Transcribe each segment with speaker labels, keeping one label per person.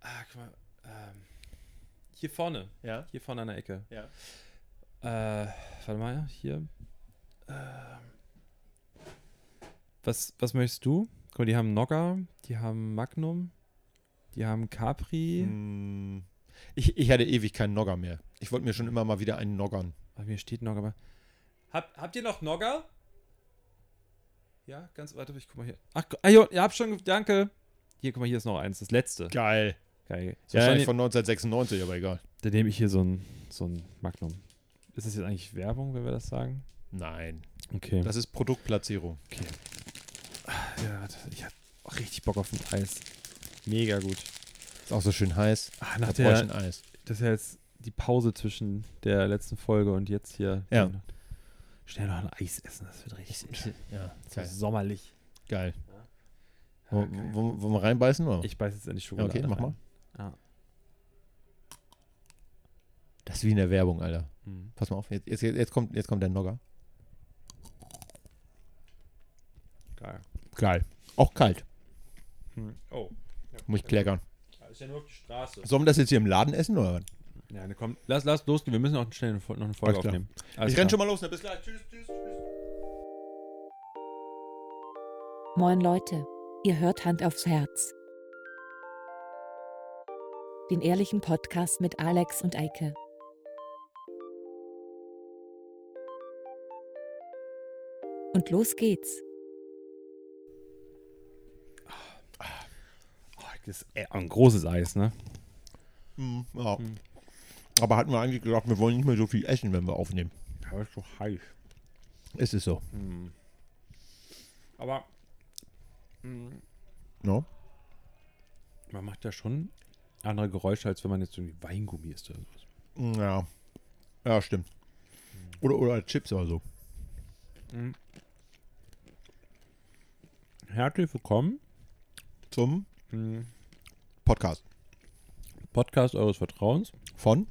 Speaker 1: Ah, guck mal, ähm, hier vorne,
Speaker 2: Ja,
Speaker 1: hier vorne an der Ecke.
Speaker 2: ja.
Speaker 1: Äh, warte mal, hier. Ähm, was, was möchtest du? Guck mal, die haben Nogger, die haben Magnum, die haben Capri.
Speaker 2: Hm. Ich, ich hatte ewig keinen Nogger mehr. Ich wollte mir schon immer mal wieder einen noggern.
Speaker 1: Ah, mir steht Nogger, aber. Hab, habt ihr noch Nogger? Ja, ganz warte, ich guck mal hier. Ach, gu- ah, jo, ihr habt schon, ge- danke. Hier, guck mal, hier ist noch eins, das letzte.
Speaker 2: Geil.
Speaker 1: Geil.
Speaker 2: Ist
Speaker 1: Ja,
Speaker 2: wahrscheinlich
Speaker 1: ne,
Speaker 2: von 1996, aber egal.
Speaker 1: dann nehme ich hier so ein, so ein Magnum. Ist das jetzt eigentlich Werbung, wenn wir das sagen?
Speaker 2: Nein.
Speaker 1: Okay.
Speaker 2: Das ist Produktplatzierung.
Speaker 1: ja, das, ich hatte richtig Bock auf ein Eis. Mega gut.
Speaker 2: Ist auch so schön heiß.
Speaker 1: Ah, nach
Speaker 2: Da brauch ich
Speaker 1: der,
Speaker 2: ein Eis.
Speaker 1: das ist ja jetzt die Pause zwischen der letzten Folge und jetzt hier.
Speaker 2: Ja.
Speaker 1: Schnell noch ein Eis essen, das wird richtig
Speaker 2: Ja,
Speaker 1: so
Speaker 2: geil.
Speaker 1: sommerlich.
Speaker 2: Geil.
Speaker 1: Ja,
Speaker 2: Wo,
Speaker 1: geil.
Speaker 2: wo, wo wir reinbeißen? Oder?
Speaker 1: Ich beiß jetzt in die
Speaker 2: ja,
Speaker 1: Schokolade.
Speaker 2: okay, mach mal.
Speaker 1: rein. Ah. Ja.
Speaker 2: Das ist wie in der Werbung, Alter.
Speaker 1: Mhm.
Speaker 2: Pass mal auf. Jetzt, jetzt, jetzt, kommt, jetzt kommt der Nogger.
Speaker 1: Geil.
Speaker 2: Geil. Auch kalt.
Speaker 1: Oh,
Speaker 2: Muss ich kleckern.
Speaker 1: das ist ja nur auf die Straße.
Speaker 2: Sollen wir das jetzt hier im Laden essen oder was?
Speaker 1: Ja, ne, komm, lass, lass losgehen. Wir müssen auch schnell eine Fol- noch eine Folge
Speaker 2: Alles klar.
Speaker 1: aufnehmen. Alles
Speaker 2: ich
Speaker 1: klar.
Speaker 2: renn schon mal los. Ne? Bis gleich. Tschüss, tschüss,
Speaker 1: Oh,
Speaker 2: tschüss.
Speaker 3: Moin Leute, ihr hört Hand aufs Herz. Den ehrlichen Podcast mit Alex und Eike. Und los geht's.
Speaker 1: Oh, das ist e- ein großes Eis, ne?
Speaker 2: Hm, ja.
Speaker 1: Hm.
Speaker 2: Aber hatten wir eigentlich gesagt, wir wollen nicht mehr so viel essen, wenn wir aufnehmen.
Speaker 1: Aber ist so heiß.
Speaker 2: Ist es so.
Speaker 1: Aber
Speaker 2: No?
Speaker 1: man macht ja schon andere Geräusche, als wenn man jetzt irgendwie Weingummi isst oder sowas.
Speaker 2: Ja. Ja, stimmt. Oder, oder Chips oder so.
Speaker 1: Herzlich willkommen.
Speaker 2: Zum Mhm. Podcast
Speaker 1: Podcast eures Vertrauens. Ähm,
Speaker 2: von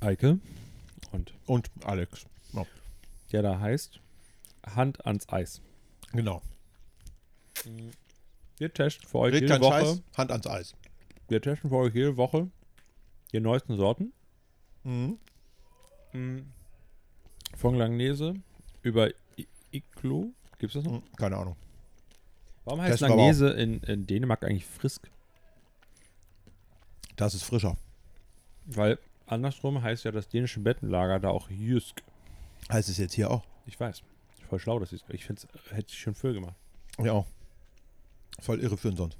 Speaker 1: Eike. Und
Speaker 2: und Alex. Ja.
Speaker 1: der da heißt Hand ans Eis.
Speaker 2: Genau.
Speaker 1: Wir testen für euch
Speaker 2: Red
Speaker 1: jede
Speaker 2: kein
Speaker 1: Woche.
Speaker 2: Scheiß, Hand ans Eis.
Speaker 1: Wir testen für euch jede Woche die neuesten Sorten.
Speaker 2: Mhm.
Speaker 1: Von Langnese über I Iglo. Gibt es das noch?
Speaker 2: Hm, Keine Ahnung.
Speaker 1: Warum heißt
Speaker 2: Testen wir aber
Speaker 1: Langnese in, in Dänemark eigentlich Frisk?
Speaker 2: Das ist frischer.
Speaker 1: Weil andersrum heißt ja das dänische Bettenlager da auch Jysk.
Speaker 2: Heißt es jetzt hier auch?
Speaker 1: Ich weiß. Voll schlau, das ist. Ich finde es, hätte ich schon früher gemacht.
Speaker 2: Ja. auch. Voll irreführend sonst.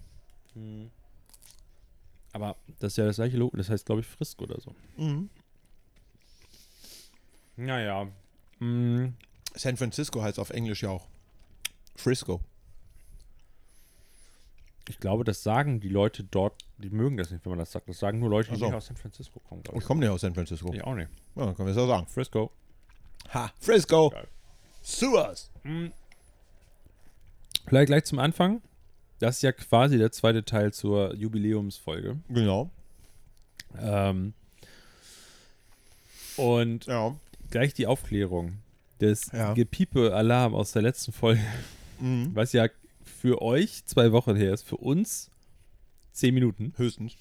Speaker 1: Aber das ist ja das gleiche Logo. Das heißt, glaube ich, Frisk oder so.
Speaker 2: Mhm.
Speaker 1: Naja. Mm,
Speaker 2: San Francisco heißt auf Englisch ja auch Frisco.
Speaker 1: ich glaube, das sagen die Leute dort, die mögen das nicht, wenn man das sagt. Das sagen nur Leute, die
Speaker 2: Ach so.
Speaker 1: nicht aus San Francisco kommen, glaube
Speaker 2: Ich
Speaker 1: ich.
Speaker 2: komme nicht aus San Francisco.
Speaker 1: Ich auch nicht.
Speaker 2: Ja, dann können wir es ja sagen.
Speaker 1: Frisco.
Speaker 2: Ha, Frisco.
Speaker 1: Geil.
Speaker 2: Suas.
Speaker 1: Vielleicht gleich zum Anfang. Das ist ja quasi der zweite Teil zur Jubiläumsfolge.
Speaker 2: Genau.
Speaker 1: Ähm, und
Speaker 2: Ja.
Speaker 1: gleich die Aufklärung. Das
Speaker 2: Ja.
Speaker 1: Gepiepe-Alarm aus der letzten Folge,
Speaker 2: Mhm.
Speaker 1: was ja für euch zwei Wochen her ist, für uns zehn Minuten.
Speaker 2: Höchstens.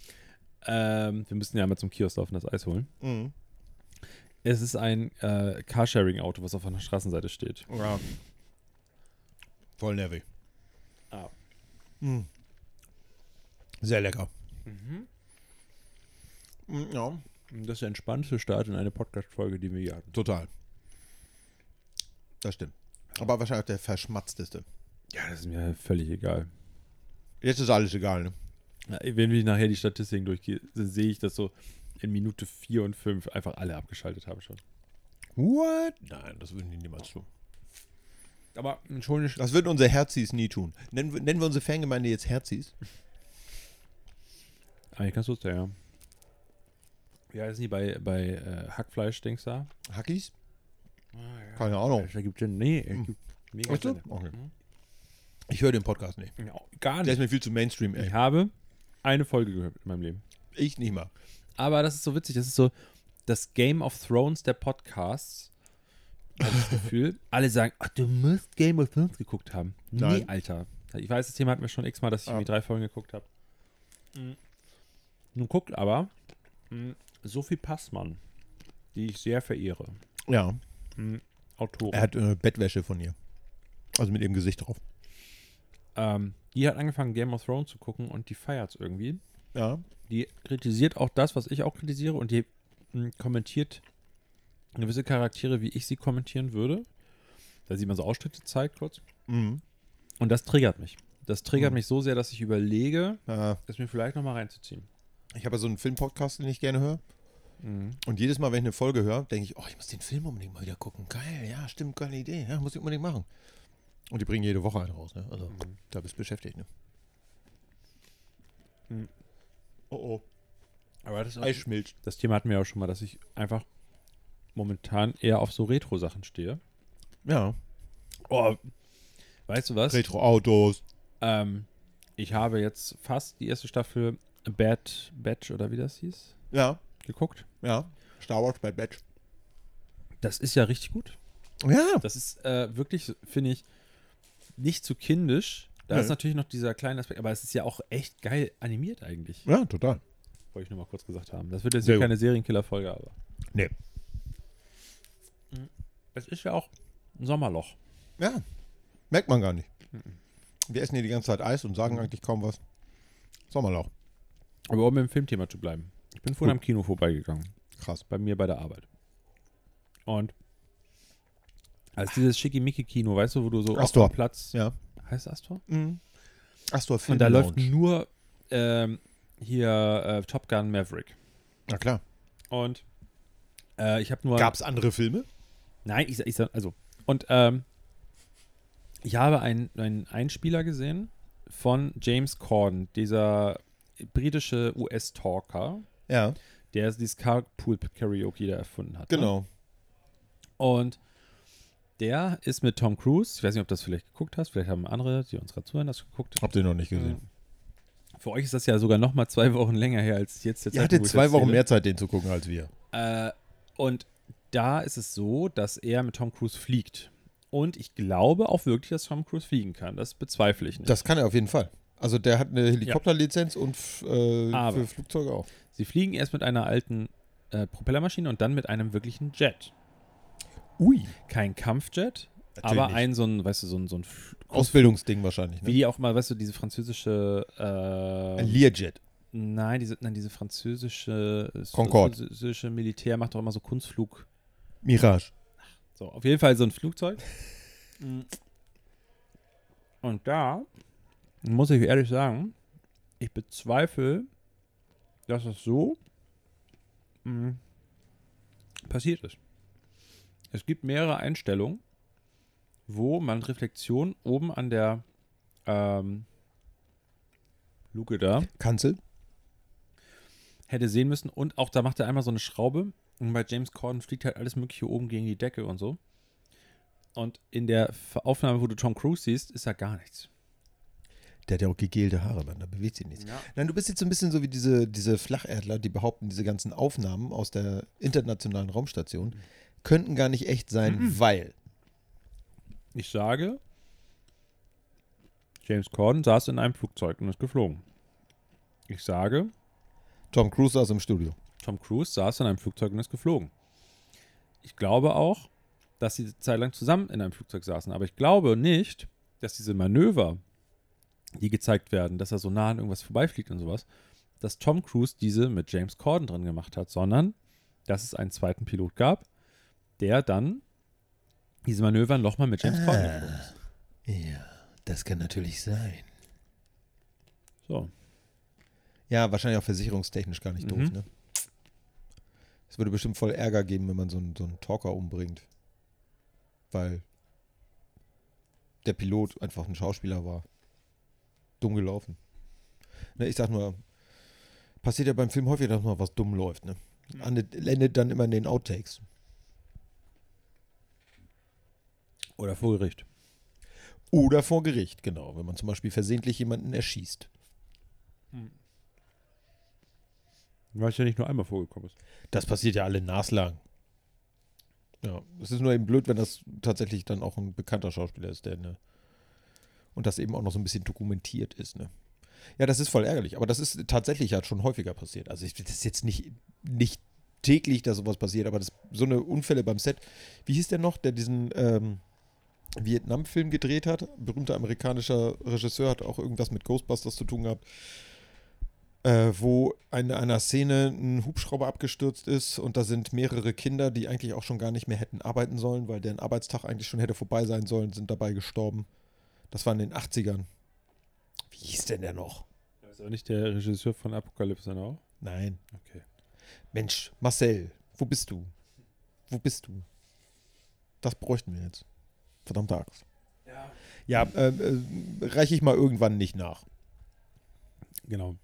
Speaker 1: Ähm, wir müssen ja einmal zum Kiosk laufen, das Eis holen.
Speaker 2: Mhm.
Speaker 1: Es ist ein äh, Carsharing-Auto, was auf einer Straßenseite steht.
Speaker 2: Ja. Voll nervig.
Speaker 1: Ah.
Speaker 2: Mhm. Sehr lecker. Mhm. Ja,
Speaker 1: Das ist der entspannte Start in eine Podcast-Folge, die wir hier hatten.
Speaker 2: total. Das stimmt. Aber wahrscheinlich auch der verschmatzteste.
Speaker 1: Ja, das ist mir völlig egal.
Speaker 2: Jetzt ist alles egal, ne?
Speaker 1: Ja, Wenn wir nachher die Statistiken durchgehe, sehe ich, dass so in Minute 4 und 5 einfach alle abgeschaltet haben schon.
Speaker 2: What? Nein, das würden die niemals tun.
Speaker 1: Aber schon
Speaker 2: Das würden unsere Herzis nie tun. Nennen, wir- nennen wir unsere Fangemeinde jetzt Herzis?
Speaker 1: Eigentlich ganz lustig, ja. Wie heißen die bei, bei äh, Hackfleisch, denkst du da?
Speaker 2: Hackis? Keine Ahnung.
Speaker 1: Äh, Da gibt es nee, es gibt mega
Speaker 2: Ah, Weißt du? Mhm.
Speaker 1: viele.
Speaker 2: Okay. Ich höre den Podcast nicht.
Speaker 1: Ja, Gar
Speaker 2: Der
Speaker 1: nicht.
Speaker 2: ist mir viel zu Mainstream,
Speaker 1: Ich
Speaker 2: ey.
Speaker 1: habe eine Folge gehört in meinem Leben.
Speaker 2: Ich nicht mal.
Speaker 1: Aber das ist so witzig, das ist so das Game of Thrones der Podcasts. "Ah, Hab ich das Gefühl. Alle sagen, ach, du musst Game of Thrones geguckt haben.
Speaker 2: Nein.
Speaker 1: Nee, Alter. Ich weiß, das Thema hatten wir schon x-mal, dass ich
Speaker 2: Ah.
Speaker 1: irgendwie drei Folgen geguckt habe. Nun guckt aber mhm. Sophie Passmann, die ich sehr verehre.
Speaker 2: Ja,
Speaker 1: Mhm. Autorin.
Speaker 2: er hat äh, Bettwäsche von ihr. Also mit ihrem Gesicht drauf.
Speaker 1: Ähm, die hat angefangen, Game of Thrones zu gucken und die feiert es irgendwie.
Speaker 2: Ja.
Speaker 1: Die kritisiert auch das, was ich auch kritisiere und die mh, kommentiert gewisse Charaktere, wie ich sie kommentieren würde. Da sieht man so Ausschnitte, zeigt kurz.
Speaker 2: Mhm.
Speaker 1: Und das triggert mich. Das triggert
Speaker 2: Mhm.
Speaker 1: mich so sehr, dass ich überlege,
Speaker 2: Äh,
Speaker 1: es mir vielleicht nochmal reinzuziehen.
Speaker 2: ich habe ja so einen Filmpodcast, den ich gerne höre. Und jedes Mal, wenn ich eine Folge höre, denke ich, oh, ich muss den Film unbedingt mal wieder gucken. Geil, ja, stimmt, geile Idee. Ja, muss ich unbedingt machen. Und die bringen jede Woche einen raus. Ne? Also, da bist du beschäftigt. Ne?
Speaker 1: Mhm.
Speaker 2: Oh, oh.
Speaker 1: Aber das,
Speaker 2: Eis schmilzt.
Speaker 1: das Thema hatten wir ja auch schon mal, dass ich einfach momentan eher auf so Retro-Sachen stehe.
Speaker 2: Ja.
Speaker 1: Oh, weißt du was?
Speaker 2: Retro-Autos.
Speaker 1: Ähm, ich habe jetzt fast die erste Staffel Bad Batch oder wie das hieß,
Speaker 2: Ja,
Speaker 1: geguckt.
Speaker 2: ja. Star Wars bei Batch.
Speaker 1: Das ist ja richtig gut.
Speaker 2: Ja.
Speaker 1: Das ist äh, wirklich, finde ich, nicht zu kindisch. Da
Speaker 2: Nö.
Speaker 1: ist natürlich noch dieser kleine Aspekt, aber es ist ja auch echt geil animiert eigentlich.
Speaker 2: Ja, total.
Speaker 1: Wollte ich nur mal kurz gesagt haben. Das wird jetzt
Speaker 2: Sehr
Speaker 1: hier keine Serienkiller-Folge, aber. Mhm.
Speaker 2: Nee.
Speaker 1: Es ist ja auch ein Sommerloch.
Speaker 2: Ja. Merkt man gar nicht.
Speaker 1: Mhm.
Speaker 2: Wir essen hier die ganze Zeit Eis und sagen eigentlich kaum was. Sommerlauch.
Speaker 1: Aber um im Filmthema zu bleiben. Ich bin vorhin am Kino vorbeigegangen.
Speaker 2: Krass.
Speaker 1: bei mir bei der Arbeit. Und als dieses Schickimicki-Kino, weißt du, wo du so
Speaker 2: Astor.
Speaker 1: auf dem Platz.
Speaker 2: Ja.
Speaker 1: Heißt Astor?
Speaker 2: Mhm. Astor Film
Speaker 1: Und da läuft
Speaker 2: Lounge.
Speaker 1: nur ähm, hier äh, Top Gun Maverick.
Speaker 2: Na klar.
Speaker 1: Und äh, ich habe nur.
Speaker 2: Gab es andere Filme?
Speaker 1: Nein, ich, sa- ich sag, also. Und ähm, ich habe einen, einen Einspieler gesehen von James Corden, dieser britische US-Talker,
Speaker 2: Ja,
Speaker 1: der dieses Carpool-Karaoke da erfunden hat. Ne?
Speaker 2: genau.
Speaker 1: Und der ist mit Tom Cruise, ich weiß nicht, ob du das vielleicht geguckt hast, vielleicht haben andere, die unserer zuhören, das geguckt.
Speaker 2: Habt ihr noch nicht gesehen.
Speaker 1: Mhm. Für euch ist das ja sogar noch mal zwei Wochen länger her als jetzt. jetzt
Speaker 2: Ihr hattet zwei Wochen mehr Zeit, den zu gucken, als wir.
Speaker 1: Äh, und da ist es so, dass er mit Tom Cruise fliegt. Und ich glaube auch wirklich, dass Tom Cruise fliegen kann. Das bezweifle ich nicht.
Speaker 2: Das kann er auf jeden Fall. Also der hat eine Helikopterlizenz und f- äh,
Speaker 1: Aber-
Speaker 2: für Flugzeuge auch.
Speaker 1: Sie fliegen erst mit einer alten äh, Propellermaschine und dann mit einem wirklichen Jet.
Speaker 2: Ui.
Speaker 1: Kein Kampfjet,
Speaker 2: Natürlich
Speaker 1: aber
Speaker 2: nicht.
Speaker 1: ein so ein, weißt du, so ein, so ein F-
Speaker 2: Ausbildungsding wahrscheinlich.
Speaker 1: wie
Speaker 2: Ne?
Speaker 1: die auch mal, weißt du, diese französische äh,
Speaker 2: Ein Learjet.
Speaker 1: Nein, diese, nein, diese französische, das
Speaker 2: Concorde.
Speaker 1: französische Militär macht doch immer so Kunstflug.
Speaker 2: Mirage.
Speaker 1: So, auf jeden Fall so ein Flugzeug. Und da muss ich ehrlich sagen, ich bezweifle, dass das so mm, passiert ist. Es gibt mehrere Einstellungen, wo man Reflexion oben an der ähm, Luke da
Speaker 2: Kanzel.
Speaker 1: hätte sehen müssen. Und auch da macht er einmal so eine Schraube. Und bei James Corden fliegt halt alles Mögliche oben gegen die Decke und so. Und in der F- Aufnahme, wo du Tom Cruise siehst, ist da gar nichts.
Speaker 2: Der hat ja auch gegelte Haare, Mann. Da bewegt sich nichts. Nein, du bist jetzt so ein bisschen so wie diese, diese Flacherdler, die behaupten, diese ganzen Aufnahmen aus der internationalen Raumstation könnten gar nicht echt sein, weil.
Speaker 1: Ich sage, James Corden saß in einem Flugzeug und ist geflogen. Ich sage,
Speaker 2: Tom Cruise saß im Studio.
Speaker 1: Tom Cruise saß in einem Flugzeug und ist geflogen. Ich glaube auch, dass sie eine Zeit lang zusammen in einem Flugzeug saßen. Aber ich glaube nicht, dass diese Manöver, die gezeigt werden, dass er so nah an irgendwas vorbeifliegt und sowas, dass Tom Cruise diese mit James Corden drin gemacht hat, sondern dass es einen zweiten Pilot gab, der dann diese Manöver nochmal mit James Corden geflogen ist.
Speaker 2: Ja, das kann natürlich sein.
Speaker 1: So.
Speaker 2: Ja, wahrscheinlich auch versicherungstechnisch gar nicht doof,
Speaker 1: Mhm.
Speaker 2: ne? Es würde bestimmt voll Ärger geben, wenn man so einen, so einen Talker umbringt. Weil der Pilot einfach ein Schauspieler war. Dumm gelaufen. Ne, ich sag nur, passiert ja beim Film häufig, dass mal was dumm läuft, ne? Andet- Endet dann immer in den Outtakes.
Speaker 1: Oder vor Gericht.
Speaker 2: Oder vor Gericht, genau. Wenn man zum Beispiel versehentlich jemanden erschießt.
Speaker 1: Weil es ja nicht nur einmal vorgekommen ist.
Speaker 2: Das passiert ja alle naslang. Ja, es ist nur eben blöd, wenn das tatsächlich dann auch ein bekannter Schauspieler ist, der eine ne, Und das eben auch noch so ein bisschen dokumentiert ist, ne? Ja, das ist voll ärgerlich, aber das ist tatsächlich ja schon häufiger passiert. Also ich, das ist jetzt nicht, nicht täglich, dass sowas passiert, aber das, so eine Unfälle beim Set. Wie hieß der noch, der diesen ähm, Vietnam-Film gedreht hat? Berühmter amerikanischer Regisseur hat auch irgendwas mit Ghostbusters zu tun gehabt. Äh, wo in einer Szene ein Hubschrauber abgestürzt ist und da sind mehrere Kinder, die eigentlich auch schon gar nicht mehr hätten arbeiten sollen, weil deren Arbeitstag eigentlich schon hätte vorbei sein sollen, sind dabei gestorben. Das war in den 80ern. Wie hieß denn der noch?
Speaker 1: Ist auch nicht der Regisseur von Apokalypse Now?
Speaker 2: Nein.
Speaker 1: Okay.
Speaker 2: Mensch, Marcel, wo bist du? Wo bist du? Das bräuchten wir jetzt. Verdammte Axt. Ja, ja ähm, äh, reiche ich mal irgendwann nicht nach.
Speaker 1: Genau.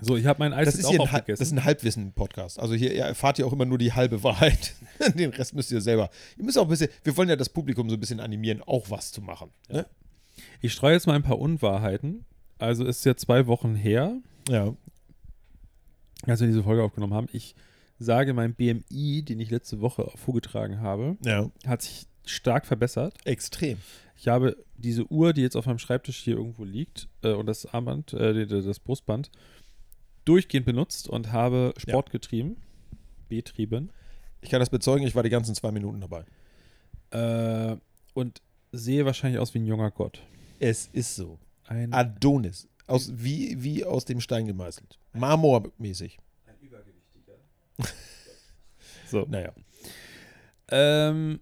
Speaker 1: So, ich habe mein Eis
Speaker 2: Das
Speaker 1: jetzt
Speaker 2: ist,
Speaker 1: auch
Speaker 2: hier ein, Hal- das
Speaker 1: aufgegessen.
Speaker 2: ist ein Halbwissen-Podcast. Also hier ihr erfahrt ihr auch immer nur die halbe Wahrheit. Den Rest müsst ihr selber. Ihr müsst auch ein bisschen, wir wollen ja das Publikum so ein bisschen animieren, auch was zu machen. Ne?
Speaker 1: ich streue jetzt mal ein paar Unwahrheiten. Also ist ja zwei Wochen her,
Speaker 2: Ja.
Speaker 1: als wir diese Folge aufgenommen haben. Ich sage, mein BMI, den ich letzte Woche vorgetragen habe,
Speaker 2: Ja.
Speaker 1: hat sich stark verbessert.
Speaker 2: Extrem.
Speaker 1: Ich habe diese Uhr, die jetzt auf meinem Schreibtisch hier irgendwo liegt, äh, und das Armband, äh, die- die- das Brustband, durchgehend benutzt und habe Sport getrieben. Betrieben.
Speaker 2: Ich kann das bezeugen, ich war die ganzen zwei Minuten dabei.
Speaker 1: Äh, und sehe wahrscheinlich aus wie ein junger Gott.
Speaker 2: Es ist so.
Speaker 1: Ein,
Speaker 2: Ah, Adonis. Aus, wie, wie aus dem Stein gemeißelt. Marmormäßig.
Speaker 1: so.
Speaker 2: Naja.
Speaker 1: Ähm,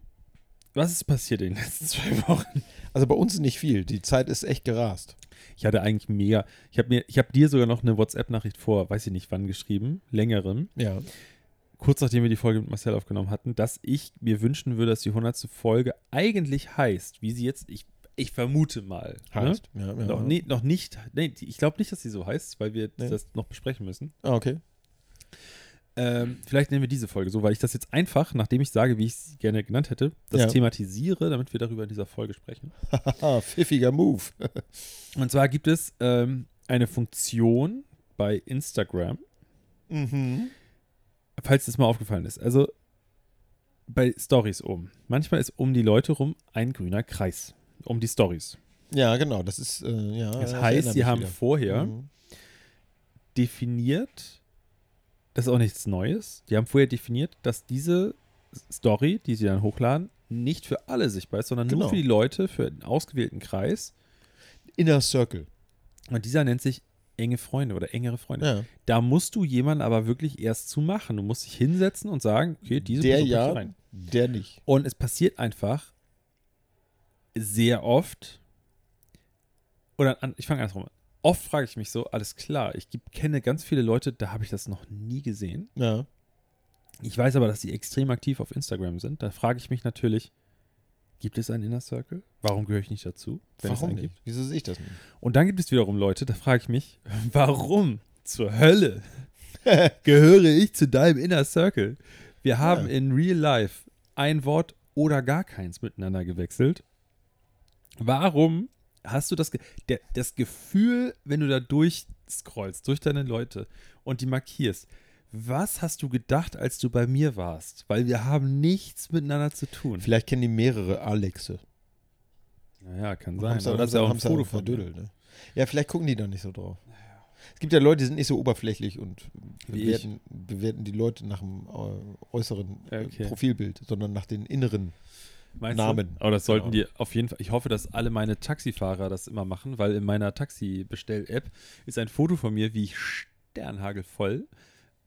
Speaker 1: was ist passiert in den letzten zwei Wochen?
Speaker 2: Also bei uns nicht viel. Die Zeit ist echt gerast.
Speaker 1: Ich hatte eigentlich mega. Ich habe mir, ich habe dir sogar noch eine WhatsApp-Nachricht vor, weiß ich nicht wann geschrieben, längerem,
Speaker 2: Ja.
Speaker 1: kurz nachdem wir die Folge mit Marcel aufgenommen hatten, dass ich mir wünschen würde, dass die 100. Folge eigentlich heißt, wie sie jetzt, ich, ich vermute mal.
Speaker 2: Heißt. Ja, ja.
Speaker 1: Ne? Noch, nie, noch nicht, nee, die- ich glaube nicht, dass sie so heißt, weil wir
Speaker 2: Nee.
Speaker 1: das noch besprechen müssen.
Speaker 2: Ah, okay.
Speaker 1: Ähm, vielleicht nehmen wir diese Folge so, weil ich das jetzt einfach, nachdem ich sage, wie ich es gerne genannt hätte, das
Speaker 2: Ja.
Speaker 1: thematisiere, damit wir darüber in dieser Folge sprechen.
Speaker 2: Haha, pfiffiger Move.
Speaker 1: Und zwar gibt es ähm, eine Funktion bei Instagram,
Speaker 2: mhm.
Speaker 1: falls das mal aufgefallen ist. Also bei Stories oben. Manchmal ist um die Leute rum ein grüner Kreis. Um die Stories.
Speaker 2: Ja, genau. Das ist, äh, ja.
Speaker 1: Das
Speaker 2: ich
Speaker 1: heißt,
Speaker 2: erinnere
Speaker 1: sie
Speaker 2: mich
Speaker 1: haben
Speaker 2: wieder.
Speaker 1: vorher
Speaker 2: Mhm.
Speaker 1: definiert, das ist auch nichts Neues, die haben vorher definiert, dass diese Story, die sie dann hochladen, nicht für alle sichtbar ist, sondern
Speaker 2: Genau.
Speaker 1: nur für die Leute, für einen ausgewählten Kreis.
Speaker 2: Inner Circle.
Speaker 1: Und dieser nennt sich enge Freunde oder engere Freunde.
Speaker 2: Ja.
Speaker 1: Da musst du jemanden aber wirklich erst zu machen. Du musst dich hinsetzen und sagen, okay, diese
Speaker 2: der
Speaker 1: Person kommt
Speaker 2: ja,
Speaker 1: hier rein.
Speaker 2: der nicht.
Speaker 1: Und es passiert einfach sehr oft, oder an, ich fange andersrum an. Oft frage ich mich so, alles klar, ich geb, kenne ganz viele Leute, da habe ich das noch nie gesehen.
Speaker 2: Ja.
Speaker 1: Ich weiß aber, dass sie extrem aktiv auf Instagram sind. Da frage ich mich natürlich, gibt es einen Inner Circle? Warum gehöre ich nicht dazu? wenn es
Speaker 2: Warum
Speaker 1: einen
Speaker 2: nicht?
Speaker 1: gibt?
Speaker 2: Wieso sehe ich das nicht?
Speaker 1: Und dann gibt es wiederum Leute, da frage ich mich, warum zur Hölle gehöre ich zu deinem Inner Circle? Wir haben
Speaker 2: Ja.
Speaker 1: in Real Life ein Wort oder gar keins miteinander gewechselt. Warum hast du das, ge der, das Gefühl, wenn du da durchscrollst, durch deine Leute und die markierst, was hast du gedacht, als du bei mir warst? Weil wir haben nichts miteinander zu tun.
Speaker 2: Vielleicht kennen die mehrere Alexe.
Speaker 1: Naja, kann
Speaker 2: Haben's
Speaker 1: sein.
Speaker 2: ja-
Speaker 1: Aber das ist ja auch ein
Speaker 2: haben's ja
Speaker 1: Foto von mir.
Speaker 2: verdödelt, ne? Ja, vielleicht gucken die da nicht so drauf. Es gibt ja Leute, die sind nicht so oberflächlich und
Speaker 1: Wie
Speaker 2: bewerten, bewerten die Leute nach dem äh, äußeren äh,
Speaker 1: Okay.
Speaker 2: Profilbild, sondern nach den inneren.
Speaker 1: Meinst
Speaker 2: Namen.
Speaker 1: Du? Aber das sollten
Speaker 2: Genau.
Speaker 1: die auf jeden Fall. Ich hoffe, dass alle meine Taxifahrer das immer machen, weil in meiner Taxi-Bestell-App ist ein Foto von mir, wie ich sternhagelvoll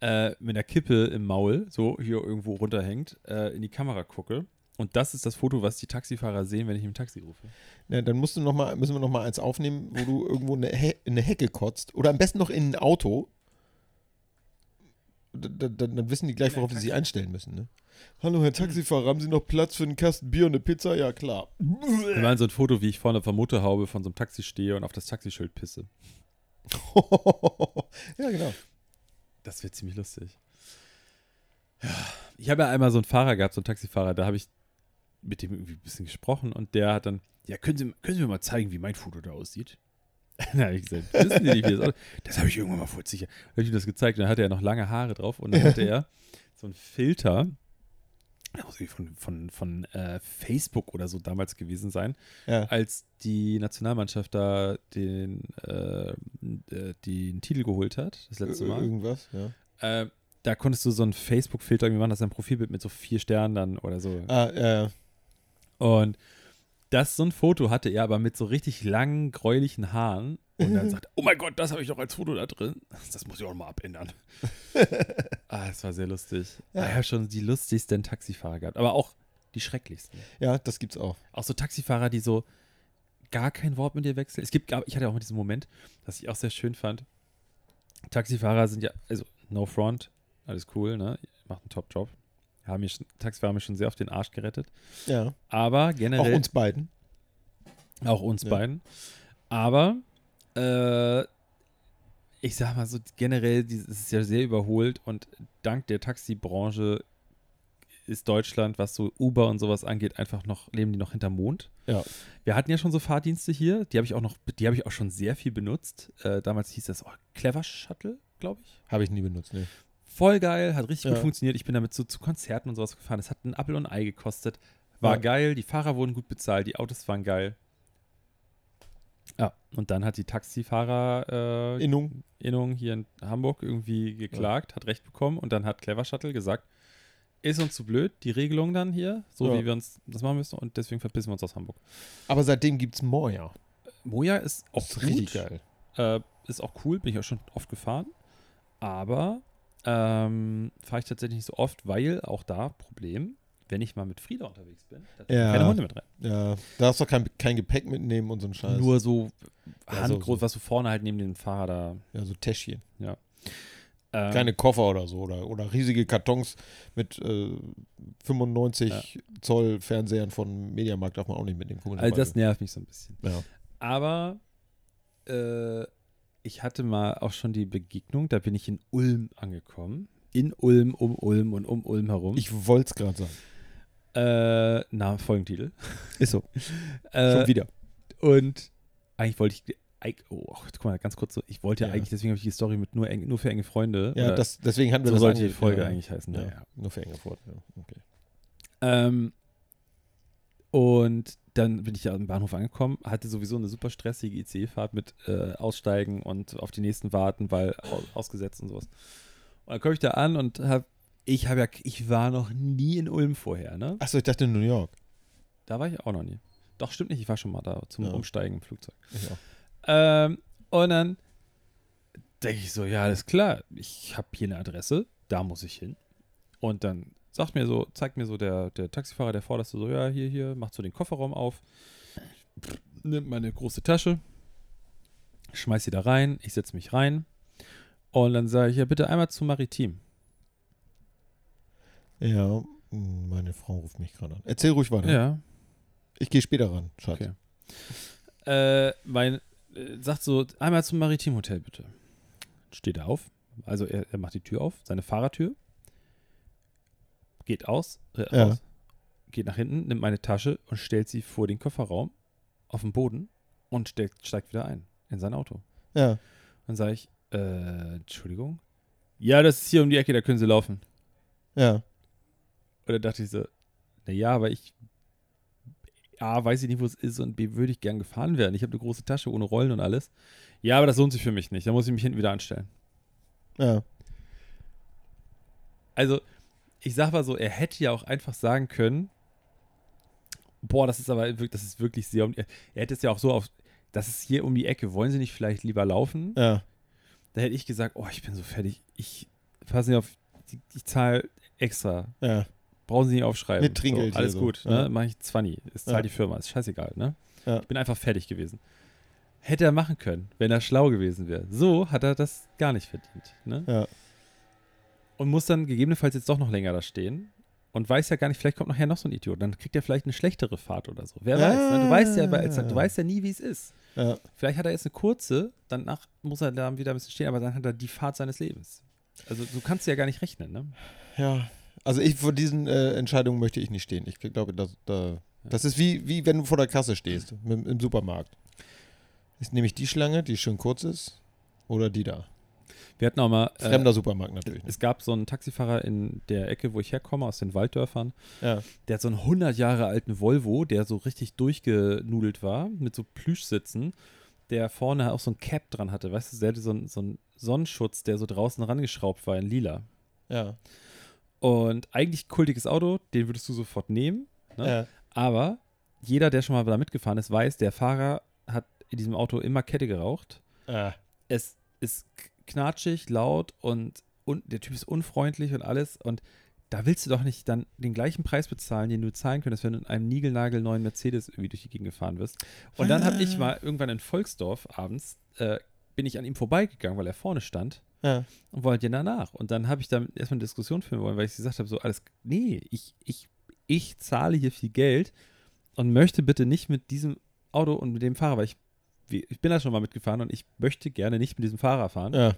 Speaker 1: äh, mit einer Kippe im Maul, so hier irgendwo runterhängt, äh, in die Kamera gucke. Und das ist das Foto, was die Taxifahrer sehen, wenn ich im Taxi rufe.
Speaker 2: Ja, dann musst du noch mal, müssen wir noch mal eins aufnehmen, wo du irgendwo eine, He eine Hecke kotzt oder am besten noch in ein Auto. D- d- Dann, dann wissen die gleich, worauf sie sich einstellen müssen. Ne? Hallo, Herr Taxifahrer, haben Sie noch Platz für einen Kasten Bier und eine Pizza? Ja, klar.
Speaker 1: Wir machen so ein Foto, wie ich vorne auf der Motorhaube von so einem Taxi stehe und auf das Taxischild pisse.
Speaker 2: ja, genau.
Speaker 1: Das wird ziemlich lustig. Ja, Ich habe ja einmal so einen Fahrer gehabt, so einen Taxifahrer, da habe ich mit dem irgendwie ein bisschen gesprochen und der hat dann, ja, können Sie, können Sie mir mal zeigen, wie mein Foto da aussieht? Dann habe ich gesagt, wissen Sie nicht, wie das aussieht? Das habe ich irgendwann mal vor sicher. Dann habe ich ihm das gezeigt und dann hatte er noch lange Haare drauf und dann hatte er so einen Filter, das muss irgendwie von, von, von äh, Facebook oder so damals gewesen sein,
Speaker 2: Ja.
Speaker 1: als die Nationalmannschaft da den, äh, äh, den Titel geholt hat, das letzte
Speaker 2: Ir-
Speaker 1: Mal.
Speaker 2: Irgendwas, ja.
Speaker 1: Äh, da konntest du so einen Facebook-Filter irgendwie machen, dass dein Profilbild mit so vier Sternen dann oder so.
Speaker 2: Ah, ja, ja.
Speaker 1: Und das, so ein Foto hatte er, aber mit so richtig langen, gräulichen Haaren. Und dann sagt, er, oh mein Gott, das habe ich noch als Foto da drin. Das muss ich auch noch mal abändern. ah, es war sehr lustig.
Speaker 2: Ja.
Speaker 1: Ah, Ich habe schon die lustigsten Taxifahrer gehabt, aber auch die schrecklichsten.
Speaker 2: Ja, das gibt's auch.
Speaker 1: Auch so Taxifahrer, die so gar kein Wort mit dir wechseln. Es gibt, ich hatte auch mal diesen Moment, was ich auch sehr schön fand. Taxifahrer sind ja, also no front, alles cool, ne? Macht einen Top-Job. Haben mir schon, Taxifahrer haben mir schon sehr auf den Arsch gerettet.
Speaker 2: Ja.
Speaker 1: Aber
Speaker 2: Auch
Speaker 1: generell.
Speaker 2: uns beiden.
Speaker 1: Auch uns
Speaker 2: Ja.
Speaker 1: beiden. Aber äh, ich sag mal so, generell dieses- es ist ja sehr überholt und dank der Taxibranche ist Deutschland, was so Uber und sowas angeht, einfach noch, leben die noch hinterm Mond.
Speaker 2: Ja.
Speaker 1: Wir hatten ja schon so Fahrdienste hier, die habe ich auch noch, die habe ich auch schon sehr viel benutzt. Äh, damals hieß das oh, Clever Shuttle, glaube ich.
Speaker 2: Habe ich nie benutzt, ne.
Speaker 1: Voll geil, hat richtig gut
Speaker 2: Ja.
Speaker 1: funktioniert. Ich bin damit so zu Konzerten und sowas gefahren. Es hat ein Appel und ein Ei gekostet. War
Speaker 2: Ja.
Speaker 1: geil, die Fahrer wurden gut bezahlt, die Autos waren geil. Ja, und dann hat die Taxifahrer äh,
Speaker 2: Innung.
Speaker 1: Innung hier in Hamburg irgendwie geklagt, hat Recht bekommen und dann hat Clever Shuttle gesagt, ist uns zu blöd, die Regelung dann hier, so
Speaker 2: Ja.
Speaker 1: wie wir uns das machen müssen und deswegen verpissen wir uns aus Hamburg.
Speaker 2: Aber seitdem gibt's Moja.
Speaker 1: Moja ist auch
Speaker 2: Ist
Speaker 1: gut.
Speaker 2: richtig geil.
Speaker 1: Äh, ist auch cool, bin ich auch schon oft gefahren. Aber ähm, fahre ich tatsächlich nicht so oft, weil auch da Problem, wenn ich mal mit Frieda unterwegs bin, da dürfen
Speaker 2: Ja.
Speaker 1: keine Hunde mit rein.
Speaker 2: Ja. Da darfst du doch kein, kein Gepäck mitnehmen und so ein Scheiß.
Speaker 1: Nur so
Speaker 2: Ja,
Speaker 1: handgroß,
Speaker 2: so- so.
Speaker 1: was du vorne halt neben dem Fahrer da.
Speaker 2: Ja, so Täschchen.
Speaker 1: Ähm,
Speaker 2: Keine Koffer oder so. Oder, oder riesige Kartons mit äh, 95 Zoll Fernsehern von Mediamarkt darf man auch nicht mitnehmen. Guck mal,
Speaker 1: also das Hm? nervt mich so ein bisschen.
Speaker 2: ja.
Speaker 1: Aber äh, ich hatte mal auch schon die Begegnung, da bin ich in Ulm angekommen. In Ulm, um Ulm und um Ulm herum.
Speaker 2: Ich wollte es gerade sagen.
Speaker 1: äh, na, Folgentitel.
Speaker 2: Ist so.
Speaker 1: Äh,
Speaker 2: Schon wieder.
Speaker 1: Und eigentlich wollte ich. eig- Oh, ach, guck mal, ganz kurz so. Ich wollte ja,
Speaker 2: Ja.
Speaker 1: eigentlich, deswegen habe ich die Story mit nur, eng, nur für enge Freunde.
Speaker 2: Ja,
Speaker 1: oder
Speaker 2: das, deswegen hatten wir
Speaker 1: so
Speaker 2: das
Speaker 1: sollte die
Speaker 2: ange-
Speaker 1: Folge
Speaker 2: ja.
Speaker 1: eigentlich heißen.
Speaker 2: Ja,
Speaker 1: naja.
Speaker 2: nur für Engelfurt. Ja. Okay.
Speaker 1: Ähm, und dann bin ich ja am Bahnhof angekommen, hatte sowieso eine super stressige ICE-Fahrt mit äh, Aussteigen und auf die nächsten warten, weil au- ausgesetzt und sowas. Und dann komme ich da an und habe, ich habe ja, ich war noch nie in Ulm vorher, ne?
Speaker 2: Achso, ich dachte New York.
Speaker 1: Da war ich auch noch nie. Doch, stimmt nicht, ich war schon mal da zum
Speaker 2: Ja.
Speaker 1: Umsteigen im Flugzeug.
Speaker 2: Ich auch.
Speaker 1: Ähm, und dann denke ich so, ja, alles klar, ich habe hier eine Adresse, da muss ich hin. Und dann sagt mir so, zeigt mir so der, der Taxifahrer, der vorderste, so, ja, hier, hier, macht so den Kofferraum auf, nimmt meine große Tasche, schmeißt sie da rein, ich setze mich rein. Und dann sage ich, ja, bitte einmal zum Maritim.
Speaker 2: Ja, mh, meine Frau ruft mich gerade an. Erzähl ruhig weiter.
Speaker 1: Ja,
Speaker 2: Ich gehe später ran, Schatz.
Speaker 1: Okay. äh, mein, äh, sagt so, einmal zum Maritimhotel bitte. Steht er auf, also er, er macht die Tür auf, seine Fahrertür, geht aus, äh,
Speaker 2: Ja.
Speaker 1: raus, geht nach hinten, nimmt meine Tasche und stellt sie vor den Kofferraum auf den Boden und steigt, steigt wieder ein in sein Auto.
Speaker 2: Ja.
Speaker 1: Dann sage ich, äh, Entschuldigung? Ja, das ist hier um die Ecke, da können Sie laufen.
Speaker 2: Ja.
Speaker 1: Und dann dachte ich so, naja, aber ich A, weiß ich nicht, wo es ist und B, würde ich gern gefahren werden. Ich habe eine große Tasche ohne Rollen und alles. Ja, aber das lohnt sich für mich nicht. Da muss ich mich hinten wieder anstellen.
Speaker 2: Ja.
Speaker 1: Also, ich sag mal so, er hätte ja auch einfach sagen können, boah, das ist aber wirklich, das ist wirklich sehr um die, Er hätte es ja auch so auf, das ist hier um die Ecke. Wollen Sie nicht vielleicht lieber laufen?
Speaker 2: Ja.
Speaker 1: Da hätte ich gesagt, oh, ich bin so fertig. Ich passe nicht auf, ich, ich zahle extra.
Speaker 2: Ja.
Speaker 1: Brauchen Sie nicht aufschreiben.
Speaker 2: Mit Trinkgeld
Speaker 1: So, alles
Speaker 2: hier so.
Speaker 1: gut,
Speaker 2: Ja.
Speaker 1: ne? Mache ich 20. Es zahlt
Speaker 2: Ja.
Speaker 1: die Firma, ist scheißegal, ne?
Speaker 2: Ja.
Speaker 1: Ich bin einfach fertig gewesen. Hätte er machen können, wenn er schlau gewesen wäre. So hat er das gar nicht verdient, ne?
Speaker 2: Ja.
Speaker 1: Und muss dann gegebenenfalls jetzt doch noch länger da stehen und weiß ja gar nicht, vielleicht kommt nachher noch so ein Idiot. Dann kriegt er vielleicht eine schlechtere Fahrt oder so. Wer
Speaker 2: Ja.
Speaker 1: weiß, ne? Du weißt ja, bei- du weißt ja nie, wie es ist.
Speaker 2: Ja.
Speaker 1: Vielleicht hat er jetzt eine kurze, danach muss er da wieder ein bisschen stehen, aber dann hat er die Fahrt seines Lebens. Also du kannst ja gar nicht rechnen, ne?
Speaker 2: Ja. Also ich vor diesen äh, Entscheidungen möchte ich nicht stehen. Ich glaube, das, da, das ist wie, wie wenn du vor der Kasse stehst im, im Supermarkt. Ist nämlich die Schlange, die schön kurz ist, oder die da?
Speaker 1: Wir hatten auch mal. Äh,
Speaker 2: Fremder Supermarkt natürlich. Ne?
Speaker 1: es gab so einen Taxifahrer in der Ecke, wo ich herkomme, aus den Walddörfern.
Speaker 2: Ja.
Speaker 1: Der hat so einen 100 Jahre alten Volvo, der so richtig durchgenudelt war, mit so Plüschsitzen, der vorne auch so ein Cap dran hatte. Weißt du, der hatte so einen, so einen Sonnenschutz, der so draußen rangeschraubt war, in lila.
Speaker 2: Ja.
Speaker 1: Und eigentlich kultiges Auto, den würdest du sofort nehmen. Ne?
Speaker 2: ja.
Speaker 1: Aber jeder, der schon mal da mitgefahren ist, weiß, der Fahrer hat in diesem Auto immer Kette geraucht.
Speaker 2: Ah.
Speaker 1: Es ist k- knatschig, laut und, und der Typ ist unfreundlich und alles. Und da willst du doch nicht dann den gleichen Preis bezahlen, den du zahlen könntest, wenn du in einem niegelnagelneuen Mercedes irgendwie durch die Gegend gefahren bist. Und dann habe ich mal irgendwann in Volksdorf abends, äh, bin ich an ihm vorbeigegangen, weil er vorne stand
Speaker 2: Ja.
Speaker 1: und wollte ihn danach. Und dann habe ich damit erstmal eine Diskussion führen wollen, weil ich gesagt habe, so alles, nee, ich, ich, ich zahle hier viel Geld und möchte bitte nicht mit diesem Auto und mit dem Fahrer, weil ich, wie- ich bin da schon mal mitgefahren und ich möchte gerne nicht mit diesem Fahrer fahren.
Speaker 2: ja.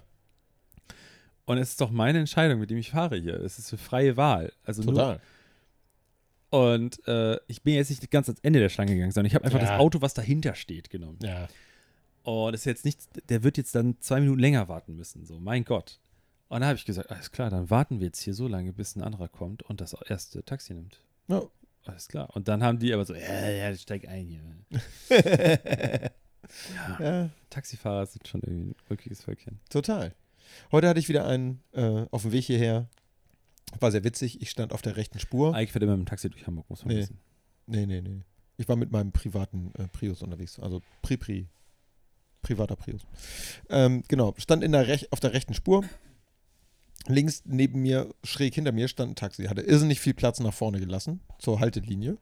Speaker 1: Und es ist doch meine Entscheidung, mit dem ich fahre hier. Es ist eine freie Wahl. Also
Speaker 2: Total.
Speaker 1: Nur, und äh, ich bin jetzt nicht ganz ans Ende der Schlange gegangen, sondern ich habe einfach
Speaker 2: Ja.
Speaker 1: das Auto, was dahinter steht, genommen.
Speaker 2: Ja.
Speaker 1: Und Oh, ist jetzt nicht, der wird jetzt dann zwei Minuten länger warten müssen. So, mein Gott. Und dann habe ich gesagt, alles klar, dann warten wir jetzt hier so lange, bis ein anderer kommt und das erste Taxi nimmt.
Speaker 2: Ja.
Speaker 1: Alles klar. Und dann haben die aber so, ja, ja, steig ein hier.
Speaker 2: ja.
Speaker 1: Taxifahrer sind schon irgendwie ein rückiges Völkchen.
Speaker 2: Total. Heute hatte ich wieder einen äh, auf dem Weg hierher. War sehr witzig. Ich stand auf der rechten Spur.
Speaker 1: Eigentlich fährt immer mit dem Taxi durch Hamburg, muss man
Speaker 2: Oh. Nee.
Speaker 1: wissen.
Speaker 2: Nee, nee, nee. Ich war mit meinem privaten äh, Prius unterwegs. Also Pri-Pri. Privater Prius. Ähm, genau. Stand in der Rech auf der rechten Spur. Links neben mir, schräg hinter mir, stand ein Taxi. Hatte irrsinnig viel Platz nach vorne gelassen. Zur Haltelinie.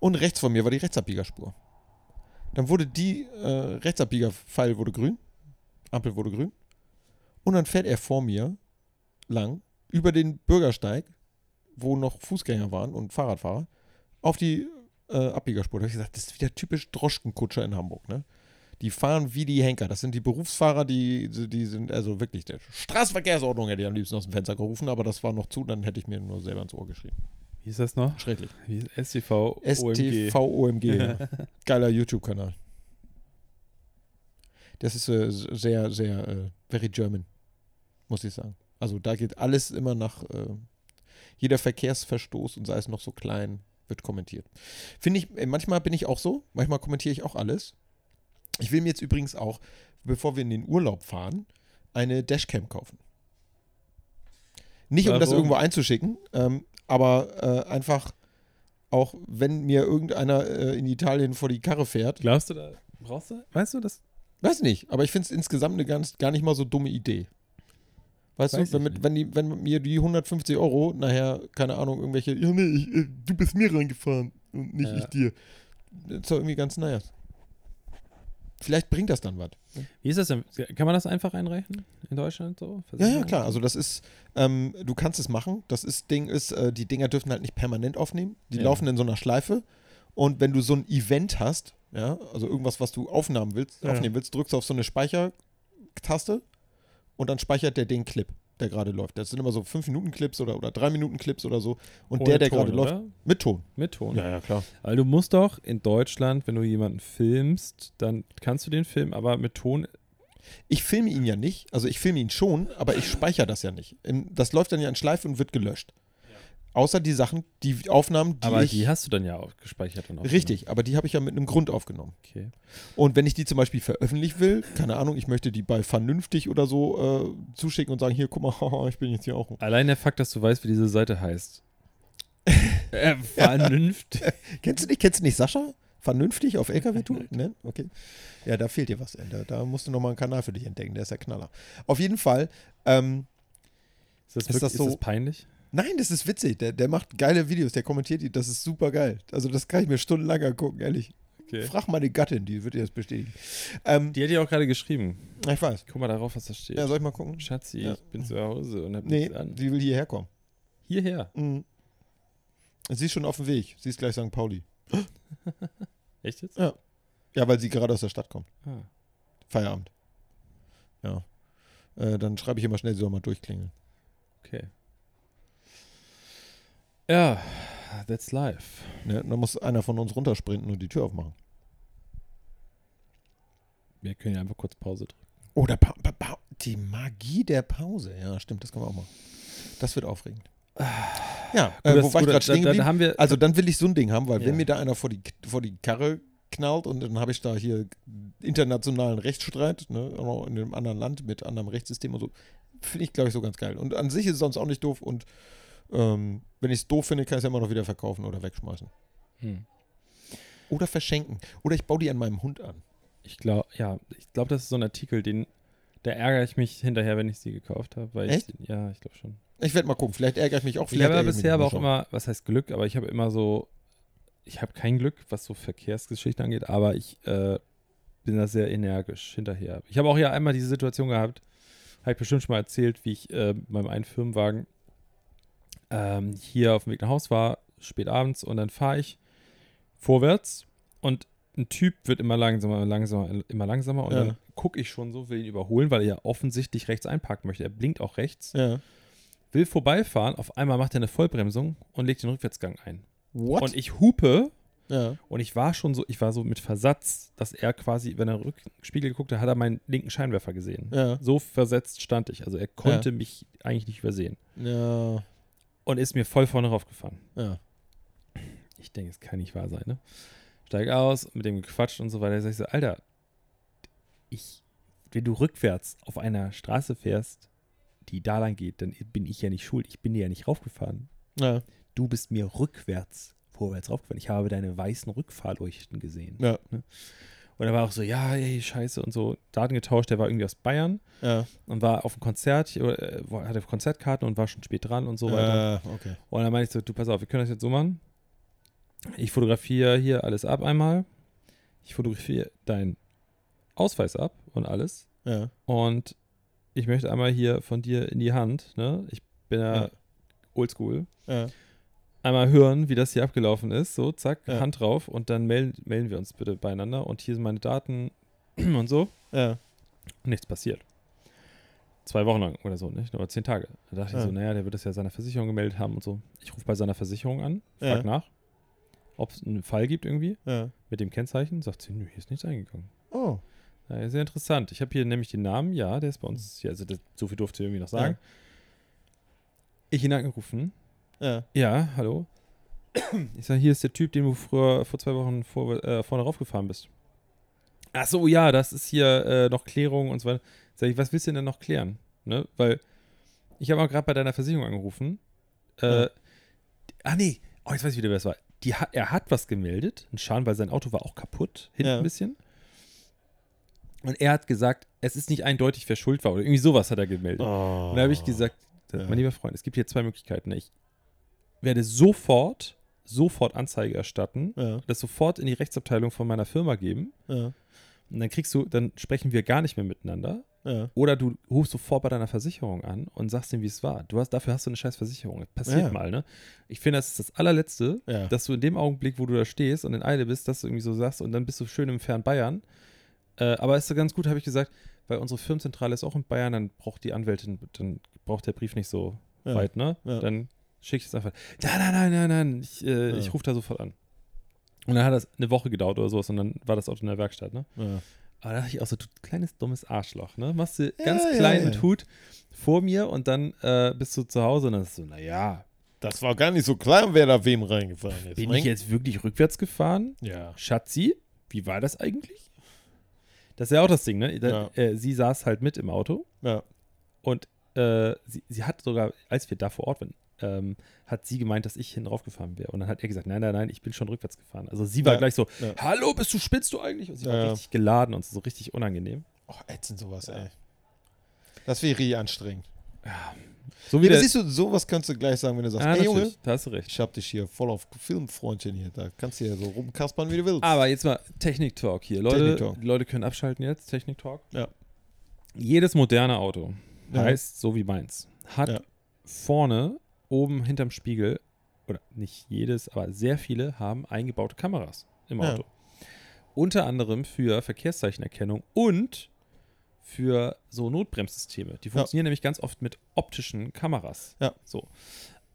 Speaker 2: Und rechts von mir war die Rechtsabbiegerspur. Dann wurde die äh, Rechtsabbiegerpfeil wurde grün. Ampel wurde grün. Und dann fährt er vor mir lang über den Bürgersteig, wo noch Fußgänger waren und Fahrradfahrer auf die äh, Abbiegerspur. Da habe ich gesagt, das ist wieder typisch Droschkenkutscher in Hamburg, ne? Die fahren wie die Henker. Das sind die Berufsfahrer, die, die sind also wirklich der Straßenverkehrsordnung hätte ich am liebsten aus dem Fenster gerufen, aber das war noch zu, dann hätte ich mir nur selber ins Ohr geschrieben.
Speaker 1: Wie ist das noch?
Speaker 2: Schrecklich.
Speaker 1: Wie ist STV, OMG.
Speaker 2: STV OMG. ja. Geiler YouTube-Kanal. Das ist äh, sehr, sehr äh, very German, muss ich sagen. Also da geht alles immer nach äh, jeder Verkehrsverstoß und sei es noch so klein, wird kommentiert. Finde ich, äh, manchmal bin ich auch so, manchmal kommentiere ich auch alles. Ich will mir jetzt übrigens auch, bevor wir in den Urlaub fahren, eine Dashcam kaufen. Nicht, um das
Speaker 1: Warum?
Speaker 2: irgendwo einzuschicken, ähm, aber äh, einfach auch, wenn mir irgendeiner äh, in Italien vor die Karre fährt,
Speaker 1: Glaubst du da, brauchst du, weißt du das?
Speaker 2: Weiß nicht, aber ich finde es insgesamt eine ganz, gar nicht mal so dumme Idee. Weißt
Speaker 1: Weiß ich
Speaker 2: du, wenn, mit,
Speaker 1: nicht.
Speaker 2: wenn, die, wenn mir die 150 Euro nachher, keine Ahnung, irgendwelche, ja, nee, ich, äh, du bist mir reingefahren und nicht
Speaker 1: Ja.
Speaker 2: ich dir. Das ist doch irgendwie ganz naja. Vielleicht bringt das dann was.
Speaker 1: Wie ist das denn? Kann man das einfach einreichen in Deutschland so?
Speaker 2: Ja, ja, klar. Also das ist, ähm, du kannst es machen. Das ist Ding ist, äh, die Dinger dürfen halt nicht permanent aufnehmen. Die
Speaker 1: Ja.
Speaker 2: laufen in so einer Schleife. Und wenn du so ein Event hast, ja, also irgendwas, was du aufnahmen willst,
Speaker 1: Ja.
Speaker 2: aufnehmen willst, drückst du auf so eine Speichertaste und dann speichert der den Clip, der gerade läuft. Das sind immer so 5-Minuten-Clips oder, oder 3-Minuten-Clips oder so. Und
Speaker 1: Ohne
Speaker 2: der, der
Speaker 1: Ton,
Speaker 2: gerade läuft,
Speaker 1: oder?
Speaker 2: mit Ton.
Speaker 1: Mit Ton.
Speaker 2: ja, klar.
Speaker 1: Weil du musst doch in Deutschland, wenn du jemanden filmst, dann kannst du den Film aber mit Ton.
Speaker 2: Ich filme ihn ja nicht, also ich filme ihn schon, aber ich speichere das ja nicht. Im- Das läuft dann ja in Schleife und wird gelöscht. Außer die Sachen, die Aufnahmen, die
Speaker 1: aber
Speaker 2: ich
Speaker 1: die hast du dann ja auch gespeichert. Und aufgenommen.
Speaker 2: Richtig, aber die habe ich ja mit einem Grund aufgenommen.
Speaker 1: Okay.
Speaker 2: Und wenn ich die zum Beispiel veröffentlichen will, keine Ahnung, ich möchte die bei vernünftig oder so äh, zuschicken und sagen, hier, guck mal, haha, ich bin jetzt hier auch.
Speaker 1: Allein der Fakt, dass du weißt, wie diese Seite heißt. äh, vernünftig.
Speaker 2: Kennst du nicht, kennst du nicht Sascha? Vernünftig auf LKW-Tour? ne? Okay. Ja, da fehlt dir was. ey. Da, da musst du nochmal einen Kanal für dich entdecken, der ist ja Knaller. Auf jeden Fall, ähm,
Speaker 1: Ist das,
Speaker 2: Ist
Speaker 1: wirklich,
Speaker 2: das so-
Speaker 1: ist das peinlich?
Speaker 2: nein, das ist witzig. Der, der macht geile Videos, der kommentiert die, das ist super geil. Also das kann ich mir stundenlang angucken, ehrlich.
Speaker 1: Okay.
Speaker 2: Frag meine Gattin, die wird dir das bestätigen. Ähm,
Speaker 1: Die hat ja auch gerade geschrieben.
Speaker 2: ich weiß.
Speaker 1: Guck mal darauf, was da steht.
Speaker 2: Ja, soll ich mal gucken?
Speaker 1: Schatzi,
Speaker 2: Ja.
Speaker 1: ich bin zu Hause und hab
Speaker 2: Nee,
Speaker 1: nichts an.
Speaker 2: die will hierher kommen.
Speaker 1: Hierher.
Speaker 2: Mhm. Sie ist schon auf dem Weg. Sie ist gleich St. Pauli.
Speaker 1: Echt jetzt?
Speaker 2: Ja, weil sie gerade aus der Stadt kommt.
Speaker 1: Ah.
Speaker 2: Feierabend. Ja. Äh, dann schreibe ich immer schnell, sie soll mal durchklingeln.
Speaker 1: Okay. Ja, that's life.
Speaker 2: Ne? Dann muss einer von uns runtersprinten und die Tür aufmachen.
Speaker 1: Wir können ja einfach kurz Pause drücken.
Speaker 2: Oder pa pa pa Die Magie der Pause. Ja, stimmt, das kann man auch machen. Das wird aufregend. Ja, äh,
Speaker 1: das
Speaker 2: wo
Speaker 1: ist
Speaker 2: war ich
Speaker 1: gut,
Speaker 2: gerade
Speaker 1: da,
Speaker 2: stehen
Speaker 1: da, da
Speaker 2: geblieben?
Speaker 1: haben wir,
Speaker 2: Also dann will ich so ein Ding haben, weil
Speaker 1: Ja.
Speaker 2: wenn mir da einer vor die, vor die Karre knallt und dann habe ich da hier internationalen Rechtsstreit, ne, auch noch in einem anderen Land mit anderem Rechtssystem und so, finde ich, glaube ich, so ganz geil. Und an sich ist es sonst auch nicht doof und ähm, wenn ich es doof finde, kann ich es ja immer noch wieder verkaufen oder wegschmeißen.
Speaker 4: Hm.
Speaker 2: Oder verschenken. Oder ich baue die an meinem Hund an.
Speaker 1: ich glaube, ja, ich glaube, das ist so ein Artikel, den, da ärgere ich mich hinterher, wenn ich sie gekauft habe. weil ich- Ja, ich glaube schon.
Speaker 2: Ich werde mal gucken, vielleicht ärgere ich mich auch.
Speaker 1: Ich
Speaker 2: Vielleicht
Speaker 1: habe ja
Speaker 2: ärgere mich
Speaker 1: bisher
Speaker 2: nicht,
Speaker 1: aber
Speaker 2: mal
Speaker 1: auch immer,
Speaker 2: schauen.
Speaker 1: was heißt Glück, aber ich habe immer so, ich habe kein Glück, was so Verkehrsgeschichten angeht, aber ich äh, bin da sehr energisch hinterher. Ich habe auch ja einmal diese Situation gehabt, habe ich bestimmt schon mal erzählt, wie ich äh, mit meinem einen Firmenwagen ähm, hier auf dem Weg nach Haus war, spät abends und dann fahre ich vorwärts und ein Typ wird immer langsamer, langsamer, immer langsamer und
Speaker 2: Ja.
Speaker 1: dann gucke ich schon so, will ihn überholen, weil er ja offensichtlich rechts einparken möchte. Er blinkt auch rechts
Speaker 2: Ja.
Speaker 1: will vorbeifahren, auf einmal macht er eine Vollbremsung und legt den Rückwärtsgang ein.
Speaker 2: What?
Speaker 1: Und ich hupe
Speaker 2: ja.
Speaker 1: und ich war schon so, ich war so mit Versatz, dass er quasi, wenn er in den Rückspiegel geguckt hat, hat er meinen linken Scheinwerfer gesehen.
Speaker 2: Ja.
Speaker 1: So versetzt stand ich. Also er konnte mich eigentlich nicht übersehen.
Speaker 2: Ja.
Speaker 1: Und ist mir voll vorne raufgefahren.
Speaker 2: Ja.
Speaker 1: Ich denke, es kann nicht wahr sein, ne? Steig aus, mit dem gequatscht und so weiter. Sag ich so, Alter, ich, wenn du rückwärts auf einer Straße fährst, die da lang geht, dann bin ich ja nicht schuld. Ich bin dir ja nicht raufgefahren.
Speaker 2: Ja.
Speaker 1: du bist mir rückwärts vorwärts raufgefahren. Ich habe deine weißen Rückfahrleuchten gesehen. Ne?
Speaker 2: Ja.
Speaker 1: Und er war auch so, ja, ey, scheiße und so. Daten getauscht, der war irgendwie aus Bayern
Speaker 2: Ja.
Speaker 1: und war auf dem Konzert, äh, hatte Konzertkarten und war schon spät dran und so weiter.
Speaker 2: Ja. Äh, Okay.
Speaker 1: Und dann meinte ich so, du pass auf, wir können das jetzt so machen. Ich fotografiere hier alles ab einmal. Ich fotografiere deinen Ausweis ab und alles.
Speaker 2: Ja.
Speaker 1: Und ich möchte einmal hier von dir in die Hand, ne? Ich bin ja,
Speaker 2: Ja.
Speaker 1: oldschool
Speaker 2: Ja.
Speaker 1: einmal hören, wie das hier abgelaufen ist. So, zack,
Speaker 2: Ja.
Speaker 1: Hand drauf und dann melden, melden wir uns bitte beieinander. Und hier sind meine Daten und so.
Speaker 2: Ja.
Speaker 1: Und nichts passiert. Zwei Wochen lang oder so, nicht? Oder zehn Tage. Da dachte ich
Speaker 2: Ja.
Speaker 1: so, naja, der wird das ja seiner Versicherung gemeldet haben und so. Ich rufe bei seiner Versicherung an,
Speaker 2: Ja.
Speaker 1: frag nach, ob es einen Fall gibt irgendwie
Speaker 2: Ja.
Speaker 1: mit dem Kennzeichen. Sagt sie, nö, hier ist nichts eingegangen.
Speaker 2: Oh.
Speaker 1: Ja, sehr interessant. Ich habe hier nämlich den Namen, ja, der ist bei uns,
Speaker 2: Hm.
Speaker 1: hier, also das, so viel durfte ich irgendwie noch sagen. Ich ihn angerufen,
Speaker 2: Ja.
Speaker 1: Ja, hallo. Ich sag, hier ist der Typ, den du früher vor zwei Wochen vor, äh, vorne raufgefahren bist. Ach so, ja, das ist hier äh, noch Klärung und so weiter. Sag ich, was willst du denn noch klären? Ne? Weil ich habe auch gerade bei deiner Versicherung angerufen. Äh,
Speaker 2: Ja.
Speaker 1: Ach nee, oh, jetzt weiß ich wieder, wer es war. Die, ha- er hat was gemeldet, ein Schaden, weil sein Auto war auch kaputt, hinten
Speaker 2: Ja.
Speaker 1: ein bisschen. Und er hat gesagt, es ist nicht eindeutig, wer schuld war oder irgendwie sowas hat er gemeldet. Und da habe ich gesagt,
Speaker 2: Ja.
Speaker 1: mein lieber Freund, es gibt hier zwei Möglichkeiten. Ich werde sofort, sofort Anzeige erstatten,
Speaker 2: Ja.
Speaker 1: das sofort in die Rechtsabteilung von meiner Firma geben.
Speaker 2: Ja.
Speaker 1: Und dann kriegst du, dann sprechen wir gar nicht mehr miteinander.
Speaker 2: Ja.
Speaker 1: Oder du rufst sofort bei deiner Versicherung an und sagst ihm, wie es war. Du hast, dafür hast du eine scheiß Versicherung. Das passiert
Speaker 2: Ja.
Speaker 1: mal, ne? Ich finde, das ist das allerletzte,
Speaker 2: Ja.
Speaker 1: dass du in dem Augenblick, wo du da stehst und in Eile bist, dass du irgendwie so sagst und dann bist du schön im fernen Bayern. Äh, aber ist so ganz gut, habe ich gesagt, weil unsere Firmenzentrale ist auch in Bayern, dann braucht die Anwältin, dann braucht der Brief nicht so
Speaker 2: Ja.
Speaker 1: weit, ne?
Speaker 2: Ja.
Speaker 1: Dann schicke ich es einfach. Nein, nein, nein, nein, nein, ich, äh,
Speaker 2: Ja.
Speaker 1: ich rufe da sofort an. Und dann hat das eine Woche gedauert oder sowas und dann war das Auto in der Werkstatt, ne?
Speaker 2: Ja.
Speaker 1: Aber da dachte ich auch so, du kleines dummes Arschloch, ne? Machst du
Speaker 2: Ja,
Speaker 1: ganz
Speaker 2: ja,
Speaker 1: klein
Speaker 2: ja.
Speaker 1: mit Hut vor mir und dann äh, bist du zu Hause und dann ist so, naja,
Speaker 2: Das war gar nicht so klar, wer da wem reingefahren ist.
Speaker 1: bin
Speaker 2: ne?
Speaker 1: ich jetzt wirklich rückwärts gefahren?
Speaker 2: Ja.
Speaker 1: Schatzi, wie war das eigentlich? Das ist ja auch das Ding, ne? Da, äh, sie saß halt mit im Auto
Speaker 2: Ja.
Speaker 1: und äh, sie, sie hat sogar, als wir da vor Ort waren, ähm, hat sie gemeint, dass ich hin raufgefahren wäre. Und dann hat er gesagt, nein, nein, nein, ich bin schon rückwärts gefahren. Also sie war
Speaker 2: Ja.
Speaker 1: gleich so,
Speaker 2: Ja.
Speaker 1: hallo, bist du, spinnst du eigentlich? Und sie
Speaker 2: Ja,
Speaker 1: war
Speaker 2: ja.
Speaker 1: richtig geladen und so, so richtig unangenehm.
Speaker 2: Oh, ätzend sowas, ey. Das wäre richtig anstrengend.
Speaker 1: So
Speaker 2: Wie
Speaker 1: wie
Speaker 2: das
Speaker 1: der-
Speaker 2: siehst du, sowas kannst du gleich sagen, wenn du sagst,
Speaker 1: Ah,
Speaker 2: ey Junge,
Speaker 1: natürlich, da hast du recht.
Speaker 2: ich hab dich hier voll auf Filmfreundchen hier. Da kannst du ja so rumkaspern, wie du willst.
Speaker 1: Aber jetzt mal Technik-Talk hier. Leute,
Speaker 2: Technik-Talk.
Speaker 1: die Leute können abschalten jetzt, Technik-Talk.
Speaker 2: Ja.
Speaker 1: Jedes moderne Auto
Speaker 2: Ja.
Speaker 1: heißt so wie meins. Hat
Speaker 2: Ja.
Speaker 1: vorne oben hinterm Spiegel, oder nicht jedes, aber sehr viele haben eingebaute Kameras im
Speaker 2: Ja.
Speaker 1: Auto. Unter anderem für Verkehrszeichenerkennung und für so Notbremssysteme. Die funktionieren nämlich ganz oft mit optischen Kameras.
Speaker 2: Ja.
Speaker 1: So.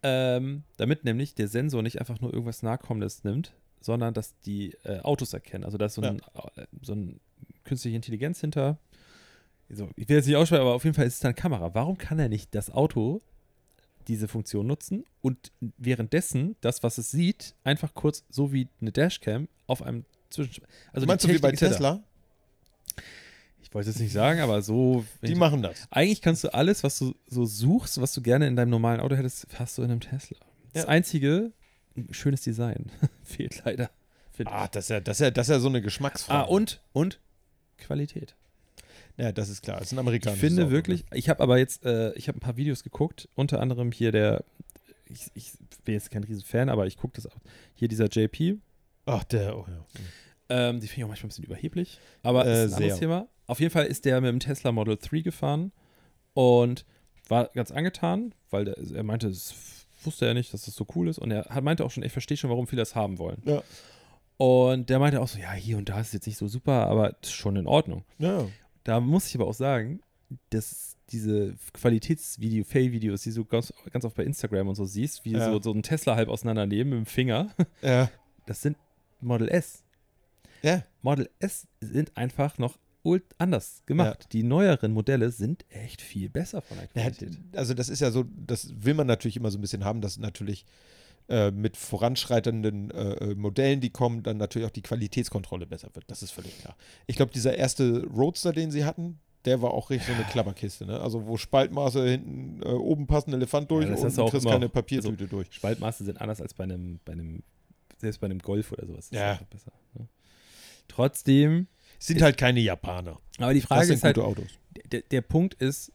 Speaker 1: Ähm, damit nämlich der Sensor nicht einfach nur irgendwas Nahkommendes nimmt, sondern dass die äh, Autos erkennen. Also da ist so, ein, äh, so ein künstliche Intelligenz hinter, so, ich will jetzt nicht ausschreiben, aber auf jeden Fall ist es dann Kamera. Warum kann er nicht das Auto diese Funktion nutzen und währenddessen das, was es sieht, einfach kurz so wie eine Dashcam auf einem Zwischen. Also die
Speaker 2: Meinst du wie
Speaker 1: Technik
Speaker 2: bei
Speaker 1: ist ja da.
Speaker 2: Tesla?
Speaker 1: Ich wollte es nicht sagen, aber so.
Speaker 2: Die machen das.
Speaker 1: Eigentlich kannst du alles, was du so suchst, was du gerne in deinem normalen Auto hättest, hast du in einem Tesla. Das
Speaker 2: Ja.
Speaker 1: einzige, ein schönes Design. Fehlt leider. finde
Speaker 2: Ah,
Speaker 1: ich.
Speaker 2: das ist ja, das ist ja, das ist ja so eine
Speaker 1: ah,
Speaker 2: Geschmacksfrage.
Speaker 1: und, und Qualität.
Speaker 2: Ja, das ist klar. Das ist ein
Speaker 1: Ich
Speaker 2: amerikanisches
Speaker 1: finde
Speaker 2: Auto,
Speaker 1: wirklich,
Speaker 2: ne?
Speaker 1: ich habe aber jetzt, äh, ich habe ein paar Videos geguckt, unter anderem hier der, ich, ich bin jetzt kein Riesenfan, aber ich gucke das ab. Hier dieser JP,
Speaker 2: Ach, der, oh ja.
Speaker 1: ähm, die finde ich auch manchmal ein bisschen überheblich, aber
Speaker 2: Äh,
Speaker 1: ist ein anderes
Speaker 2: sehr.
Speaker 1: Thema. Auf jeden Fall ist der mit dem Tesla Model 3 gefahren und war ganz angetan, weil der, er meinte, es wusste er nicht, dass das so cool ist und er hat, meinte auch schon, ich verstehe schon, warum viele das haben wollen.
Speaker 2: Ja.
Speaker 1: Und der meinte auch so, ja, hier und da ist jetzt nicht so super, aber ist schon in Ordnung.
Speaker 2: Ja,
Speaker 1: Da muss ich aber auch sagen, dass diese Qualitätsvideo, Fail-Videos, die du ganz, ganz oft bei Instagram und so siehst, wie
Speaker 2: Ja.
Speaker 1: so, so ein Tesla halb auseinandernehmen mit dem Finger,
Speaker 2: ja.
Speaker 1: das sind Model S.
Speaker 2: ja.
Speaker 1: Model S sind einfach noch ult anders gemacht. Die neueren Modelle sind echt viel besser von der
Speaker 2: Ja,
Speaker 1: Qualität.
Speaker 2: also das ist ja so, das will man natürlich immer so ein bisschen haben, dass natürlich äh, mit voranschreitenden äh, äh, Modellen, die kommen, dann natürlich auch die Qualitätskontrolle besser wird. Das ist völlig klar. Ich glaube, dieser erste Roadster, den sie hatten, der war auch richtig so eine Klapperkiste, ne? Also wo Spaltmaße hinten äh, oben passen Elefant durch
Speaker 1: das hast
Speaker 2: und
Speaker 1: du
Speaker 2: du
Speaker 1: auch
Speaker 2: kriegst
Speaker 1: immer- also
Speaker 2: keine Papiertüte durch.
Speaker 1: Spaltmaße sind anders als bei einem, bei einem, selbst bei einem Golf oder sowas. Das
Speaker 2: Ja.
Speaker 1: einfach besser. Ne? Trotzdem,
Speaker 2: Sind halt keine Japaner.
Speaker 1: aber die
Speaker 2: Das
Speaker 1: Frage
Speaker 2: sind
Speaker 1: ist halt,
Speaker 2: gute Autos.
Speaker 1: der, der Punkt ist,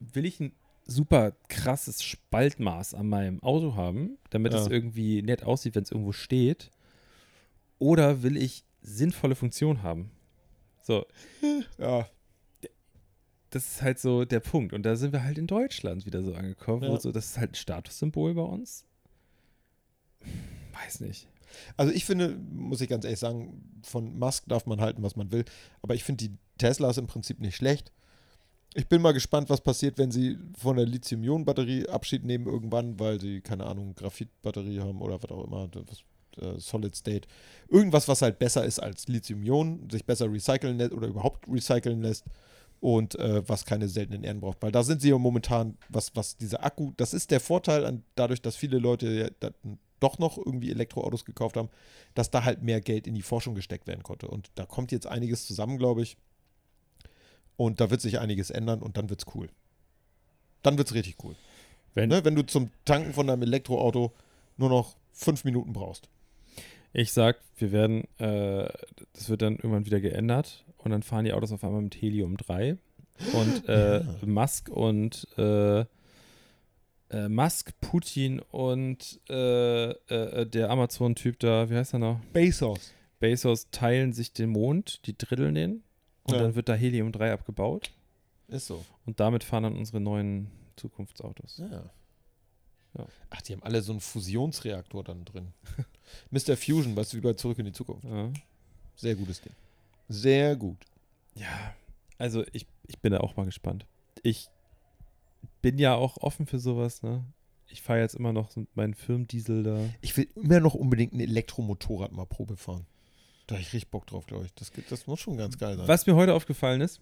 Speaker 1: will ich ein super krasses Spaltmaß an meinem Auto haben, damit
Speaker 2: Ja.
Speaker 1: es irgendwie nett aussieht, wenn es irgendwo steht? Oder will ich sinnvolle Funktion haben? So,
Speaker 2: Ja.
Speaker 1: das ist halt so der Punkt. Und da sind wir halt in Deutschland wieder so angekommen. Wo
Speaker 2: Ja.
Speaker 1: so, das ist halt ein Statussymbol bei uns. Weiß nicht.
Speaker 2: Also ich finde, muss ich ganz ehrlich sagen, von Musk darf man halten, was man will. Aber ich finde die Teslas im Prinzip nicht schlecht. Ich bin mal gespannt, was passiert, wenn sie von der Lithium-Ionen-Batterie Abschied nehmen irgendwann, weil sie, keine Ahnung, Graphit-Batterie haben oder was auch immer, das, äh, Solid State. Irgendwas, was halt besser ist als Lithium-Ionen, sich besser recyceln lässt oder überhaupt recyceln lässt und äh, was keine seltenen Erden braucht. Weil da sind sie ja momentan, was, was dieser Akku, das ist der Vorteil an, dadurch, dass viele Leute ja da, doch noch irgendwie Elektroautos gekauft haben, dass da halt mehr Geld in die Forschung gesteckt werden konnte. Und da kommt jetzt einiges zusammen, glaube ich. Und da wird sich einiges ändern und dann wird's cool. Dann wird's richtig cool.
Speaker 1: Wenn-
Speaker 2: ne? Wenn du zum Tanken von deinem Elektroauto nur noch fünf Minuten brauchst.
Speaker 1: Ich sag, wir werden, äh, das wird dann irgendwann wieder geändert und dann fahren die Autos auf einmal mit Helium 3 und äh,
Speaker 2: Ja.
Speaker 1: Musk und äh, äh, Musk, Putin und äh, äh, äh, der Amazon-Typ da, wie heißt er noch?
Speaker 2: Bezos.
Speaker 1: Bezos teilen sich den Mond, die dritteln den und
Speaker 2: Ja.
Speaker 1: dann wird da Helium 3 abgebaut
Speaker 2: Ist so.
Speaker 1: und damit fahren dann unsere neuen Zukunftsautos.
Speaker 2: Ja.
Speaker 1: Ja.
Speaker 2: Ach, die haben alle so einen Fusionsreaktor dann drin. Mr. Fusion, weißt du, wie bei Zurück in die Zukunft.
Speaker 1: Ja.
Speaker 2: Sehr gutes Ding. Sehr gut.
Speaker 1: Ja, also ich, ich bin da auch mal gespannt. Ich bin ja auch offen für sowas, ne? Ich fahre jetzt immer noch so meinen Firmendiesel da.
Speaker 2: Ich will immer noch unbedingt ein Elektromotorrad mal Probe fahren. Da habe ich richtig Bock drauf, glaube ich. Das, geht- das muss schon ganz geil sein.
Speaker 1: Was mir heute aufgefallen ist,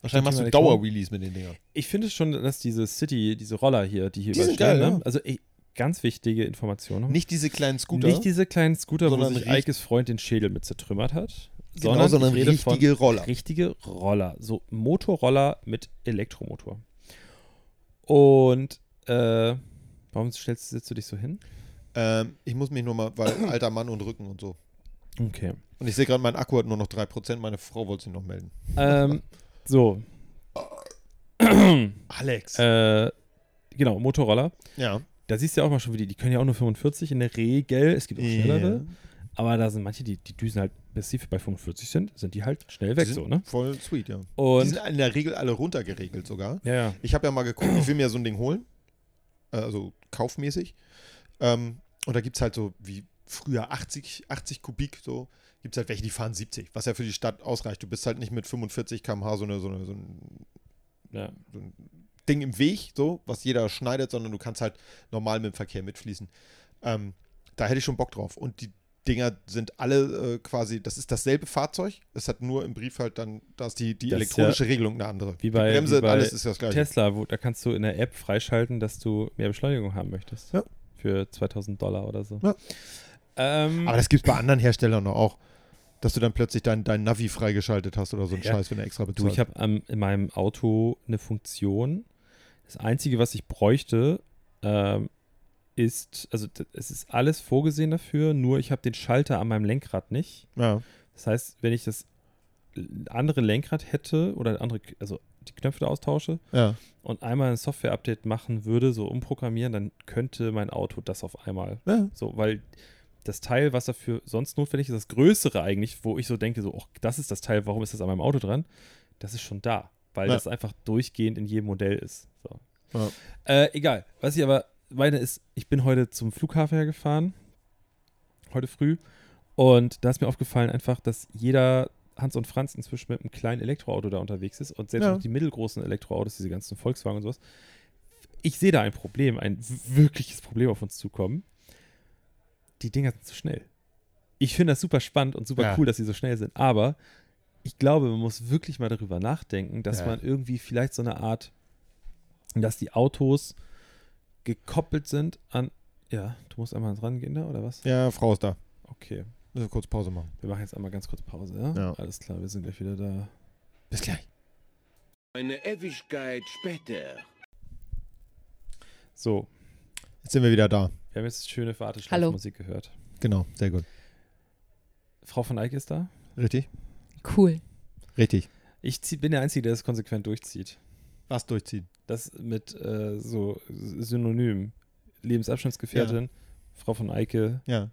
Speaker 2: Wahrscheinlich machst du
Speaker 1: Elektro-
Speaker 2: Dauerwheelies mit den Dingern.
Speaker 1: ich finde schon, dass diese City, diese Roller hier, die hier
Speaker 2: Die sind
Speaker 1: überstehen,
Speaker 2: geil,
Speaker 1: ne?
Speaker 2: ja.
Speaker 1: also ey, ganz wichtige Information. noch.
Speaker 2: Nicht diese kleinen Scooter,
Speaker 1: Mhm. Nicht diese kleinen Scooter,
Speaker 2: Sondern
Speaker 1: wo sich
Speaker 2: richt-
Speaker 1: Eikes Freund den Schädel mit zertrümmert hat,
Speaker 2: genau,
Speaker 1: sondern,
Speaker 2: sondern
Speaker 1: ich rede von
Speaker 2: richtige Roller.
Speaker 1: richtige Roller. So Motorroller mit Elektromotor. Und äh, warum stellst, setzt du dich so hin?
Speaker 2: Ähm, ich muss mich nur mal, weil alter Mann und Rücken und so.
Speaker 1: Okay.
Speaker 2: Und ich sehe gerade, mein Akku hat nur noch 3%. Meine Frau wollte sich noch melden.
Speaker 1: Ähm, so,
Speaker 2: Alex.
Speaker 1: äh, genau, Motorroller.
Speaker 2: ja.
Speaker 1: Da siehst du ja auch mal schon, wie die, die können ja auch nur 45 in der Regel. Es gibt auch schnellere.
Speaker 2: Ja.
Speaker 1: Aber da sind manche, die, die düsen halt, bis sie bei 45 sind, sind die halt schnell weg,
Speaker 2: Die Äh, sind
Speaker 1: so, ne?
Speaker 2: Voll sweet, ja. die
Speaker 1: Und,
Speaker 2: sind in der Regel alle runtergeregelt sogar.
Speaker 1: ja, ja.
Speaker 2: Ich habe ja mal geguckt, ich will mir so ein Ding holen. Äh, Also kaufmäßig. Ähm, und da gibt es halt so wie früher 80, 80 Kubik, so gibt es halt welche, die fahren 70, was ja für die Stadt ausreicht. Du bist halt nicht mit 45 km/h so, eine, so, eine, so ein
Speaker 1: ja.
Speaker 2: Ding im Weg, so, was jeder schneidet, sondern du kannst halt normal mit dem Verkehr mitfließen. Ähm, da hätte ich schon Bock drauf. Und die Dinger sind alle äh, quasi, das ist dasselbe Fahrzeug. Es hat nur im Brief halt dann, da ist die, die
Speaker 1: Das ist
Speaker 2: elektronische Regelung eine andere.
Speaker 1: wie bei-
Speaker 2: die Bremse
Speaker 1: wie
Speaker 2: und
Speaker 1: bei
Speaker 2: alles ist das gleiche.
Speaker 1: Tesla, wo, da kannst du in der App freischalten, dass du mehr Beschleunigung haben möchtest.
Speaker 2: Ja.
Speaker 1: Für 2000 Dollar oder so.
Speaker 2: Ja.
Speaker 1: Ähm,
Speaker 2: Aber das gibt es bei anderen Herstellern noch auch, dass du dann plötzlich dein, dein Navi freigeschaltet hast oder so ein
Speaker 1: Ja.
Speaker 2: Scheiß, wenn du extra
Speaker 1: Du,
Speaker 2: bezahlst.
Speaker 1: ich habe ähm, in meinem Auto eine Funktion. Das Einzige, was ich bräuchte, ähm, ist, also d- es ist alles vorgesehen dafür, nur ich habe den Schalter an meinem Lenkrad nicht.
Speaker 2: ja.
Speaker 1: Das heißt, wenn ich das l- andere Lenkrad hätte oder andere, K- also die Knöpfe da austausche
Speaker 2: Ja.
Speaker 1: und einmal ein Software-Update machen würde, so umprogrammieren, dann könnte mein Auto das auf einmal.
Speaker 2: ja.
Speaker 1: So, weil das Teil, was dafür sonst notwendig ist, das Größere eigentlich, wo ich so denke, so, oh, das ist das Teil, warum ist das an meinem Auto dran? Das ist schon da, weil
Speaker 2: Ja.
Speaker 1: das einfach durchgehend in jedem Modell ist. So.
Speaker 2: Ja.
Speaker 1: Äh, egal. Was ich aber meine ist, ich bin heute zum Flughafen hergefahren, heute früh, und da ist mir aufgefallen einfach, dass jeder Hans und Franz inzwischen mit einem kleinen Elektroauto da unterwegs ist und selbst
Speaker 2: Ja.
Speaker 1: auch die mittelgroßen Elektroautos, diese ganzen Volkswagen und sowas. Ich sehe da ein Problem, ein w- wirkliches Problem auf uns zukommen. Die Dinger sind zu schnell. Ich finde das super spannend und super
Speaker 2: Ja.
Speaker 1: cool, dass sie so schnell sind, aber ich glaube, man muss wirklich mal darüber nachdenken, dass
Speaker 2: Ja.
Speaker 1: man irgendwie vielleicht so eine Art, dass die Autos gekoppelt sind an. Ja, du musst einmal rangehen da, oder was?
Speaker 2: ja, Frau ist da.
Speaker 1: Okay.
Speaker 2: Müssen wir kurz Pause machen.
Speaker 1: Wir machen jetzt einmal ganz kurz Pause, ja?
Speaker 2: Ja.
Speaker 1: Alles klar, wir sind gleich wieder da.
Speaker 2: Bis gleich.
Speaker 4: Eine Ewigkeit später.
Speaker 1: So,
Speaker 2: Jetzt sind wir wieder da.
Speaker 1: wir haben jetzt schöne
Speaker 3: Hallo.
Speaker 1: Warteschlafmusik gehört.
Speaker 2: Genau, sehr gut.
Speaker 1: Frau von Eyck ist da.
Speaker 2: Richtig?
Speaker 3: Cool.
Speaker 2: Richtig.
Speaker 1: Ich zieh, bin der Einzige, der das konsequent durchzieht.
Speaker 2: Was durchziehen?
Speaker 1: Das mit äh, so Synonym. Lebensabschnittsgefährtin, Frau von Eike,
Speaker 2: Ja.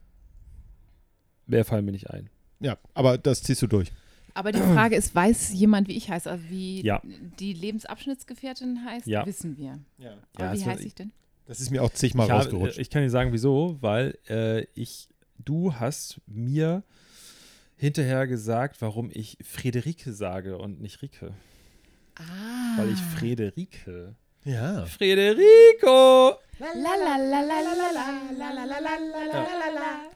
Speaker 1: mehr fallen mir nicht ein.
Speaker 2: Ja, aber das ziehst du durch.
Speaker 5: Aber die Frage ist, weiß jemand, wie ich heiße? Also wie
Speaker 1: Ja.
Speaker 5: die Lebensabschnittsgefährtin heißt,
Speaker 1: Ja.
Speaker 5: wissen wir.
Speaker 2: Ja.
Speaker 1: Ja,
Speaker 5: Aber
Speaker 1: es
Speaker 5: wie
Speaker 1: wird-
Speaker 5: heiße ich denn?
Speaker 2: Das ist mir auch zigmal
Speaker 1: ich, habe,
Speaker 2: rausgerutscht.
Speaker 1: äh, ich kann dir sagen, wieso, weil äh, ich, du hast mir hinterher gesagt, warum ich Frederike sage und nicht Rike.
Speaker 5: Ah.
Speaker 1: Weil ich Frederike.
Speaker 2: ja.
Speaker 1: Frederico!
Speaker 5: Lalalalalalalalalalalalala.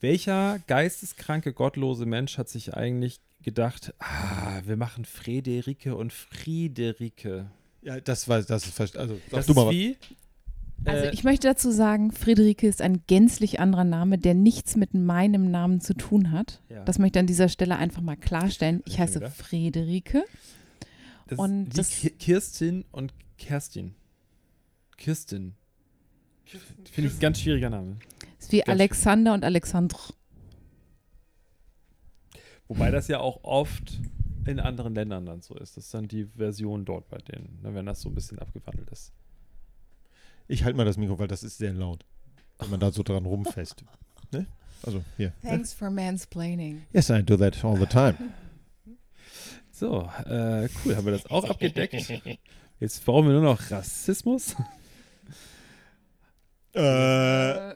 Speaker 1: Welcher geisteskranke, gottlose Mensch hat sich eigentlich gedacht, ah, wir machen Frederike und Friederike?
Speaker 2: ja, das war, das ist, ver- also, sag
Speaker 1: Das
Speaker 2: du mal
Speaker 1: ist
Speaker 2: was.
Speaker 1: wie.
Speaker 5: Also
Speaker 1: äh,
Speaker 5: ich möchte dazu sagen, Friederike ist ein gänzlich anderer Name, der nichts mit meinem Namen zu tun hat.
Speaker 2: Ah.
Speaker 1: Ja.
Speaker 5: Das möchte ich an dieser Stelle einfach mal klarstellen. Ich
Speaker 1: schon
Speaker 5: heiße
Speaker 1: gedacht.
Speaker 5: Friederike.
Speaker 1: das
Speaker 5: und
Speaker 1: ist wie
Speaker 5: das-
Speaker 1: Ki- Kirstin und Kerstin. Kirstin. Finde ich ein ganz schwieriger Name.
Speaker 5: Ist wie
Speaker 1: Ganz-
Speaker 5: Alexander und Alexandr.
Speaker 1: Wobei das ja auch oft in anderen Ländern dann so ist. Das ist dann die Version dort bei denen, ne, wenn das so ein bisschen abgewandelt ist.
Speaker 2: Ich halte mal das Mikro, weil das ist sehr laut. Wenn man da so dran rumfest. ne? Also, hier. Ne?
Speaker 5: for mansplaining.
Speaker 2: Yes, I do that all the time.
Speaker 1: So, äh, cool, haben wir das auch abgedeckt. Jetzt brauchen wir nur noch Rassismus.
Speaker 2: äh,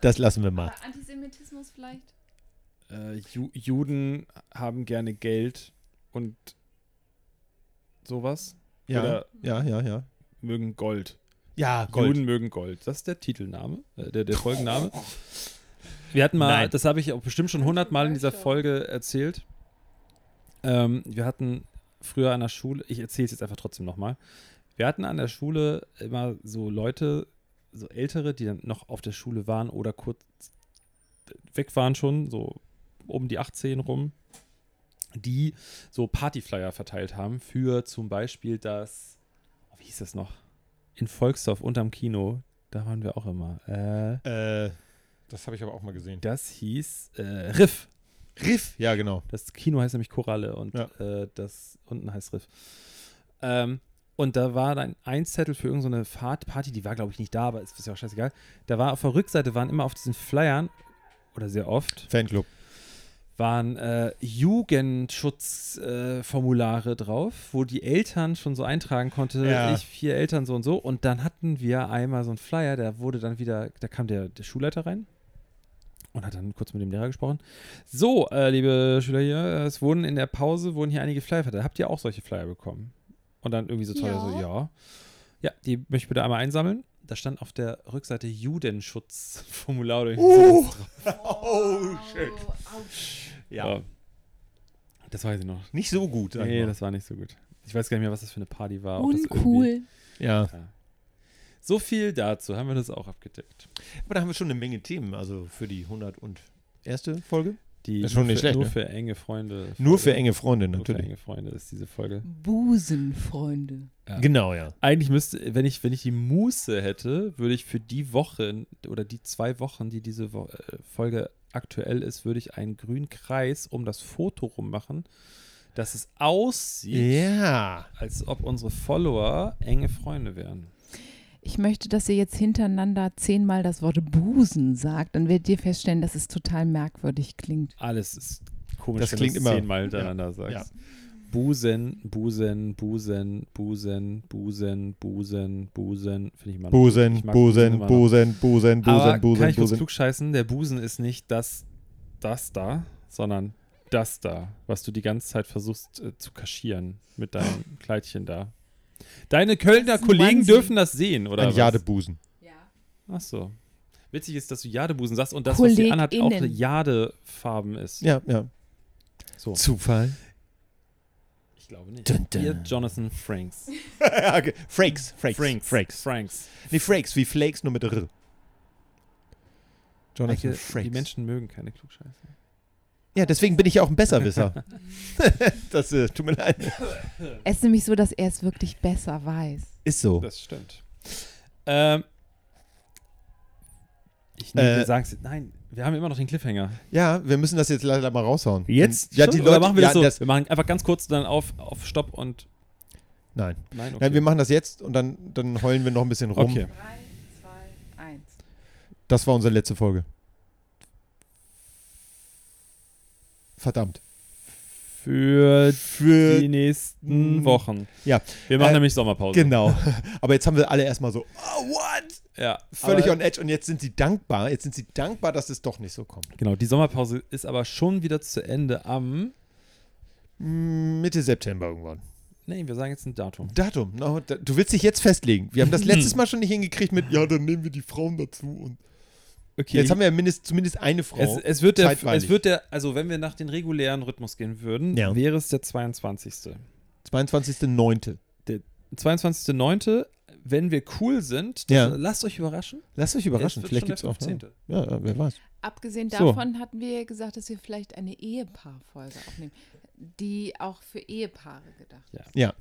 Speaker 2: das lassen wir mal.
Speaker 5: Antisemitismus vielleicht?
Speaker 1: Äh, Ju Juden haben gerne Geld und sowas.
Speaker 2: Ja,
Speaker 1: Oder-
Speaker 2: ja, ja, ja.
Speaker 1: Mögen Gold.
Speaker 2: Ja, Gold.
Speaker 1: Juden mögen Gold. Das ist der Titelname, äh, der, der Folgenname. Wir hatten mal,
Speaker 2: Nein.
Speaker 1: das habe ich auch bestimmt schon hundertmal in dieser Folge erzählt. Ähm, wir hatten früher an der Schule, ich erzähle es jetzt einfach trotzdem nochmal. Wir hatten an der Schule immer so Leute, so Ältere, die dann noch auf der Schule waren oder kurz weg waren schon, so um die 18 rum, die so Partyflyer verteilt haben für zum Beispiel das, oh, wie hieß das noch? In Volksdorf unterm Kino, da waren wir auch immer. Äh,
Speaker 2: Äh, das habe ich aber auch mal gesehen.
Speaker 1: das hieß äh, Riff.
Speaker 2: Riff. Ja, genau.
Speaker 1: Das Kino heißt nämlich Koralle und
Speaker 2: Ja.
Speaker 1: äh, das unten heißt Riff. Ähm, und da war dann ein Zettel für irgendeine Fahrt, Party, die war, glaube ich, nicht da, aber ist, ist ja auch scheißegal. Da war auf der Rückseite waren immer auf diesen Flyern, oder sehr oft,
Speaker 2: Fanclub.
Speaker 1: waren äh, Jugendschutzformulare äh, Formulare drauf, wo die Eltern schon so eintragen konnte,
Speaker 2: Ja.
Speaker 1: ich vier Eltern so und so. Und dann hatten wir einmal so einen Flyer, der wurde dann wieder, da kam der, der Schulleiter rein und hat dann kurz mit dem Lehrer gesprochen. So, äh, liebe Schüler hier, äh, es wurden in der Pause wurden hier einige Flyer verteilt. Habt ihr auch solche Flyer bekommen? Und dann irgendwie so teuer, so ja. Ja, die möchte ich bitte einmal einsammeln. da stand auf der Rückseite Judenschutzformular. oder irgendwie
Speaker 2: Uh!
Speaker 1: sowas.
Speaker 2: Oh, shit. Ja.
Speaker 1: Ja. Das weiß ich noch.
Speaker 2: Nicht so gut. sag ich
Speaker 1: Nee,
Speaker 2: mal.
Speaker 1: das war nicht so gut. Ich weiß gar nicht mehr, was das für eine Party war. ob das irgendwie-
Speaker 5: Uncool.
Speaker 2: ja.
Speaker 1: So viel dazu. Haben wir das auch abgedeckt.
Speaker 2: Aber da haben wir schon eine Menge Themen, also für die 100 und erste Folge.
Speaker 1: Die
Speaker 2: Das ist schon
Speaker 1: nur
Speaker 2: nicht
Speaker 1: für,
Speaker 2: schlecht,
Speaker 1: Nur
Speaker 2: ne?
Speaker 1: für enge Freunde. Folge.
Speaker 2: Nur für enge Freunde,
Speaker 1: Nur für
Speaker 2: natürlich.
Speaker 1: enge Freunde ist diese Folge.
Speaker 5: Busenfreunde.
Speaker 1: Ja.
Speaker 2: Genau, ja.
Speaker 1: Eigentlich müsste, wenn ich, wenn ich die Muße hätte, würde ich für die Woche oder die zwei Wochen, die diese Wo äh, Folge aktuell ist, würde ich einen grünen Kreis um das Foto rum machen, dass es aussieht,
Speaker 2: Ja.
Speaker 1: als ob unsere Follower enge Freunde wären.
Speaker 5: Ich möchte, dass ihr jetzt hintereinander zehnmal das Wort Busen sagt. Dann werdet ihr feststellen, dass es total merkwürdig klingt.
Speaker 1: Alles ist komisch,
Speaker 2: Das
Speaker 1: wenn
Speaker 2: klingt
Speaker 1: du es
Speaker 2: immer-
Speaker 1: zehnmal hintereinander sagst. Busen, Busen, Busen, Busen, Busen, Busen, Busen, finde ich immer noch.
Speaker 2: Busen,
Speaker 1: Ich mag
Speaker 2: Busen,
Speaker 1: immer noch.
Speaker 2: Busen, Busen,
Speaker 1: Aber
Speaker 2: Busen,
Speaker 1: kann
Speaker 2: Busen,
Speaker 1: ich kurz
Speaker 2: Busen.
Speaker 1: klugscheißen? Der Busen ist nicht das, das da, sondern das da, was du die ganze Zeit versuchst äh, zu kaschieren mit deinem Kleidchen da. Deine Kölner
Speaker 5: Das ist ein
Speaker 1: Kollegen
Speaker 5: Onesie.
Speaker 1: dürfen das sehen, oder?
Speaker 2: Ein
Speaker 1: was?
Speaker 2: Jadebusen.
Speaker 1: Ach so. Witzig ist, dass du Jadebusen sagst und das, was sie
Speaker 5: KollegInnen.
Speaker 1: anhat, auch Jadefarben ist.
Speaker 2: Ja, ja.
Speaker 1: So.
Speaker 2: Zufall.
Speaker 1: Ich glaube nicht.
Speaker 2: Dun, dun.
Speaker 1: Ihr Jonathan Franks.
Speaker 2: okay. Frakes,
Speaker 1: Franks.
Speaker 2: Frakes, Frakes. Frakes.
Speaker 1: Franks.
Speaker 2: Nee, Frakes, wie Flakes, nur mit R. Jonathan
Speaker 1: Eike,
Speaker 2: Frakes.
Speaker 1: Die Menschen mögen keine Klugscheiße.
Speaker 2: Ja, deswegen bin ich ja auch ein Besserwisser. das äh, tut mir leid.
Speaker 5: Es ist nämlich so, dass er es wirklich besser weiß.
Speaker 2: Ist so.
Speaker 1: Das stimmt. Ähm, ich nee,
Speaker 2: Äh,
Speaker 1: wir sagen's- Nein, wir haben immer noch den Cliffhanger.
Speaker 2: Ja, wir müssen das jetzt leider mal raushauen.
Speaker 1: Ja,
Speaker 2: Ja,
Speaker 1: schon?
Speaker 2: die
Speaker 1: Oder
Speaker 2: Leute
Speaker 1: machen wir
Speaker 2: ja,
Speaker 1: das so. wir machen einfach ganz kurz dann auf, auf Stopp und.
Speaker 2: nein.
Speaker 1: Nein, okay.
Speaker 2: Nein, wir machen das jetzt und dann, dann heulen wir noch ein bisschen rum.
Speaker 1: okay.
Speaker 5: Drei, zwei, eins.
Speaker 2: Das war unsere letzte Folge. Verdammt.
Speaker 1: Für Hm.
Speaker 2: Für
Speaker 1: die nächsten Wochen.
Speaker 2: Ja,
Speaker 1: Wir machen
Speaker 2: äh,
Speaker 1: nämlich Sommerpause.
Speaker 2: genau. Aber jetzt haben wir alle erstmal so, oh, what?
Speaker 1: Ja,
Speaker 2: Völlig
Speaker 1: aber,
Speaker 2: on edge und jetzt sind sie dankbar. Jetzt sind sie dankbar, dass es doch nicht so kommt.
Speaker 1: Genau, die Sommerpause ist aber schon wieder zu Ende am.
Speaker 2: Mm, Mitte September irgendwann.
Speaker 1: Nein, wir sagen jetzt ein Datum.
Speaker 2: Datum. na, da- du willst dich jetzt festlegen. Wir haben das letztes Mal schon nicht hingekriegt mit, ja, dann nehmen wir die Frauen dazu. Und
Speaker 1: Okay.
Speaker 2: jetzt haben wir ja mindest, zumindest eine Frau.
Speaker 1: es, es, wird der,
Speaker 2: zeitweilig.
Speaker 1: es wird der, also wenn wir nach den regulären Rhythmus gehen würden,
Speaker 2: Ja.
Speaker 1: wäre es der 22.
Speaker 2: 22.09.
Speaker 1: 22.09., wenn wir cool sind,
Speaker 2: Ja.
Speaker 1: lasst euch überraschen.
Speaker 2: Lasst euch überraschen.
Speaker 1: Es wird
Speaker 2: Vielleicht
Speaker 1: schon
Speaker 2: gibt es
Speaker 1: der
Speaker 2: auch.
Speaker 1: 15..
Speaker 2: ne? Ja, ja, wer weiß.
Speaker 5: Abgesehen
Speaker 2: So.
Speaker 5: davon hatten wir gesagt, dass wir vielleicht eine Ehepaarfolge aufnehmen, die auch für Ehepaare gedacht ist.
Speaker 2: Ja.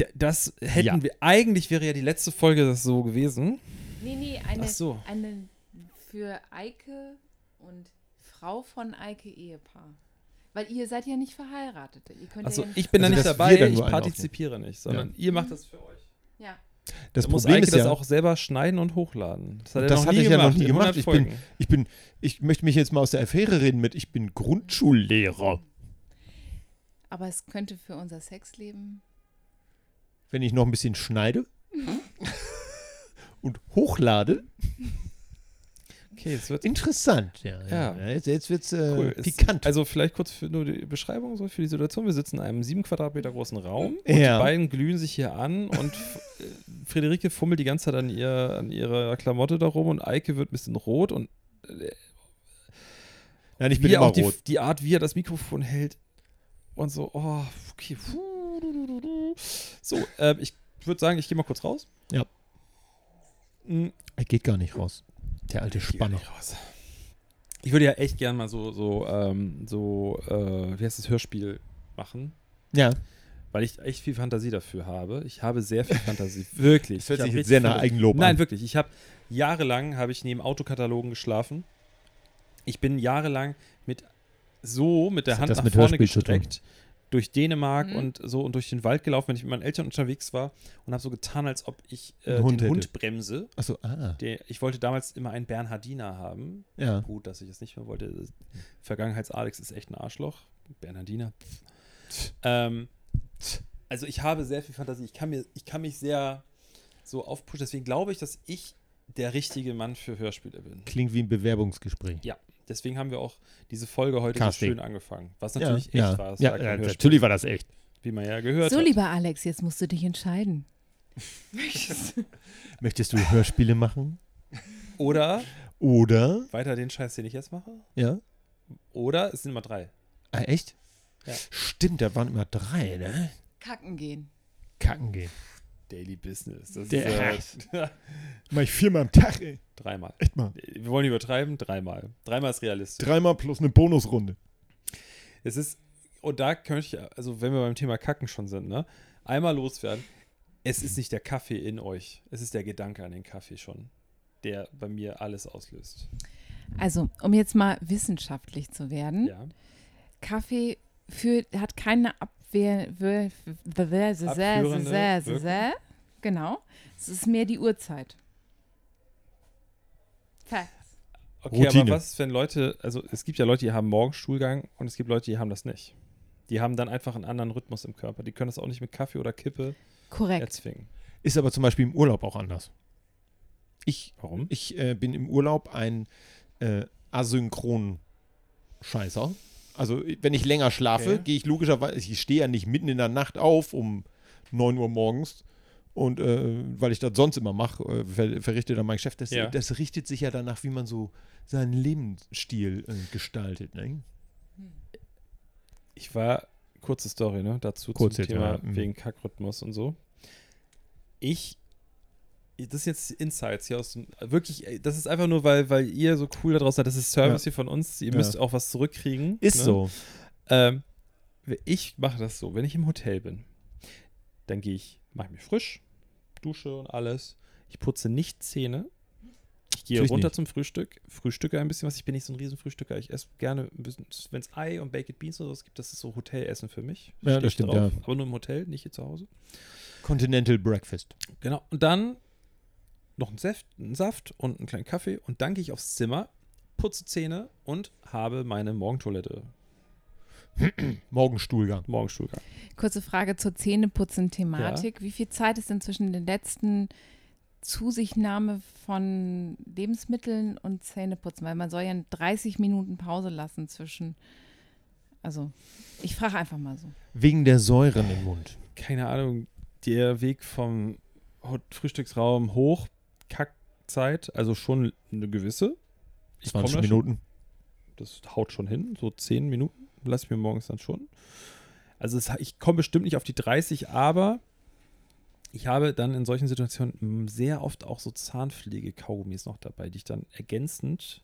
Speaker 1: D- Das hätten
Speaker 2: Ja.
Speaker 1: wir, eigentlich wäre ja die letzte Folge das so gewesen.
Speaker 5: Nee, nee, eine,
Speaker 1: Ach so.
Speaker 5: eine für Eike und Frau von Eike Ehepaar. Weil ihr seid ja nicht verheiratet. Ihr könnt
Speaker 1: Also
Speaker 5: ja nicht,
Speaker 1: ich bin da
Speaker 2: Also, dass
Speaker 1: nicht
Speaker 2: wir
Speaker 1: dabei,
Speaker 2: dann
Speaker 1: ich
Speaker 2: nur einen
Speaker 1: partizipiere nicht, sondern ihr macht das für euch.
Speaker 5: ja.
Speaker 2: Das
Speaker 1: Da muss
Speaker 2: Problem
Speaker 1: Eike
Speaker 2: ist ja,
Speaker 1: das auch selber schneiden und hochladen. Das hat er
Speaker 2: das
Speaker 1: noch
Speaker 2: hatte
Speaker 1: nie
Speaker 2: ich ja
Speaker 1: gemacht.
Speaker 2: noch nie
Speaker 1: in 100
Speaker 2: gemacht. Ich bin,
Speaker 1: Folgen.
Speaker 2: ich bin, ich möchte mich jetzt mal aus der Affäre reden mit, ich bin Grundschullehrer.
Speaker 5: Aber es könnte für unser Sexleben.
Speaker 2: Wenn ich noch ein bisschen schneide und hochlade,
Speaker 1: okay, es wird
Speaker 2: interessant. Ja,
Speaker 1: Ja.
Speaker 2: Jetzt, jetzt wird es äh,
Speaker 1: cool. Es-
Speaker 2: pikant.
Speaker 1: Also vielleicht kurz für nur die Beschreibung so für die Situation. Wir sitzen in einem sieben Quadratmeter großen Raum und
Speaker 2: Ja.
Speaker 1: die beiden glühen sich hier an und F- äh, Friederike fummelt die ganze Zeit an, ihr, an ihrer Klamotte da rum und Eike wird ein bisschen rot und
Speaker 2: Nein, ich
Speaker 1: wie
Speaker 2: bin
Speaker 1: er
Speaker 2: immer
Speaker 1: auch die,
Speaker 2: rot.
Speaker 1: die Art, wie er das Mikrofon hält und so, oh, okay. puh. So, ähm, ich würde sagen, ich gehe mal kurz raus.
Speaker 2: Ja.
Speaker 1: Hm,
Speaker 2: Er geht gar nicht raus. Der alte
Speaker 1: ich geh gar
Speaker 2: Spanner.
Speaker 1: nicht raus. Ich würde ja echt gern mal so, so, ähm, so, äh, wie heißt das, Hörspiel machen.
Speaker 2: Ja,
Speaker 1: Weil ich echt viel Fantasie dafür habe. Ich habe sehr viel Fantasie. Wirklich.
Speaker 2: das hört
Speaker 1: Ich
Speaker 2: sich
Speaker 1: habe
Speaker 2: jetzt
Speaker 1: richtig
Speaker 2: sehr nach
Speaker 1: Fantasie.
Speaker 2: Eigenlob
Speaker 1: Nein,
Speaker 2: an.
Speaker 1: wirklich. Ich habe jahrelang habe ich neben Autokatalogen geschlafen. Ich bin jahrelang mit so mit der
Speaker 2: Was hat
Speaker 1: Hand
Speaker 2: das
Speaker 1: nach
Speaker 2: mit
Speaker 1: vorne
Speaker 2: Hörspiel zu tun?
Speaker 1: gestreckt durch Dänemark
Speaker 5: Mhm.
Speaker 1: und so und durch den Wald gelaufen, wenn ich mit meinen Eltern unterwegs war und habe so getan, als ob ich äh,
Speaker 2: Ein Hund
Speaker 1: den
Speaker 2: hätte.
Speaker 1: Hund bremse.
Speaker 2: Achso, ah.
Speaker 1: Der, ich wollte damals immer einen Bernhardiner haben.
Speaker 2: Ja.
Speaker 1: Gut, dass ich es nicht mehr wollte. Vergangenheits-Alex ist echt ein Arschloch. Bernhardiner. Ähm, also ich habe sehr viel Fantasie. Ich kann, mir, ich kann mich sehr so aufpushen. Deswegen glaube ich, dass ich der richtige Mann für Hörspiele bin.
Speaker 2: Klingt wie ein Bewerbungsgespräch.
Speaker 1: Ja, deswegen haben wir auch diese Folge heute
Speaker 2: Casting.
Speaker 1: so schön angefangen. Was natürlich echt
Speaker 2: ja.
Speaker 1: war. Es
Speaker 2: ja,
Speaker 1: war kein
Speaker 2: ja
Speaker 1: Hörspiel,
Speaker 2: natürlich war das echt.
Speaker 1: wie man ja gehört
Speaker 5: So,
Speaker 1: hat.
Speaker 5: lieber Alex, jetzt musst du dich entscheiden. Möchtest
Speaker 2: Möchtest du Hörspiele machen?
Speaker 1: Oder
Speaker 2: Oder?
Speaker 1: weiter den Scheiß, den ich jetzt mache.
Speaker 2: Ja.
Speaker 1: Oder es sind immer drei.
Speaker 2: Ah, echt?
Speaker 1: Ja.
Speaker 2: Stimmt, da waren immer drei, ne?
Speaker 5: kacken gehen.
Speaker 2: Kacken gehen.
Speaker 1: Daily Business. Das
Speaker 2: Der-
Speaker 1: ist, äh,
Speaker 2: Mach ich viermal am Tag, ey.
Speaker 1: dreimal.
Speaker 2: Echt mal.
Speaker 1: Wir wollen nicht übertreiben, dreimal. Dreimal ist realistisch.
Speaker 2: Dreimal plus eine Bonusrunde.
Speaker 1: Es ist, und da könnte ich, also wenn wir beim Thema Kacken schon sind, ne? Einmal loswerden. Es ist nicht der Kaffee in euch. Es ist der Gedanke an den Kaffee schon, der bei mir alles auslöst.
Speaker 5: Also, um jetzt mal wissenschaftlich zu werden.
Speaker 1: Ja.
Speaker 5: Kaffee für, hat keine Abwehr. wö- wö- wö- sä- sä-
Speaker 1: Abführende
Speaker 5: sä- sä-
Speaker 1: Wirkung.
Speaker 5: sä. Genau. Es ist mehr die Uhrzeit. Fact.
Speaker 1: Okay, aber
Speaker 2: Routine.
Speaker 1: was, wenn Leute, also es gibt ja Leute, die haben Morgenstuhlgang und es gibt Leute, die haben das nicht. Die haben dann einfach einen anderen Rhythmus im Körper. Die können das auch nicht mit Kaffee oder Kippe
Speaker 5: Korrekt.
Speaker 1: erzwingen.
Speaker 2: Ist aber zum Beispiel im Urlaub auch anders. Ich,
Speaker 1: Warum?
Speaker 2: ich äh, bin im Urlaub ein äh, asynchron Scheißer. Also, wenn ich länger schlafe,
Speaker 1: Okay.
Speaker 2: gehe ich logischerweise, ich stehe ja nicht mitten in der Nacht auf um 9 Uhr morgens. Und äh, weil ich das sonst immer mache, äh, ver verrichte dann mein Geschäft. Das,
Speaker 1: Ja.
Speaker 2: das richtet sich ja danach, wie man so seinen Lebensstil äh, gestaltet. Ne?
Speaker 1: Ich war, kurze Story, ne, dazu
Speaker 2: Kurz
Speaker 1: zum
Speaker 2: jetzt,
Speaker 1: Thema
Speaker 2: ja, mhm.
Speaker 1: wegen Kackrhythmus und so. Ich, das ist jetzt Insights hier aus dem, wirklich, ey, das ist einfach nur, weil, weil ihr so cool da draußen seid, das ist Service hier von uns, ihr
Speaker 2: Ja.
Speaker 1: müsst auch was zurückkriegen. ne? Ähm, ich mache das so, wenn ich im Hotel bin, dann gehe ich, mache ich mich frisch, dusche und alles. Ich putze nicht Zähne. Ich gehe
Speaker 2: Tu ich
Speaker 1: runter
Speaker 2: nicht.
Speaker 1: zum Frühstück, frühstücke ein bisschen was. Ich bin nicht so ein Riesenfrühstücker. Ich esse gerne, wenn es Ei und Baked Beans oder so gibt, das ist so Hotelessen für mich.
Speaker 2: Ja,
Speaker 1: Stehe
Speaker 2: das
Speaker 1: ich
Speaker 2: stimmt, ja.
Speaker 1: Aber nur im Hotel, nicht hier zu Hause.
Speaker 2: Continental Breakfast.
Speaker 1: Genau. Und dann noch einen Saft, einen Saft und einen kleinen Kaffee. Und dann gehe ich aufs Zimmer, putze Zähne und habe meine Morgentoilette,
Speaker 2: Morgenstuhlgang.
Speaker 1: Morgenstuhlgang.
Speaker 5: Kurze Frage zur Zähneputzen-Thematik. Wie viel Zeit ist denn zwischen den letzten zu sich Nahme von Lebensmitteln und Zähneputzen? Weil man soll ja 30 Minuten Pause lassen zwischen. Also, ich frage einfach mal so.
Speaker 2: Wegen der Säuren im Mund.
Speaker 1: keine Ahnung, der Weg vom Ho- Frühstücksraum hoch, Kackzeit, also schon eine gewisse. Ich komm
Speaker 2: 20
Speaker 1: da
Speaker 2: Minuten.
Speaker 1: Schon, das haut schon hin, so 10 Minuten lasse ich mir morgens dann schon. Also es, ich komme bestimmt nicht auf die 30, aber ich habe dann in solchen Situationen mm, sehr oft auch so Zahnpflege-Kaugummis noch dabei, die ich dann ergänzend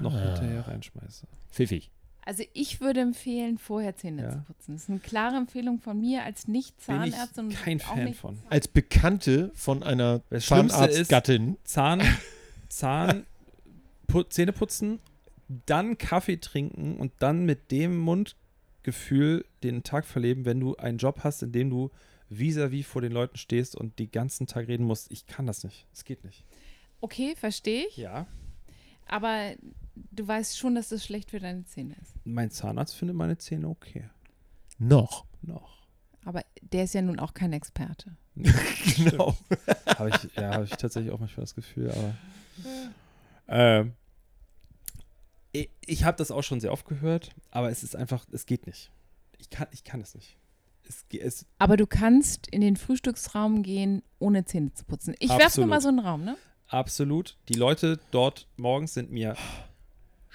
Speaker 1: noch
Speaker 2: Ah.
Speaker 1: hinterher reinschmeiße.
Speaker 2: Pfiffig.
Speaker 5: Also ich würde empfehlen, vorher Zähne
Speaker 1: Ja.
Speaker 5: zu putzen. Das ist eine klare Empfehlung von mir als
Speaker 1: Bin ich
Speaker 5: Nicht-Zahnärztin. und
Speaker 1: kein
Speaker 5: auch
Speaker 1: Fan
Speaker 5: nicht-
Speaker 1: von.
Speaker 2: Als Bekannte von einer
Speaker 1: Das Schlimmste
Speaker 2: Zahnarztgattin.
Speaker 1: Zahn, Zahn, pu Zähne putzen, dann Kaffee trinken und dann mit dem Mundgefühl den Tag verleben, wenn du einen Job hast, in dem du vis-à-vis vor den Leuten stehst und den ganzen Tag reden musst. Ich kann das nicht. Es geht nicht.
Speaker 5: Okay, verstehe ich.
Speaker 1: Ja.
Speaker 5: Aber du weißt schon, dass das schlecht für deine Zähne ist.
Speaker 1: Mein Zahnarzt findet meine Zähne okay.
Speaker 2: Noch.
Speaker 1: Noch.
Speaker 5: Aber der ist ja nun auch kein Experte.
Speaker 2: Genau.
Speaker 1: Habe ich, ja, habe ich tatsächlich auch manchmal das Gefühl, aber. Ähm, ich ich habe das auch schon sehr oft gehört, aber es ist einfach, es geht nicht. Ich kann, ich kann es nicht. Es, ge- es,
Speaker 5: Aber du kannst in den Frühstücksraum gehen, ohne Zähne zu putzen. Ich werfe nur
Speaker 1: Absolut.
Speaker 5: mal so einen Raum, ne?
Speaker 1: Absolut. Die Leute dort morgens sind mir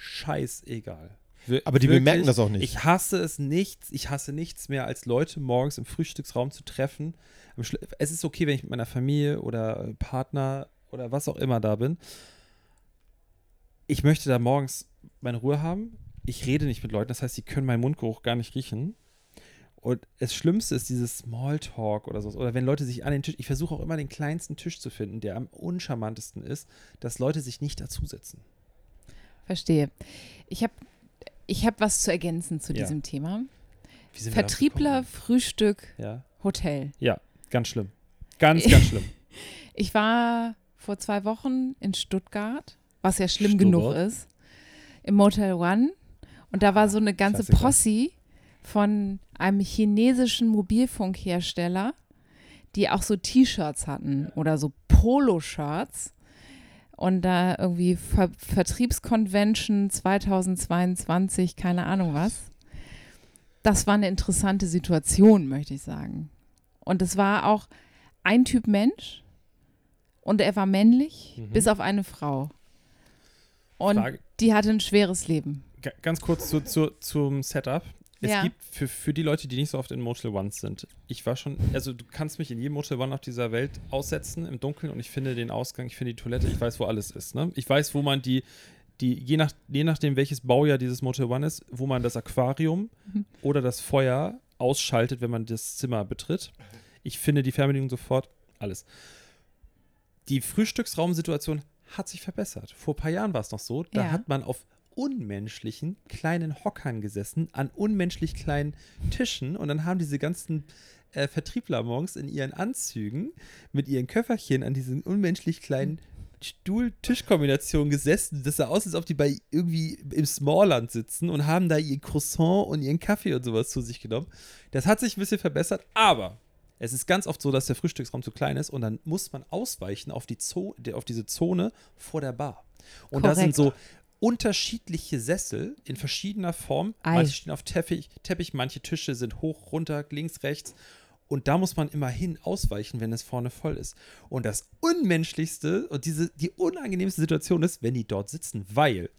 Speaker 1: scheißegal. Wir-
Speaker 2: Aber die
Speaker 1: wirklich.
Speaker 2: bemerken das auch nicht.
Speaker 1: Ich hasse es nichts. Ich hasse nichts mehr, als Leute morgens im Frühstücksraum zu treffen. Am Schli- Es ist okay, wenn ich mit meiner Familie oder äh, Partner oder was auch immer da bin. Ich möchte da morgens meine Ruhe haben. Ich rede nicht mit Leuten. Das heißt, sie können meinen Mundgeruch gar nicht riechen. Und das Schlimmste ist dieses Smalltalk oder so. Oder wenn Leute sich an den Tisch. Ich versuche auch immer den kleinsten Tisch zu finden, der am uncharmantesten ist, dass Leute sich nicht dazusetzen.
Speaker 5: Verstehe. Ich habe ich hab was zu ergänzen zu
Speaker 1: Ja.
Speaker 5: diesem Thema.
Speaker 1: Wie sind wir darauf
Speaker 5: Vertriebler,
Speaker 1: gekommen?
Speaker 5: Frühstück,
Speaker 1: Ja,
Speaker 5: Hotel.
Speaker 1: ganz schlimm. Ganz, ganz schlimm.
Speaker 5: Ich war vor zwei Wochen in Stuttgart, was ja schlimm genug
Speaker 1: Stuttgart.
Speaker 5: ist, im Motel One. Und da war so eine ganze
Speaker 1: Klassiker.
Speaker 5: Posse von einem chinesischen Mobilfunkhersteller, die auch so T-Shirts hatten oder so Polo-Shirts. Und da irgendwie Ver Vertriebskonvention 2022, keine Ahnung was. Das war eine interessante Situation, möchte ich sagen. Und es war auch ein Typ Mensch und er war männlich,
Speaker 6: Mhm.
Speaker 5: bis auf eine Frau. Und
Speaker 1: Frage-
Speaker 5: die hatte ein schweres Leben.
Speaker 1: Ga- Ganz kurz zu, zu, zum Setup. Es
Speaker 5: Ja.
Speaker 1: gibt für, für die Leute, die nicht so oft in Motel Ones sind, ich war schon, also du kannst mich in jedem Motel One auf dieser Welt aussetzen im Dunkeln und ich finde den Ausgang, ich finde die Toilette, ich weiß, wo alles ist. Ne? Ich weiß, wo man die, die je, nach, je nachdem, welches Baujahr dieses Motel One ist, wo man das Aquarium oder das Feuer ausschaltet, wenn man das Zimmer betritt. Ich finde die Fernbedienung sofort, alles. Die Frühstücksraumsituation hat sich verbessert. Vor ein paar Jahren war es noch so, da
Speaker 5: Ja.
Speaker 1: hat man auf unmenschlichen kleinen Hockern gesessen, an unmenschlich kleinen Tischen und dann haben diese ganzen äh, Vertriebler morgens in ihren Anzügen mit ihren Köfferchen an diesen unmenschlich kleinen Stuhl-Tisch-Kombinationen gesessen. Das sah aus, als ob die bei irgendwie im Smallland sitzen und haben da ihr Croissant und ihren Kaffee und sowas zu sich genommen. Das hat sich ein bisschen verbessert, aber es ist ganz oft so, dass der Frühstücksraum zu klein ist und dann muss man ausweichen auf, die Zo der- auf diese Zone vor der Bar. Und da sind
Speaker 5: Korrekt.
Speaker 1: so unterschiedliche Sessel in verschiedener Form.
Speaker 5: Ei.
Speaker 1: Manche stehen auf Teppich, Teppich, manche Tische sind hoch, runter, links, rechts. Und da muss man immerhin ausweichen, wenn es vorne voll ist. Und das Unmenschlichste und diese, die unangenehmste Situation ist, wenn die dort sitzen, weil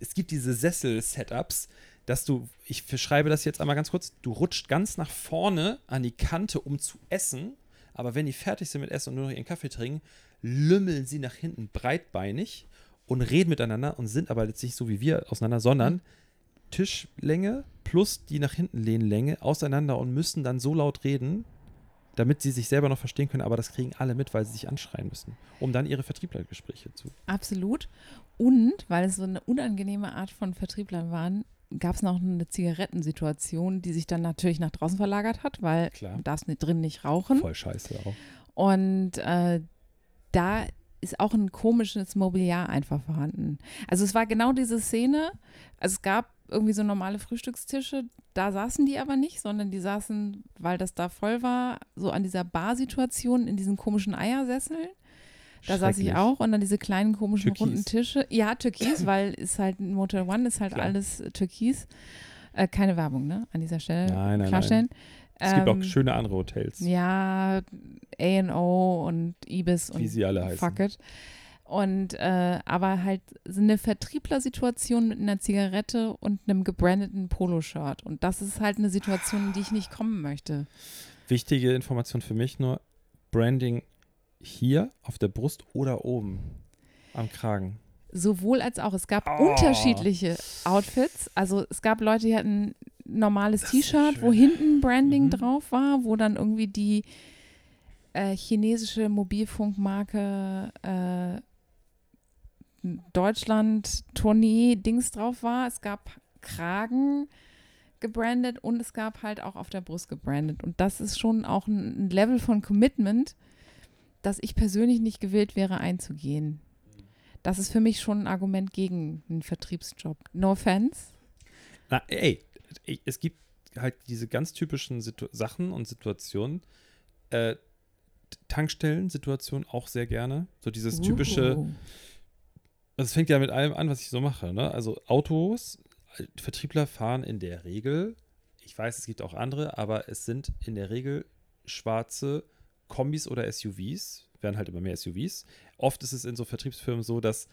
Speaker 1: es gibt diese Sessel-Setups, dass du, ich beschreibe das jetzt einmal ganz kurz, du rutscht ganz nach vorne an die Kante, um zu essen. Aber wenn die fertig sind mit Essen und nur noch ihren Kaffee trinken, lümmeln sie nach hinten breitbeinig und reden miteinander und sind aber jetzt nicht so wie wir auseinander, sondern
Speaker 5: Mhm.
Speaker 1: Tischlänge plus die nach hinten Lehnlänge auseinander und müssen dann so laut reden, damit sie sich selber noch verstehen können, aber das kriegen alle mit, weil sie sich anschreien müssen, um dann ihre Vertrieblergespräche zu.
Speaker 5: Absolut. Und weil es so eine unangenehme Art von Vertrieblern waren, gab es noch eine Zigarettensituation, die sich dann natürlich nach draußen verlagert hat, weil
Speaker 1: Klar.
Speaker 5: du darfst nicht drin nicht rauchen.
Speaker 1: Voll scheiße auch.
Speaker 5: Und äh, da ist auch ein komisches Mobiliar einfach vorhanden. Also es war genau diese Szene. Also es gab irgendwie so normale Frühstückstische, da saßen die aber nicht, sondern die saßen, weil das da voll war, so an dieser Barsituation in diesen komischen Eiersesseln. Da saß ich
Speaker 1: Schrecklich.
Speaker 5: auch und dann diese kleinen komischen
Speaker 1: Türkis.
Speaker 5: runden Tische. Ja, Türkis, weil ist halt ein Motel One, ist halt
Speaker 1: Klar.
Speaker 5: alles Türkis. Äh, keine Werbung, ne? An dieser Stelle
Speaker 1: Nein, nein, nein.
Speaker 5: klarstellen.
Speaker 1: Es gibt auch
Speaker 5: Ähm,
Speaker 1: schöne andere Hotels.
Speaker 5: ja, A&O und Ibis und
Speaker 1: Wie sie alle heißen.
Speaker 5: Fuck it. Und äh, aber halt so eine Vertrieblersituation mit einer Zigarette und einem gebrandeten Poloshirt. Und das ist halt eine Situation, in die ich nicht kommen möchte.
Speaker 1: Wichtige Information für mich nur: Branding hier auf der Brust oder oben am Kragen.
Speaker 5: Sowohl als auch. Es gab
Speaker 1: Oh.
Speaker 5: unterschiedliche Outfits. Also es gab Leute, die hatten ein normales
Speaker 1: Das ist
Speaker 5: T-Shirt, wo
Speaker 1: schön.
Speaker 5: hinten Branding
Speaker 1: Mhm.
Speaker 5: drauf war, wo dann irgendwie die äh, chinesische Mobilfunkmarke äh, Deutschland Tournee Dings drauf war. Es gab Kragen gebrandet und es gab halt auch auf der Brust gebrandet. Und das ist schon auch ein ein Level von Commitment, dass ich persönlich nicht gewillt wäre einzugehen. Das ist für mich schon ein Argument gegen einen Vertriebsjob. No offense.
Speaker 1: Na, ey, ey, es gibt halt diese ganz typischen Situ Sachen und Situationen. Äh, Tankstellen-Situationen auch sehr gerne. So dieses typische.
Speaker 5: Uh.
Speaker 1: Also es fängt ja mit allem an, was ich so mache. Ne? Also Autos, äh, Vertriebler fahren in der Regel, ich weiß, es gibt auch andere, aber es sind in der Regel schwarze Kombis oder SUVs, werden halt immer mehr SUVs. Oft ist es in so Vertriebsfirmen so, dass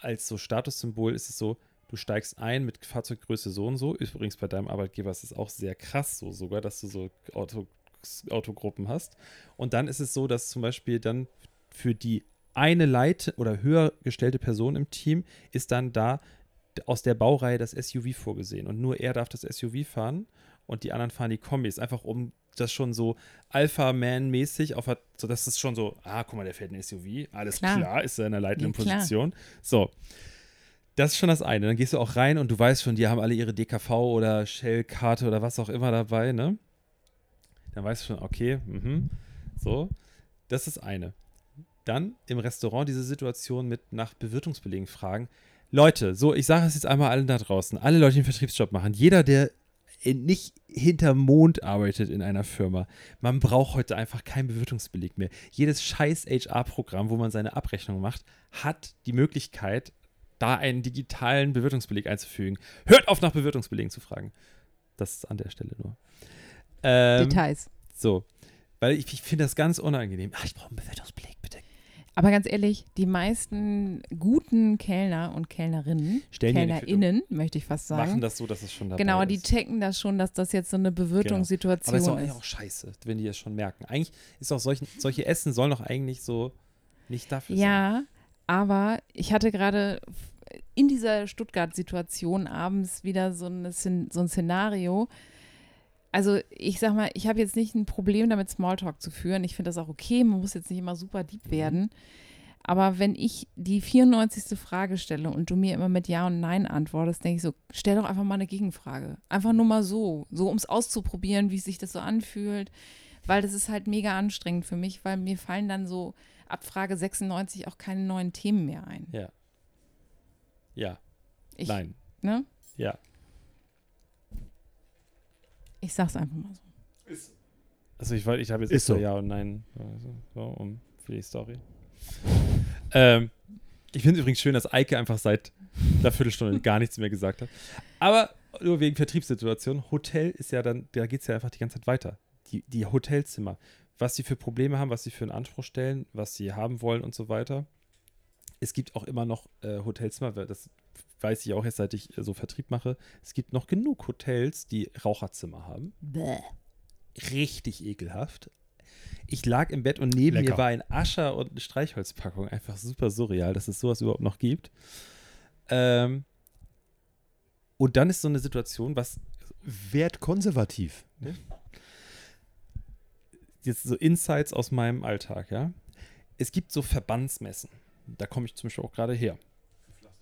Speaker 1: als so Statussymbol ist es so, du steigst ein mit Fahrzeuggröße so und so. Übrigens bei deinem Arbeitgeber ist es auch sehr krass so sogar, dass du so Auto, Autogruppen hast. Und dann ist es so, dass zum Beispiel dann für die eine Leit oder höher gestellte Person im Team ist dann da d- aus der Baureihe das SUV vorgesehen und nur er darf das SUV fahren und die anderen fahren die Kombis, einfach um das schon so Alpha-Man-mäßig auf, so dass es schon so, ah, guck mal, der fährt ein SUV, alles
Speaker 5: Klar.
Speaker 1: klar, ist er in der leitenden
Speaker 5: Ja, klar.
Speaker 1: Position. So. Das ist schon das eine. Dann gehst du auch rein und du weißt schon, die haben alle ihre DKV oder Shell-Karte oder was auch immer dabei, ne? Dann weißt du schon, okay, mhm. So, das ist eine. Dann im Restaurant diese Situation mit nach Bewirtungsbelegen fragen. Leute, so, ich sage es jetzt einmal allen da draußen, alle Leute, die einen Vertriebsjob machen, jeder, der in, nicht hinterm Mond arbeitet in einer Firma, man braucht heute einfach keinen Bewirtungsbeleg mehr. Jedes scheiß HR-Programm, wo man seine Abrechnung macht, hat die Möglichkeit, da einen digitalen Bewirtungsbeleg einzufügen. Hört auf, nach Bewirtungsbelegen zu fragen. Das ist an der Stelle nur. Ähm,
Speaker 5: Details.
Speaker 1: so, Weil ich, ich finde das ganz unangenehm. Ach, ich brauche einen Bewertungsblick, bitte.
Speaker 5: Aber ganz ehrlich, die meisten guten Kellner und Kellnerinnen,
Speaker 1: Stellen dir nicht-
Speaker 5: KellnerInnen, möchte ich fast
Speaker 1: Machen
Speaker 5: sagen.
Speaker 1: das so, dass es schon dabei
Speaker 5: Genau, die
Speaker 1: ist. Genau.
Speaker 5: checken das schon, dass das jetzt so eine Bewirtungssituation
Speaker 1: Aber ist doch eigentlich
Speaker 5: ist.
Speaker 1: auch scheiße, wenn die das schon merken. Eigentlich ist auch solchen, solche Essen sollen doch eigentlich so nicht dafür sein.
Speaker 5: Ja, aber ich hatte gerade f- in dieser Stuttgart-Situation abends wieder so, eine, Szen- so ein Szenario. Also ich sag mal, ich habe jetzt nicht ein Problem damit, Smalltalk zu führen. Ich finde das auch okay, man muss jetzt nicht immer super deep werden. Aber wenn ich die 94. Frage stelle und du mir immer mit Ja und Nein antwortest, denke ich so, stell doch einfach mal eine Gegenfrage. Einfach nur mal so, so um es auszuprobieren, wie sich das so anfühlt. Weil das ist halt mega anstrengend für mich, weil mir fallen dann so ab Frage 96 auch keine neuen Themen mehr ein.
Speaker 1: Ja. Ja,
Speaker 5: Ich,
Speaker 1: nein.
Speaker 5: Ne?
Speaker 1: Ja.
Speaker 5: Ich sag's einfach mal so.
Speaker 1: Also ich, wollt- ich habe jetzt
Speaker 2: Ist
Speaker 1: extra
Speaker 2: so.
Speaker 1: ja und nein, also, so, um für die Story. ähm, ich finde es übrigens schön, dass Eike einfach seit einer Viertelstunde gar nichts mehr gesagt hat. Aber nur wegen Vertriebssituation. Hotel ist ja dann, da geht es ja einfach die ganze Zeit weiter. Die, die Hotelzimmer, was sie für Probleme haben, was sie für einen Anspruch stellen, was sie haben wollen und so weiter. Es gibt auch immer noch äh, Hotelzimmer, weil das weiß ich auch erst, seit ich äh, so Vertrieb mache. Es gibt noch genug Hotels, die Raucherzimmer haben richtig ekelhaft. Ich lag im Bett und neben
Speaker 2: Lecker.
Speaker 1: mir war ein Ascher und eine Streichholzpackung. Einfach super surreal, dass es sowas überhaupt noch gibt. Ähm, und dann ist so eine Situation, was
Speaker 2: Wert konservativ.
Speaker 1: jetzt so Insights aus meinem Alltag, ja. Es gibt so Verbandsmessen. Da komme ich zum Beispiel auch gerade her.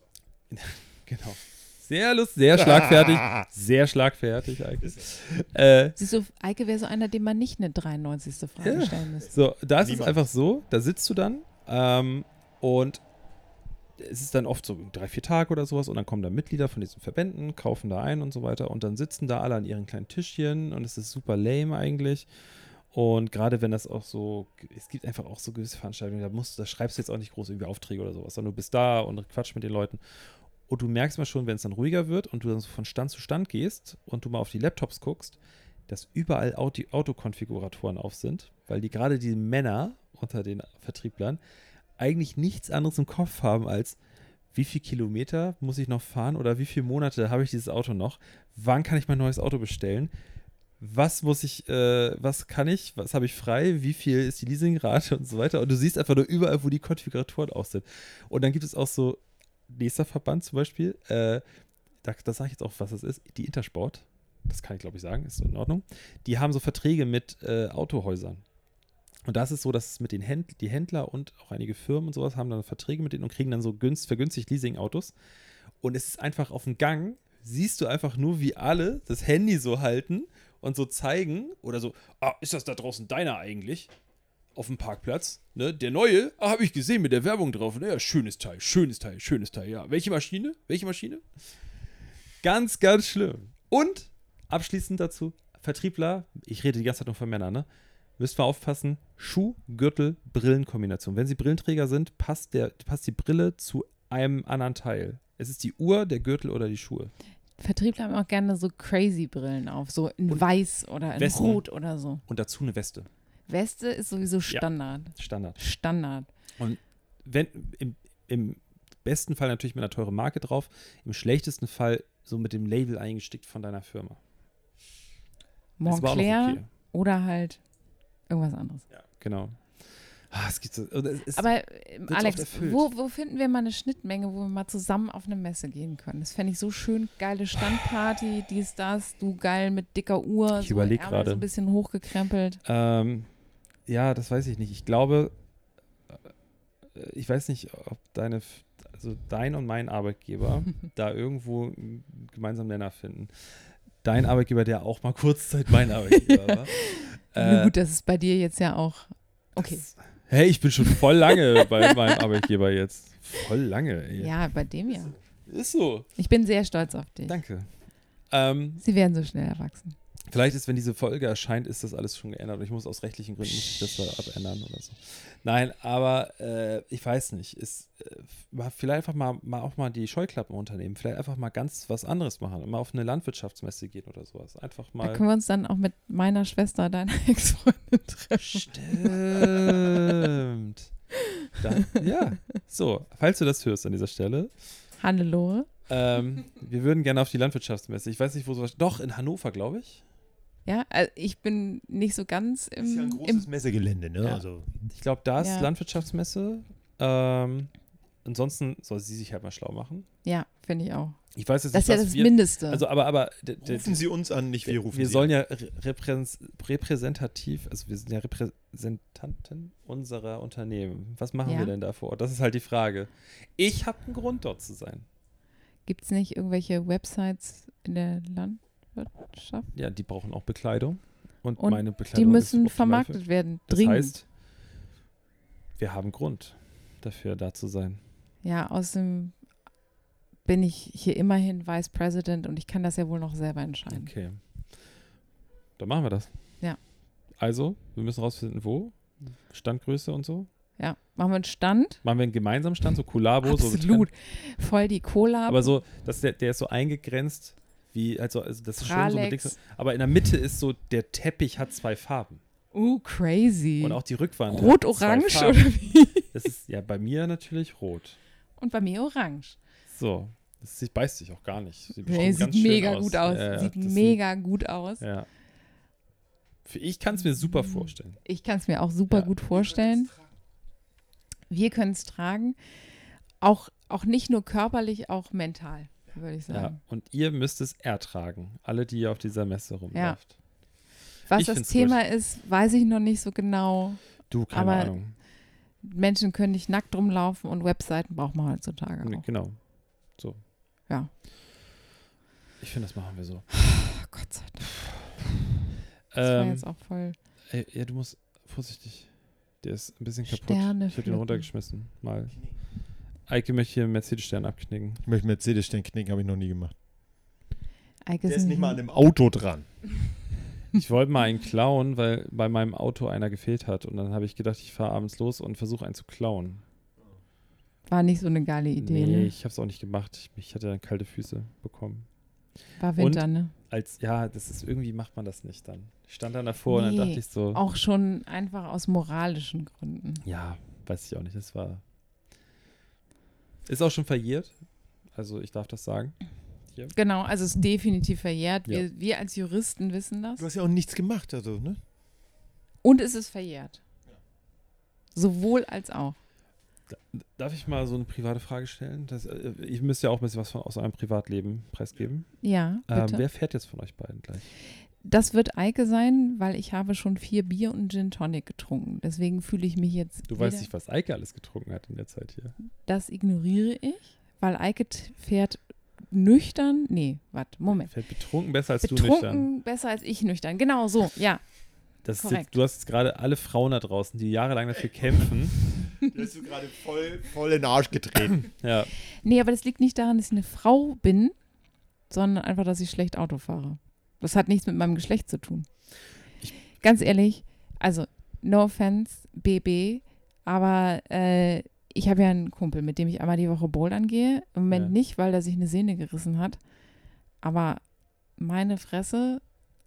Speaker 1: genau. Sehr lust, sehr schlagfertig. Sehr schlagfertig eigentlich. Äh,
Speaker 5: Siehst du, Eike wäre so einer, dem man nicht eine 93. Frage
Speaker 1: Ja.
Speaker 5: stellen müsste.
Speaker 1: So, da ist es
Speaker 2: Niemand.
Speaker 1: einfach so, da sitzt du dann ähm, und es ist dann oft so drei, vier Tage oder sowas und dann kommen da Mitglieder von diesen Verbänden, kaufen da ein und so weiter und dann sitzen da alle an ihren kleinen Tischchen und es ist super lame eigentlich. Und gerade wenn das auch so, es gibt einfach auch so gewisse Veranstaltungen, da musst du, da schreibst du jetzt auch nicht groß irgendwie Aufträge oder sowas, sondern du bist da und quatsch mit den Leuten. Und du merkst mal schon, wenn es dann ruhiger wird und du dann so von Stand zu Stand gehst und du mal auf die Laptops guckst, dass überall auch die Autokonfiguratoren auf sind, weil die gerade die Männer unter den Vertrieblern eigentlich nichts anderes im Kopf haben als wie viel Kilometer muss ich noch fahren oder wie viele Monate habe ich dieses Auto noch? Wann kann ich mein neues Auto bestellen? Was muss ich, äh, was kann ich, was habe ich frei, wie viel ist die Leasingrate und so weiter. Und du siehst einfach nur überall, wo die Konfiguratoren auf sind. Und dann gibt es auch so, nächster Verband zum Beispiel, äh, da, da sage ich jetzt auch, was das ist, die Intersport. Das kann ich, glaube ich, sagen, ist in Ordnung. Die haben so Verträge mit äh, Autohäusern. Und das ist so, dass es mit den Händl die Händler und auch einige Firmen und sowas haben dann Verträge mit denen und kriegen dann so günst vergünstigt Leasing-Autos. Und es ist einfach auf dem Gang, siehst du einfach nur, wie alle das Handy so halten und so zeigen oder so, ah, ist das da draußen deiner eigentlich? Auf dem Parkplatz, ne? Der neue, ah, habe ich gesehen mit der Werbung drauf. Ne? Ja, schönes Teil, schönes Teil, schönes Teil, ja. Welche Maschine? Welche Maschine? Ganz, ganz schlimm. Und abschließend dazu, Vertriebler, ich rede die ganze Zeit nur von Männern, ne? Müsst mal aufpassen, Schuh, Gürtel, Brillenkombination. Wenn sie Brillenträger sind, passt, der, passt die Brille zu einem anderen Teil. Es ist die Uhr, der Gürtel oder die Schuhe.
Speaker 5: Vertriebler haben auch gerne so crazy Brillen auf, so in
Speaker 1: Und
Speaker 5: weiß oder in
Speaker 1: Westen.
Speaker 5: rot oder so.
Speaker 1: Und dazu eine Weste.
Speaker 5: Weste ist sowieso Standard.
Speaker 1: Standard.
Speaker 5: Standard.
Speaker 1: wenn, im, im besten Fall natürlich mit einer teuren Marke drauf, im schlechtesten Fall so mit dem Label eingestickt von deiner Firma. Das war auch noch
Speaker 5: Montclair
Speaker 1: okay.
Speaker 5: oder halt irgendwas anderes.
Speaker 1: Genau. Ah, es gibt so, und es ist,
Speaker 5: Aber ähm,
Speaker 1: wird's oft
Speaker 5: Alex,
Speaker 1: erfüllt.
Speaker 5: wo, wo finden wir mal eine Schnittmenge, wo wir mal zusammen auf eine Messe gehen können? Das fände ich so schön. Geile Standparty, dies, das, du geil mit dicker Uhr.
Speaker 1: Ich
Speaker 5: so
Speaker 1: überleg
Speaker 5: Ärmel
Speaker 1: gerade.
Speaker 5: So ein bisschen hochgekrempelt.
Speaker 1: ähm, ja, das weiß ich nicht. Ich glaube, äh, ich weiß nicht, ob deine, F- also dein und mein Arbeitgeber da irgendwo einen gemeinsamen Nenner finden. Dein Arbeitgeber, der auch mal kurzzeit mein Arbeitgeber war.
Speaker 5: Na gut, das ist bei dir jetzt ja auch. Okay.
Speaker 1: Äh, Das- Hey, ich bin schon voll lange bei meinem Arbeitgeber jetzt. Voll lange, ey.
Speaker 5: Ja, bei dem ja.
Speaker 1: Ist so.
Speaker 5: Ich bin sehr stolz auf dich.
Speaker 1: Danke. Ähm,
Speaker 5: Sie werden so schnell erwachsen.
Speaker 1: Vielleicht ist, wenn diese Folge erscheint, ist das alles schon geändert. Und ich muss aus rechtlichen Gründen muss ich das da abändern oder so. Nein, aber äh, ich weiß nicht. Ist, äh, mal- vielleicht einfach mal, mal auch mal die Scheuklappen unternehmen. Vielleicht einfach mal ganz was anderes machen. Mal auf eine Landwirtschaftsmesse gehen oder sowas. Einfach
Speaker 5: Da
Speaker 1: mal.
Speaker 5: können wir uns dann auch mit meiner Schwester, deiner Ex-Freundin treffen.
Speaker 1: Stimmt. Dann, ja, so, falls du das hörst an dieser Stelle,
Speaker 5: Hannelore.
Speaker 1: ähm, wir würden gerne auf die Landwirtschaftsmesse. Ich weiß nicht, wo sowas. Doch, in Hannover, glaube ich.
Speaker 5: Ja, also ich bin nicht so ganz im,
Speaker 2: Ist ja ein
Speaker 5: im
Speaker 2: großes Messegelände, ne?
Speaker 1: Ja.
Speaker 2: Also,
Speaker 1: Ich glaube, da ist
Speaker 5: Ja.
Speaker 1: Landwirtschaftsmesse. Ähm, ansonsten soll sie sich halt mal schlau machen.
Speaker 5: Ja, finde ich auch.
Speaker 1: Ich weiß jetzt
Speaker 5: Das ist
Speaker 1: nicht,
Speaker 5: ja
Speaker 1: was
Speaker 5: das
Speaker 1: wir,
Speaker 5: Mindeste.
Speaker 1: Also, aber, aber d- d-
Speaker 2: rufen Sie uns an, nicht wir rufen
Speaker 1: wir
Speaker 2: Sie
Speaker 1: sollen
Speaker 2: an.
Speaker 1: ja re- repräs- repräsentativ, also wir sind ja Repräsentanten unserer Unternehmen. Was machen
Speaker 5: Ja.
Speaker 1: wir denn da vor Ort? Das ist halt die Frage. Ich habe einen Grund, dort zu sein.
Speaker 5: Gibt es nicht irgendwelche Websites in der Landwirtschaft?
Speaker 1: Ja, die brauchen auch Bekleidung. Und,
Speaker 5: Und
Speaker 1: meine
Speaker 5: Die
Speaker 1: Bekleidung
Speaker 5: müssen
Speaker 1: ist optimal für-
Speaker 5: vermarktet werden,
Speaker 1: Das
Speaker 5: dringend.
Speaker 1: heißt, wir haben Grund dafür, da zu sein.
Speaker 5: ja, außerdem bin ich hier immerhin Vice President und ich kann das ja wohl noch selber entscheiden.
Speaker 1: Okay. Dann machen wir das.
Speaker 5: Ja.
Speaker 1: Also, wir müssen rausfinden, wo. Standgröße und so.
Speaker 5: Ja, machen wir einen Stand.
Speaker 1: Machen wir einen gemeinsamen Stand, so Kollabo. So getrennt.
Speaker 5: Absolut. Voll die Cola.
Speaker 1: aber so, dass der, der ist so eingegrenzt, wie, also, also das ist schon so mit
Speaker 5: Fralex.
Speaker 1: Dings- Aber in der Mitte ist so, der Teppich hat zwei Farben.
Speaker 5: uh, crazy.
Speaker 1: Und auch die Rückwand. hat
Speaker 5: Rot-orange
Speaker 1: zwei
Speaker 5: oder
Speaker 1: Farben.
Speaker 5: wie?
Speaker 1: Das ist ja bei mir natürlich rot.
Speaker 5: Und bei mir orange.
Speaker 1: So. Das sieht, beißt sich auch gar nicht. Sieht,
Speaker 5: Nee,
Speaker 1: bestimmt
Speaker 5: sieht
Speaker 1: ganz schön
Speaker 5: mega gut aus.
Speaker 1: Ja, ja,
Speaker 5: sieht
Speaker 1: das sind-
Speaker 5: mega gut aus.
Speaker 1: Ja. Für ich kann es mir super vorstellen.
Speaker 5: Ich kann es mir auch super
Speaker 1: Ja.
Speaker 5: gut vorstellen. Wir können es tragen. Auch, auch nicht nur körperlich, auch mental, würde ich
Speaker 1: Ja.
Speaker 5: sagen.
Speaker 1: Und ihr müsst es ertragen. Alle, die ihr auf dieser Messe rumläuft.
Speaker 5: Was
Speaker 1: Ich
Speaker 5: das
Speaker 1: find's
Speaker 5: Thema ist, weiß ich noch nicht so genau.
Speaker 1: Du, keine
Speaker 5: Aber-
Speaker 1: Ahnung.
Speaker 5: Menschen können nicht nackt rumlaufen und Webseiten braucht man heutzutage
Speaker 1: Nee,
Speaker 5: auch.
Speaker 1: Genau. So.
Speaker 5: Ja.
Speaker 1: Ich finde, das machen wir so.
Speaker 5: Oh Gott sei Dank. Das war
Speaker 1: Ähm,
Speaker 5: jetzt auch voll.
Speaker 1: ey, ja, du musst vorsichtig. Der ist ein bisschen kaputt.
Speaker 5: Sterne
Speaker 1: ich habe den
Speaker 5: pflücken.
Speaker 1: runtergeschmissen. Mal. Eike möchte hier einen Mercedes-Stern abknicken.
Speaker 2: Ich möchte Mercedes-Stern knicken, habe ich noch nie gemacht.
Speaker 5: Eike
Speaker 2: Der ist nicht mal an
Speaker 5: ein-
Speaker 2: dem Auto dran.
Speaker 1: Ich wollte mal einen klauen, weil bei meinem Auto einer gefehlt hat. Und dann habe ich gedacht, ich fahre abends los und versuche einen zu klauen.
Speaker 5: War nicht so eine geile Idee,
Speaker 1: nee,
Speaker 5: ne?
Speaker 1: ich habe es auch nicht gemacht. Ich, ich hatte dann kalte Füße bekommen.
Speaker 5: War Winter, ne?
Speaker 1: Als, ja, das ist irgendwie macht man das nicht dann. Ich stand dann davor und
Speaker 5: Nee,
Speaker 1: dann dachte ich so,
Speaker 5: Auch schon einfach aus moralischen Gründen.
Speaker 1: ja, weiß ich auch nicht. Das war. Ist auch schon verjährt. Also ich darf das sagen.
Speaker 5: Genau, also es ist definitiv verjährt.
Speaker 1: Ja.
Speaker 5: Wir, wir als Juristen wissen das.
Speaker 2: Du hast ja auch nichts gemacht, also, ne?
Speaker 5: Und es ist verjährt. Sowohl als auch.
Speaker 1: Darf ich mal so eine private Frage stellen? Das, äh, ich müsste ja auch ein bisschen was von, aus eurem Privatleben preisgeben.
Speaker 5: Ja,
Speaker 1: Ähm,
Speaker 5: bitte.
Speaker 1: wer fährt jetzt von euch beiden gleich?
Speaker 5: das wird Eike sein, weil ich habe schon vier Bier und Gin Tonic getrunken. Deswegen fühle ich mich jetzt.
Speaker 1: Du weißt
Speaker 5: weder-
Speaker 1: nicht, was Eike alles getrunken hat in der Zeit hier.
Speaker 5: Das ignoriere ich, weil Eike t- fährt nüchtern. Nee, warte, Moment.
Speaker 1: Fährt betrunken besser als du nüchtern.
Speaker 5: Betrunken besser als ich nüchtern. Genau so, ja.
Speaker 1: Das ist
Speaker 5: Korrekt.
Speaker 1: jetzt, du hast jetzt gerade alle Frauen da draußen, die jahrelang dafür kämpfen.
Speaker 2: Da hast du gerade voll, voll in den Arsch getreten.
Speaker 1: Ja,
Speaker 5: Nee, aber das liegt nicht daran, dass ich eine Frau bin, sondern einfach, dass ich schlecht Auto fahre. Das hat nichts mit meinem Geschlecht zu tun. Ganz ehrlich, also no offense, BB, aber äh, ich habe ja einen Kumpel, mit dem ich einmal die Woche Bouldern gehe. Im Moment
Speaker 1: Ja.
Speaker 5: nicht, weil er sich eine Sehne gerissen hat. Aber meine Fresse,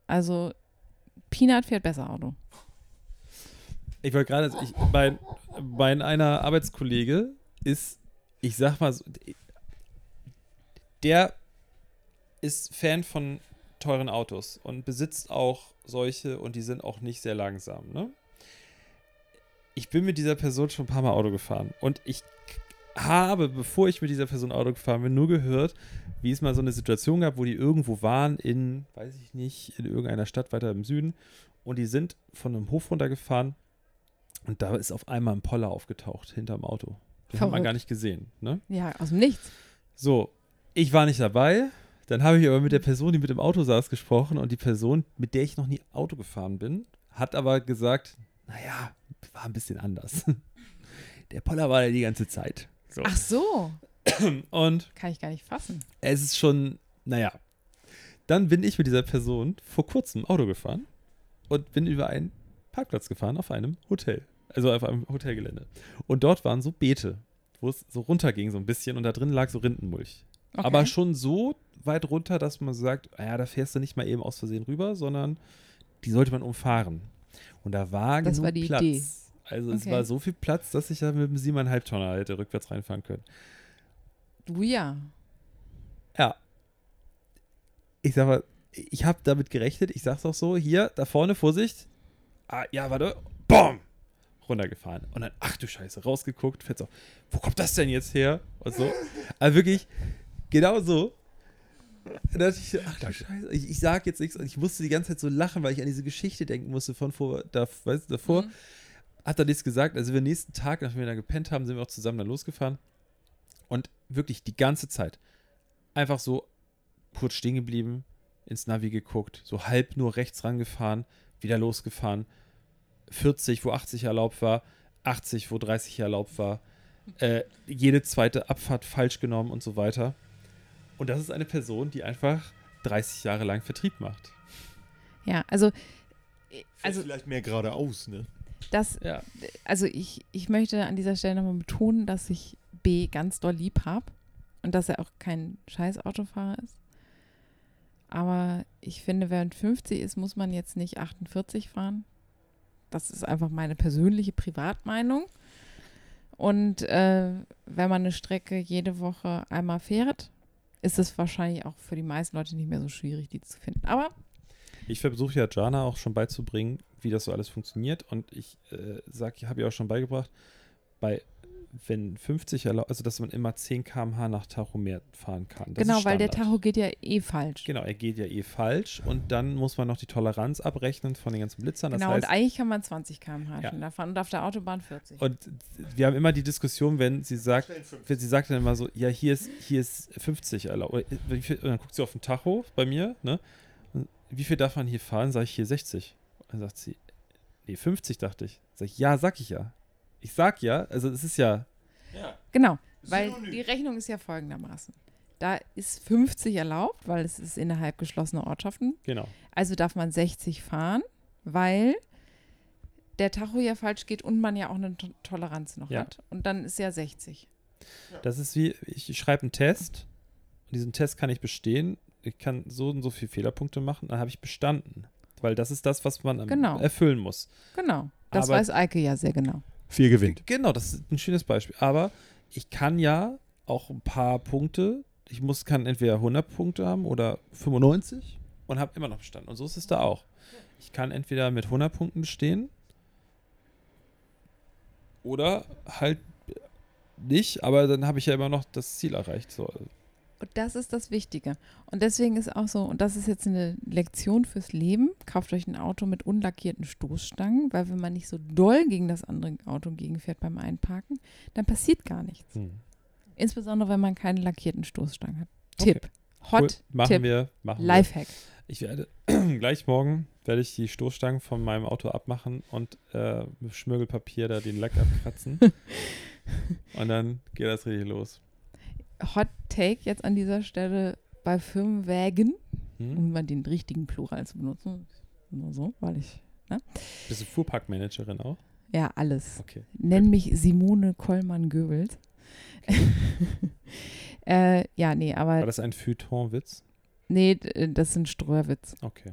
Speaker 5: also Peanut fährt besser Auto.
Speaker 1: ich wollte gerade, ich, mein, mein einer Arbeitskollege ist, ich sag mal, so, der ist Fan von teuren Autos und besitzt auch solche und die sind auch nicht sehr langsam. Ne? Ich bin mit dieser Person schon ein paar Mal Auto gefahren und ich habe, bevor ich mit dieser Person Auto gefahren bin, nur gehört, wie es mal so eine Situation gab, wo die irgendwo waren in, weiß ich nicht, in irgendeiner Stadt weiter im Süden und die sind von einem Hof runtergefahren und da ist auf einmal ein Poller aufgetaucht hinterm Auto. Den hat man
Speaker 5: Verrückt.
Speaker 1: gar nicht gesehen. Ne?
Speaker 5: Ja, aus dem Nichts.
Speaker 1: So, ich war nicht dabei. Dann habe ich aber mit der Person, die mit dem Auto saß, gesprochen und die Person, mit der ich noch nie Auto gefahren bin, hat aber gesagt, naja, war ein bisschen anders. Der Poller war da die ganze Zeit. So.
Speaker 5: Ach so,
Speaker 1: Und
Speaker 5: kann ich gar nicht fassen.
Speaker 1: es ist schon, naja. Dann bin ich mit dieser Person vor kurzem Auto gefahren und bin über einen Parkplatz gefahren auf einem Hotel. Also auf einem Hotelgelände. Und dort waren so Beete, wo es so runterging so ein bisschen und da drin lag so Rindenmulch.
Speaker 5: Okay.
Speaker 1: Aber schon so weit runter, dass man sagt, ah ja, da fährst du nicht mal eben aus Versehen rüber, sondern die sollte man umfahren. Und da war
Speaker 5: Das
Speaker 1: genug
Speaker 5: war die
Speaker 1: Platz.
Speaker 5: Idee.
Speaker 1: Also es
Speaker 5: Okay.
Speaker 1: war so viel Platz, dass ich da mit dem 7,5 Tonner hätte rückwärts reinfahren können.
Speaker 5: Du ja.
Speaker 1: Ja. Ich sag mal, ich habe damit gerechnet, ich sag's auch so, hier, da vorne, Vorsicht. Ah, ja, warte. Boom! Runtergefahren. Und dann, ach du Scheiße, rausgeguckt, fährt so, wo kommt das denn jetzt her? Und so. Aber wirklich, genau so. Da dachte ich, so, ach du Scheiße, ich, ich sag jetzt nichts. Und ich musste die ganze Zeit so lachen, weil ich an diese Geschichte denken musste von vor, da, weißt du, davor. Hat er nichts gesagt. Also, wir nächsten Tag, nachdem wir da gepennt haben, sind wir auch zusammen dann losgefahren. Und wirklich die ganze Zeit einfach so kurz stehen geblieben, ins Navi geguckt, so halb nur rechts rangefahren, wieder losgefahren. 40, wo 80 erlaubt war, 80, wo 30 erlaubt war. Äh, jede zweite Abfahrt falsch genommen und so weiter. Und das ist eine Person, die einfach 30 Jahre lang Vertrieb macht.
Speaker 5: Ja, also, also
Speaker 2: vielleicht mehr geradeaus, ne?
Speaker 5: das,
Speaker 1: Ja.
Speaker 5: also ich, ich möchte an dieser Stelle nochmal betonen, dass ich B ganz doll lieb habe und dass er auch kein scheiß Autofahrer ist. Aber ich finde, während 50 ist, muss man jetzt nicht 48 fahren. Das ist einfach meine persönliche Privatmeinung. Und äh, wenn man eine Strecke jede Woche einmal fährt, ist es wahrscheinlich auch für die meisten Leute nicht mehr so schwierig, die zu finden. Aber
Speaker 1: Ich versuche ja Jana auch schon beizubringen, wie das so alles funktioniert. Und ich äh, sag, habe ihr auch schon beigebracht, bei wenn 50 erlaubt, also dass man immer 10 km/h nach Tacho mehr fahren kann. Das
Speaker 5: genau,
Speaker 1: ist
Speaker 5: weil der
Speaker 1: Standard.
Speaker 5: Tacho geht ja eh falsch.
Speaker 1: Genau, er geht ja eh falsch und dann muss man noch die Toleranz abrechnen von den ganzen Blitzern. Das
Speaker 5: Genau,
Speaker 1: heißt,
Speaker 5: und eigentlich kann man 20 km/h
Speaker 1: Ja.
Speaker 5: schneller fahren und auf der Autobahn 40.
Speaker 1: Und wir haben immer die Diskussion, wenn sie sagt, wenn sie sagt dann immer so, ja, hier ist, hier ist 50 erlaubt. Oder, äh, wie viel- Und dann guckt sie auf den Tacho bei mir, ne? Und wie viel darf man hier fahren? Sag ich hier 60. Dann sagt sie, nee, 50 dachte ich. Sag ich, ja, sag ich ja. Ich sag ja, also es ist ja,
Speaker 5: genau, weil die Rechnung ist ja folgendermaßen. Da ist 50 erlaubt, weil es ist innerhalb geschlossener Ortschaften.
Speaker 1: genau.
Speaker 5: Also darf man 60 fahren, weil der Tacho ja falsch geht und man ja auch eine To- Toleranz noch
Speaker 1: Ja.
Speaker 5: hat. Und dann ist ja 60.
Speaker 1: Das ist wie, ich schreibe einen Test und diesen Test kann ich bestehen. Ich kann so und so viele Fehlerpunkte machen, dann habe ich bestanden. Weil das ist das, was man am-
Speaker 5: Genau.
Speaker 1: erfüllen muss.
Speaker 5: Genau. Das
Speaker 1: Aber-
Speaker 5: weiß Eike ja sehr genau.
Speaker 2: Vier gewinnt.
Speaker 1: Genau, das ist ein schönes Beispiel. Aber ich kann ja auch ein paar Punkte, ich muss, kann entweder 100 Punkte haben oder 95 und habe immer noch bestanden. Und so ist es da auch. Ich kann entweder mit 100 Punkten bestehen oder halt nicht, aber dann habe ich ja immer noch das Ziel erreicht. So,
Speaker 5: Und das ist das Wichtige. Und deswegen ist auch so, und das ist jetzt eine Lektion fürs Leben, kauft euch ein Auto mit unlackierten Stoßstangen, weil wenn man nicht so doll gegen das andere Auto gegenfährt beim Einparken, dann passiert gar nichts.
Speaker 1: Hm.
Speaker 5: Insbesondere, wenn man keine lackierten Stoßstangen hat.
Speaker 1: Okay.
Speaker 5: Tipp. Hot
Speaker 1: cool, machen
Speaker 5: Tipp.
Speaker 1: wir. Machen wir.
Speaker 5: Lifehack.
Speaker 1: Ich werde gleich morgen werde ich die Stoßstangen von meinem Auto abmachen und äh, mit Schmirgelpapier da den Lack abkratzen. und dann geht das richtig los.
Speaker 5: Hot Take jetzt an dieser Stelle bei Firmenwägen,
Speaker 1: Hm?
Speaker 5: um mal den richtigen Plural zu benutzen. Nur so, weil ich.
Speaker 1: Bist du Fuhrparkmanagerin auch?
Speaker 5: Ja, alles.
Speaker 1: Okay.
Speaker 5: Nenn mich Simone Kollmann-Göbels. äh, ja, nee,
Speaker 1: War
Speaker 5: aber
Speaker 1: das ein Feuilleton-Witz?
Speaker 5: nee, d- äh, das ist ein Streuwitz.
Speaker 1: Okay,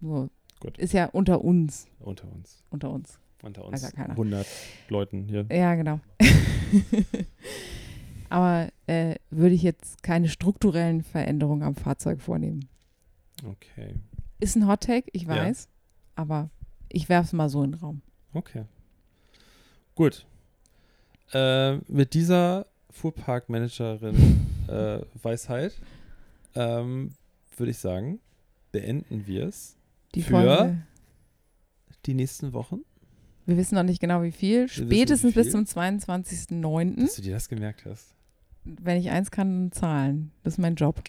Speaker 5: So.
Speaker 1: Gut.
Speaker 5: Ist ja unter uns,
Speaker 1: unter uns.
Speaker 5: unter uns.
Speaker 1: Unter uns.
Speaker 5: Weiß ja keiner.
Speaker 1: 100 Leuten hier.
Speaker 5: Ja, genau. aber äh, würde ich jetzt keine strukturellen Veränderungen am Fahrzeug vornehmen.
Speaker 1: Okay.
Speaker 5: Ist ein Hottake, ich
Speaker 1: Ja.
Speaker 5: weiß, aber ich werfe es mal so in den Raum.
Speaker 1: Okay. Gut. Äh, mit dieser Fuhrparkmanagerin-Weisheit ähm, würde ich sagen, beenden wir es.
Speaker 5: Die
Speaker 1: Für?
Speaker 5: Folge,
Speaker 1: Die nächsten Wochen.
Speaker 5: wir wissen noch nicht genau wie viel,
Speaker 1: wissen nicht, wie
Speaker 5: spätestens bis
Speaker 1: viel.
Speaker 5: zum 22.09.
Speaker 1: Dass du dir das gemerkt hast.
Speaker 5: wenn ich eins kann, zahlen. Das ist mein Job.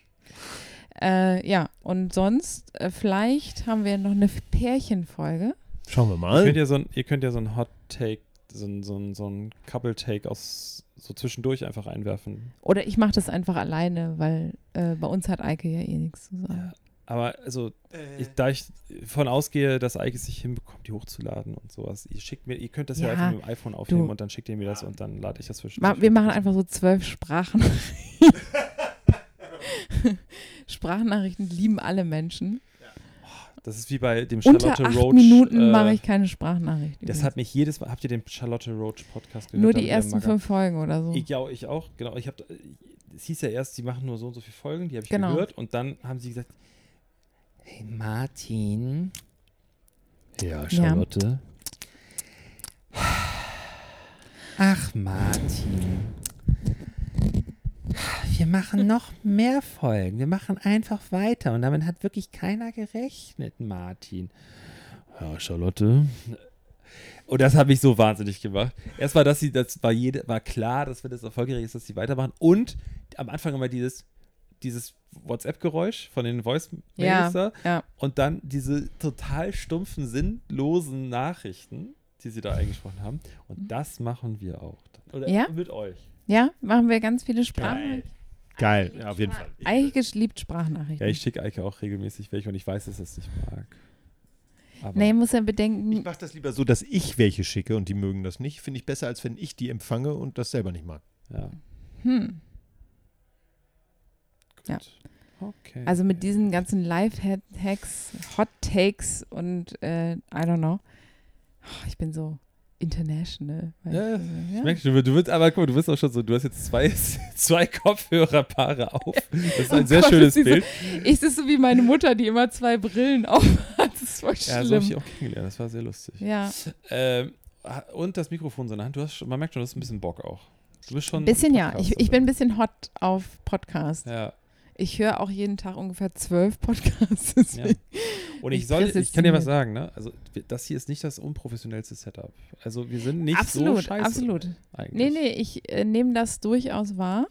Speaker 5: Äh, ja, und sonst, äh, vielleicht haben wir noch eine Pärchenfolge.
Speaker 2: Schauen wir
Speaker 1: Ihr
Speaker 2: mal.
Speaker 5: Äh.
Speaker 1: könnt ja so ein, ihr könnt ja so ein Hot Take so ein, so ein, so ein Couple-Take aus so zwischendurch einfach einwerfen.
Speaker 5: Oder ich mache das einfach alleine, weil äh, bei uns hat Eike ja eh nichts zu sagen.
Speaker 1: Aber also, ich, da ich von ausgehe, dass Eike es nicht hinbekommt, die hochzuladen und sowas, ihr schickt mir, ihr könnt das ja,
Speaker 5: Ja,
Speaker 1: einfach mit dem iPhone aufnehmen
Speaker 5: du-
Speaker 1: und dann schickt ihr mir das und dann lade ich das
Speaker 5: Ma-
Speaker 1: zwischendurch.
Speaker 5: Wir machen einfach so zwölf Sprachen. Sprachnachrichten lieben alle Menschen.
Speaker 1: Das ist wie bei dem
Speaker 5: Unter
Speaker 1: Charlotte
Speaker 5: acht
Speaker 1: Roach.
Speaker 5: Minuten mache
Speaker 1: äh,
Speaker 5: ich keine Sprachnachricht.
Speaker 1: Das hat mich jedes Mal. Habt ihr den Charlotte Roach Podcast gehört?
Speaker 5: Nur
Speaker 1: Da mit
Speaker 5: die
Speaker 1: der
Speaker 5: ersten
Speaker 1: Magga?
Speaker 5: fünf Folgen oder so.
Speaker 1: Ich, ja, ich auch, genau. Ich hab, es hieß ja erst, sie machen nur so und so viele Folgen, die habe ich
Speaker 5: Genau.
Speaker 1: gehört. Und dann haben sie gesagt, hey Martin. Ja,
Speaker 5: Charlotte.
Speaker 1: Ach Martin. Wir machen noch mehr Folgen. Wir machen einfach weiter. Und damit hat wirklich keiner gerechnet, Martin. Ja, Charlotte. Und das hat mich so wahnsinnig gemacht. Erst war, dass sie, das war jede, war klar, dass wenn das erfolgreich ist, dass sie weitermachen. Und am Anfang immer dieses, dieses WhatsApp-Geräusch von den Voice-Mails
Speaker 5: Ja,
Speaker 1: da.
Speaker 5: ja.
Speaker 1: Und dann diese total stumpfen, sinnlosen Nachrichten, die sie da eingesprochen haben. Und das machen wir auch. Oder
Speaker 5: Ja?
Speaker 1: mit euch.
Speaker 5: Ja, machen wir ganz viele Sprachnachrichten.
Speaker 2: Geil, ja, auf jeden Fall.
Speaker 5: Eike liebt Sprachnachrichten.
Speaker 1: Ja, ich schicke Eike auch regelmäßig welche und ich weiß, dass er es nicht mag. Aber
Speaker 5: nee, muss ja
Speaker 2: Ich
Speaker 5: bedenken,
Speaker 2: mache das lieber so, dass ich welche schicke und die mögen das nicht. Finde ich besser, als wenn ich die empfange und das selber nicht mag.
Speaker 1: ja,
Speaker 5: hm,
Speaker 1: gut.
Speaker 5: Ja.
Speaker 1: Okay.
Speaker 5: also mit diesen ganzen Live-Hacks, Hot Takes und äh, I don't know. Oh, ich bin so international. weil-
Speaker 1: Ja,
Speaker 5: also,
Speaker 1: ich merke, schon, du, du wirst, aber guck mal, du bist auch schon so, du hast jetzt zwei, zwei Kopfhörerpaare auf. Das ist ein
Speaker 5: Oh
Speaker 1: sehr
Speaker 5: Gott,
Speaker 1: schönes
Speaker 5: ist die so-
Speaker 1: Bild.
Speaker 5: Ich sitze so wie meine Mutter, die immer zwei Brillen auf hat. Das ist voll
Speaker 1: ja, so habe
Speaker 5: schlimm.
Speaker 1: ich dich
Speaker 5: Ja,
Speaker 1: auch kennengelernt. Das war sehr lustig.
Speaker 5: ja.
Speaker 1: Ähm, und das Mikrofon so in der Hand. Du hast schon, man merkt schon, du hast ein bisschen Bock auch. Du bist schon.
Speaker 5: ein bisschen ja. Ich, ich
Speaker 1: Podcasterin.
Speaker 5: bin ein bisschen hot auf Podcast.
Speaker 1: Ja,
Speaker 5: Ich höre auch jeden Tag ungefähr zwölf Podcasts. deswegen-
Speaker 1: ja. Und ich
Speaker 5: Ich
Speaker 1: soll,
Speaker 5: fresse
Speaker 1: ich kann dir
Speaker 5: Zimt.
Speaker 1: was sagen, ne? Also, wir- das hier ist nicht das unprofessionellste Setup. Also, wir sind nicht so
Speaker 5: absolut,
Speaker 1: scheiße.
Speaker 5: absolut. Nee,
Speaker 1: Eigentlich.
Speaker 5: nee, ich äh, nehme das durchaus wahr.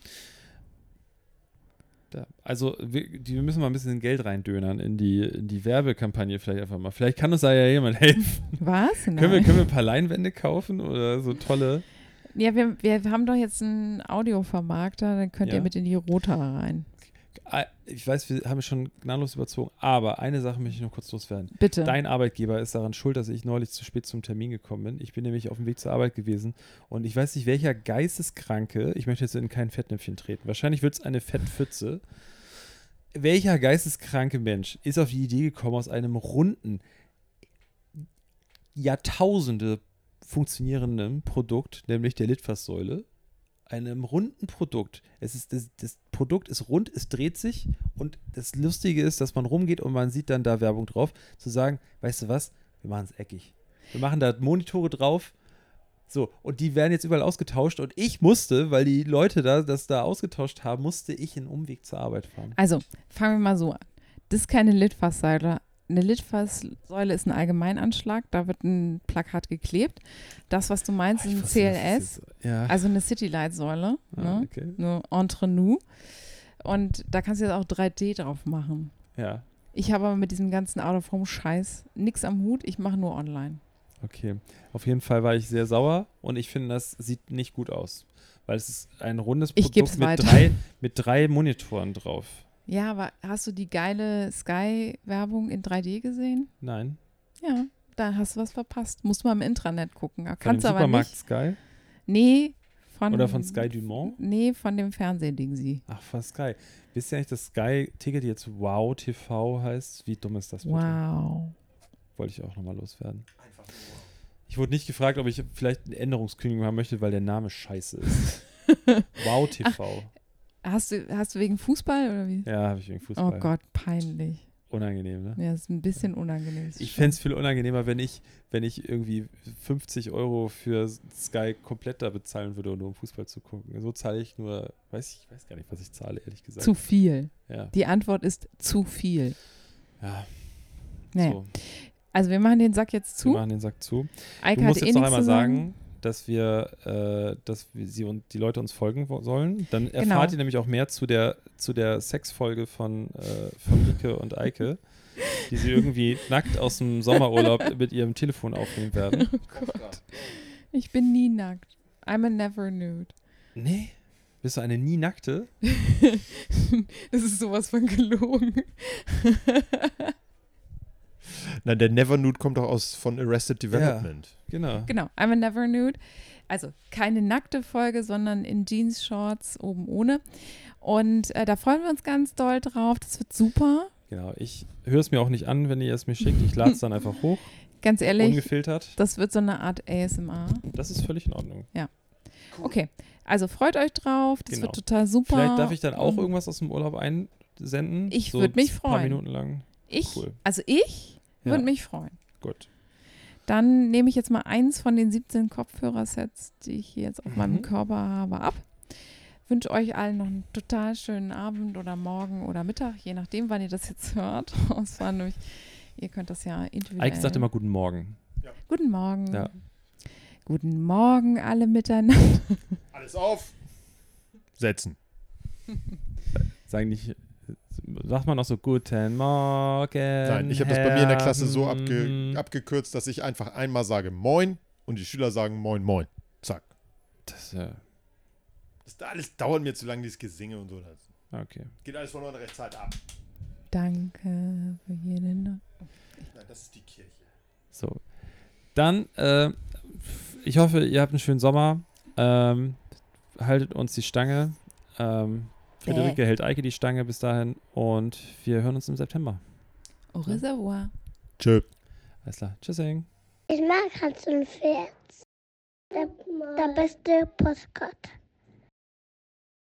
Speaker 1: Da. Also, wir, die, wir müssen mal ein bisschen Geld reindönern in die, in die Werbekampagne vielleicht einfach mal. Vielleicht kann uns da ja jemand helfen.
Speaker 5: Was? Nein.
Speaker 1: Können wir, können wir ein paar Leinwände kaufen oder so tolle?
Speaker 5: ja, wir, wir haben doch jetzt einen Audiovermarkter, dann könnt
Speaker 1: Ja.
Speaker 5: ihr mit in die Rota rein.
Speaker 1: Ah, Ich weiß, wir haben es schon gnadenlos überzogen, aber eine Sache möchte ich noch kurz loswerden.
Speaker 5: Bitte.
Speaker 1: Dein Arbeitgeber ist daran schuld, dass ich neulich zu spät zum Termin gekommen bin. Ich bin nämlich auf dem Weg zur Arbeit gewesen und ich weiß nicht, welcher Geisteskranke, ich möchte jetzt in kein Fettnäpfchen treten, wahrscheinlich wird es eine Fettpfütze. Welcher geisteskranke Mensch ist auf die Idee gekommen, aus einem runden, Jahrtausende funktionierenden Produkt, nämlich der Litfaßsäule, einem runden Produkt. Es ist, das, das Produkt ist rund, es dreht sich und das Lustige ist, dass man rumgeht und man sieht dann da Werbung drauf, zu sagen, weißt du was, wir machen es eckig. Wir machen da Monitore drauf. So, und die werden jetzt überall ausgetauscht und ich musste, weil die Leute da das da ausgetauscht haben, musste ich einen Umweg zur Arbeit fahren.
Speaker 5: Also, fangen wir mal so an. Das ist keine Litfaßsäule. Eine Litfaßsäule ist ein Allgemeinanschlag, da wird ein Plakat geklebt. Das, was du
Speaker 1: Ah,
Speaker 5: meinst, ist ein CLS,
Speaker 1: Ja.
Speaker 5: also eine Citylight-Säule,
Speaker 1: ah,
Speaker 5: ne?
Speaker 1: okay.
Speaker 5: nur entre nous. Und da kannst du jetzt auch 3D drauf machen.
Speaker 1: Ja,
Speaker 5: Ich habe aber mit diesem ganzen Out-of-Home-Scheiß nichts am Hut, ich mache nur online.
Speaker 1: okay. Auf jeden Fall war ich sehr sauer und ich finde, das sieht nicht gut aus. Weil es ist ein rundes
Speaker 5: Ich
Speaker 1: Produkt
Speaker 5: geb's
Speaker 1: mit
Speaker 5: weiter.
Speaker 1: drei, mit drei Monitoren drauf.
Speaker 5: Ja, aber hast du die geile Sky-Werbung in 3D gesehen?
Speaker 1: Nein.
Speaker 5: Ja, da hast du was verpasst. Musst mal im Intranet gucken.
Speaker 1: Von
Speaker 5: Kannst
Speaker 1: dem
Speaker 5: aber
Speaker 1: Supermarkt
Speaker 5: nicht.
Speaker 1: Sky
Speaker 5: Nee, von.
Speaker 1: oder von Sky Dumont?
Speaker 5: Nee, von dem Fernsehding sie.
Speaker 1: Ach, von Sky. Wisst ihr eigentlich, dass Sky-Ticket jetzt Wow TV heißt? Wie dumm ist das bitte?
Speaker 5: Wow.
Speaker 1: Wollte ich auch nochmal loswerden. Ich wurde nicht gefragt, ob ich vielleicht eine Änderungskündigung haben möchte, weil der Name scheiße ist. wow TV.
Speaker 5: Hast du, hast du wegen Fußball oder wie?
Speaker 1: Ja, habe ich wegen
Speaker 5: oh
Speaker 1: Fußball.
Speaker 5: Gott, peinlich.
Speaker 1: Unangenehm, ne?
Speaker 5: Ja, das ist ein bisschen unangenehm. das
Speaker 1: Ich
Speaker 5: stimmt.
Speaker 1: fände es viel unangenehmer, wenn ich, wenn ich irgendwie 50 Euro für Sky komplett da bezahlen würde, nur um Fußball zu gucken. So zahle ich nur, weiß ich, weiß gar nicht, was ich zahle, ehrlich gesagt.
Speaker 5: zu viel.
Speaker 1: ja.
Speaker 5: Die Antwort ist zu viel.
Speaker 1: ja.
Speaker 5: Naja.
Speaker 1: So,
Speaker 5: Also wir machen den Sack jetzt
Speaker 1: wir
Speaker 5: zu.
Speaker 1: machen den Sack zu.
Speaker 5: Eike
Speaker 1: du musst
Speaker 5: hat eh
Speaker 1: jetzt noch
Speaker 5: nichts
Speaker 1: einmal
Speaker 5: zu
Speaker 1: sagen, dass wir, äh, dass wir sie und die Leute uns folgen wo- sollen. Dann erfahrt
Speaker 5: Genau.
Speaker 1: ihr nämlich auch mehr zu der, zu der Sexfolge von, äh, von Rike und Eike, die sie irgendwie nackt aus dem Sommerurlaub mit ihrem Telefon aufnehmen werden.
Speaker 5: Oh Gott. Ich bin nie nackt. I'm a never nude.
Speaker 1: Nee. Bist du eine nie nackte?
Speaker 5: Das ist sowas von gelogen.
Speaker 2: Na, der Never Nude kommt doch aus von Arrested Development.
Speaker 1: Genau.
Speaker 5: Genau, I'm a never nude. Also keine nackte Folge, sondern in Jeans, Shorts, oben ohne. Und äh, da freuen wir uns ganz doll drauf. Das wird super.
Speaker 1: Genau. Ich höre es mir auch nicht an, wenn ihr es mir schickt. Ich lade es dann einfach hoch,
Speaker 5: Ganz ehrlich,
Speaker 1: ungefiltert.
Speaker 5: das wird so eine Art ASMR.
Speaker 1: Das ist völlig in Ordnung.
Speaker 5: Okay, also freut euch drauf. Das
Speaker 1: Genau.
Speaker 5: wird total super.
Speaker 1: Vielleicht darf ich dann auch
Speaker 5: Und
Speaker 1: irgendwas aus dem Urlaub einsenden.
Speaker 5: ähm, Ich würd mich
Speaker 1: ein
Speaker 5: freuen.
Speaker 1: paar Minuten lang.
Speaker 5: Ich,
Speaker 1: cool.
Speaker 5: also ich
Speaker 1: Ja.
Speaker 5: würde mich freuen.
Speaker 1: Gut.
Speaker 5: Dann nehme ich jetzt mal eins von den 17 Kopfhörersets, die ich hier jetzt auf
Speaker 1: Mhm.
Speaker 5: meinem Körper habe, ab. Wünsche euch allen noch einen total schönen Abend oder Morgen oder Mittag, je nachdem, wann ihr das jetzt hört. Es war nämlich, ihr könnt das ja individuell.
Speaker 1: Eike sagt immer Guten Morgen.
Speaker 5: Guten Morgen.
Speaker 1: Ja.
Speaker 5: Guten Morgen alle miteinander.
Speaker 2: Alles auf! Setzen.
Speaker 1: Sagen nicht, sagt man auch so Guten Morgen.
Speaker 2: Nein, ich habe das bei mir in der Klasse so abge
Speaker 1: Herren."
Speaker 2: abgekürzt, dass ich einfach einmal sage Moin und die Schüler sagen Moin, Moin. Zack.
Speaker 1: Das, äh,
Speaker 2: Das alles dauert mir zu lange, dieses Gesinge und so. Das
Speaker 1: okay.
Speaker 2: geht alles von unserer Zeit ab.
Speaker 5: Danke für jeden. Dank.
Speaker 2: Nein, das ist die Kirche.
Speaker 1: So. Dann, äh, ich hoffe, ihr habt einen schönen Sommer. Ähm, haltet uns die Stange. Ähm, Friederike hält Eike die Stange bis dahin und wir hören uns im September.
Speaker 5: Au reservoir.
Speaker 2: Tschö.
Speaker 1: Alles klar. Tschüssing.
Speaker 7: Ich mag Hans und Pferd. Der, der beste Postkarte.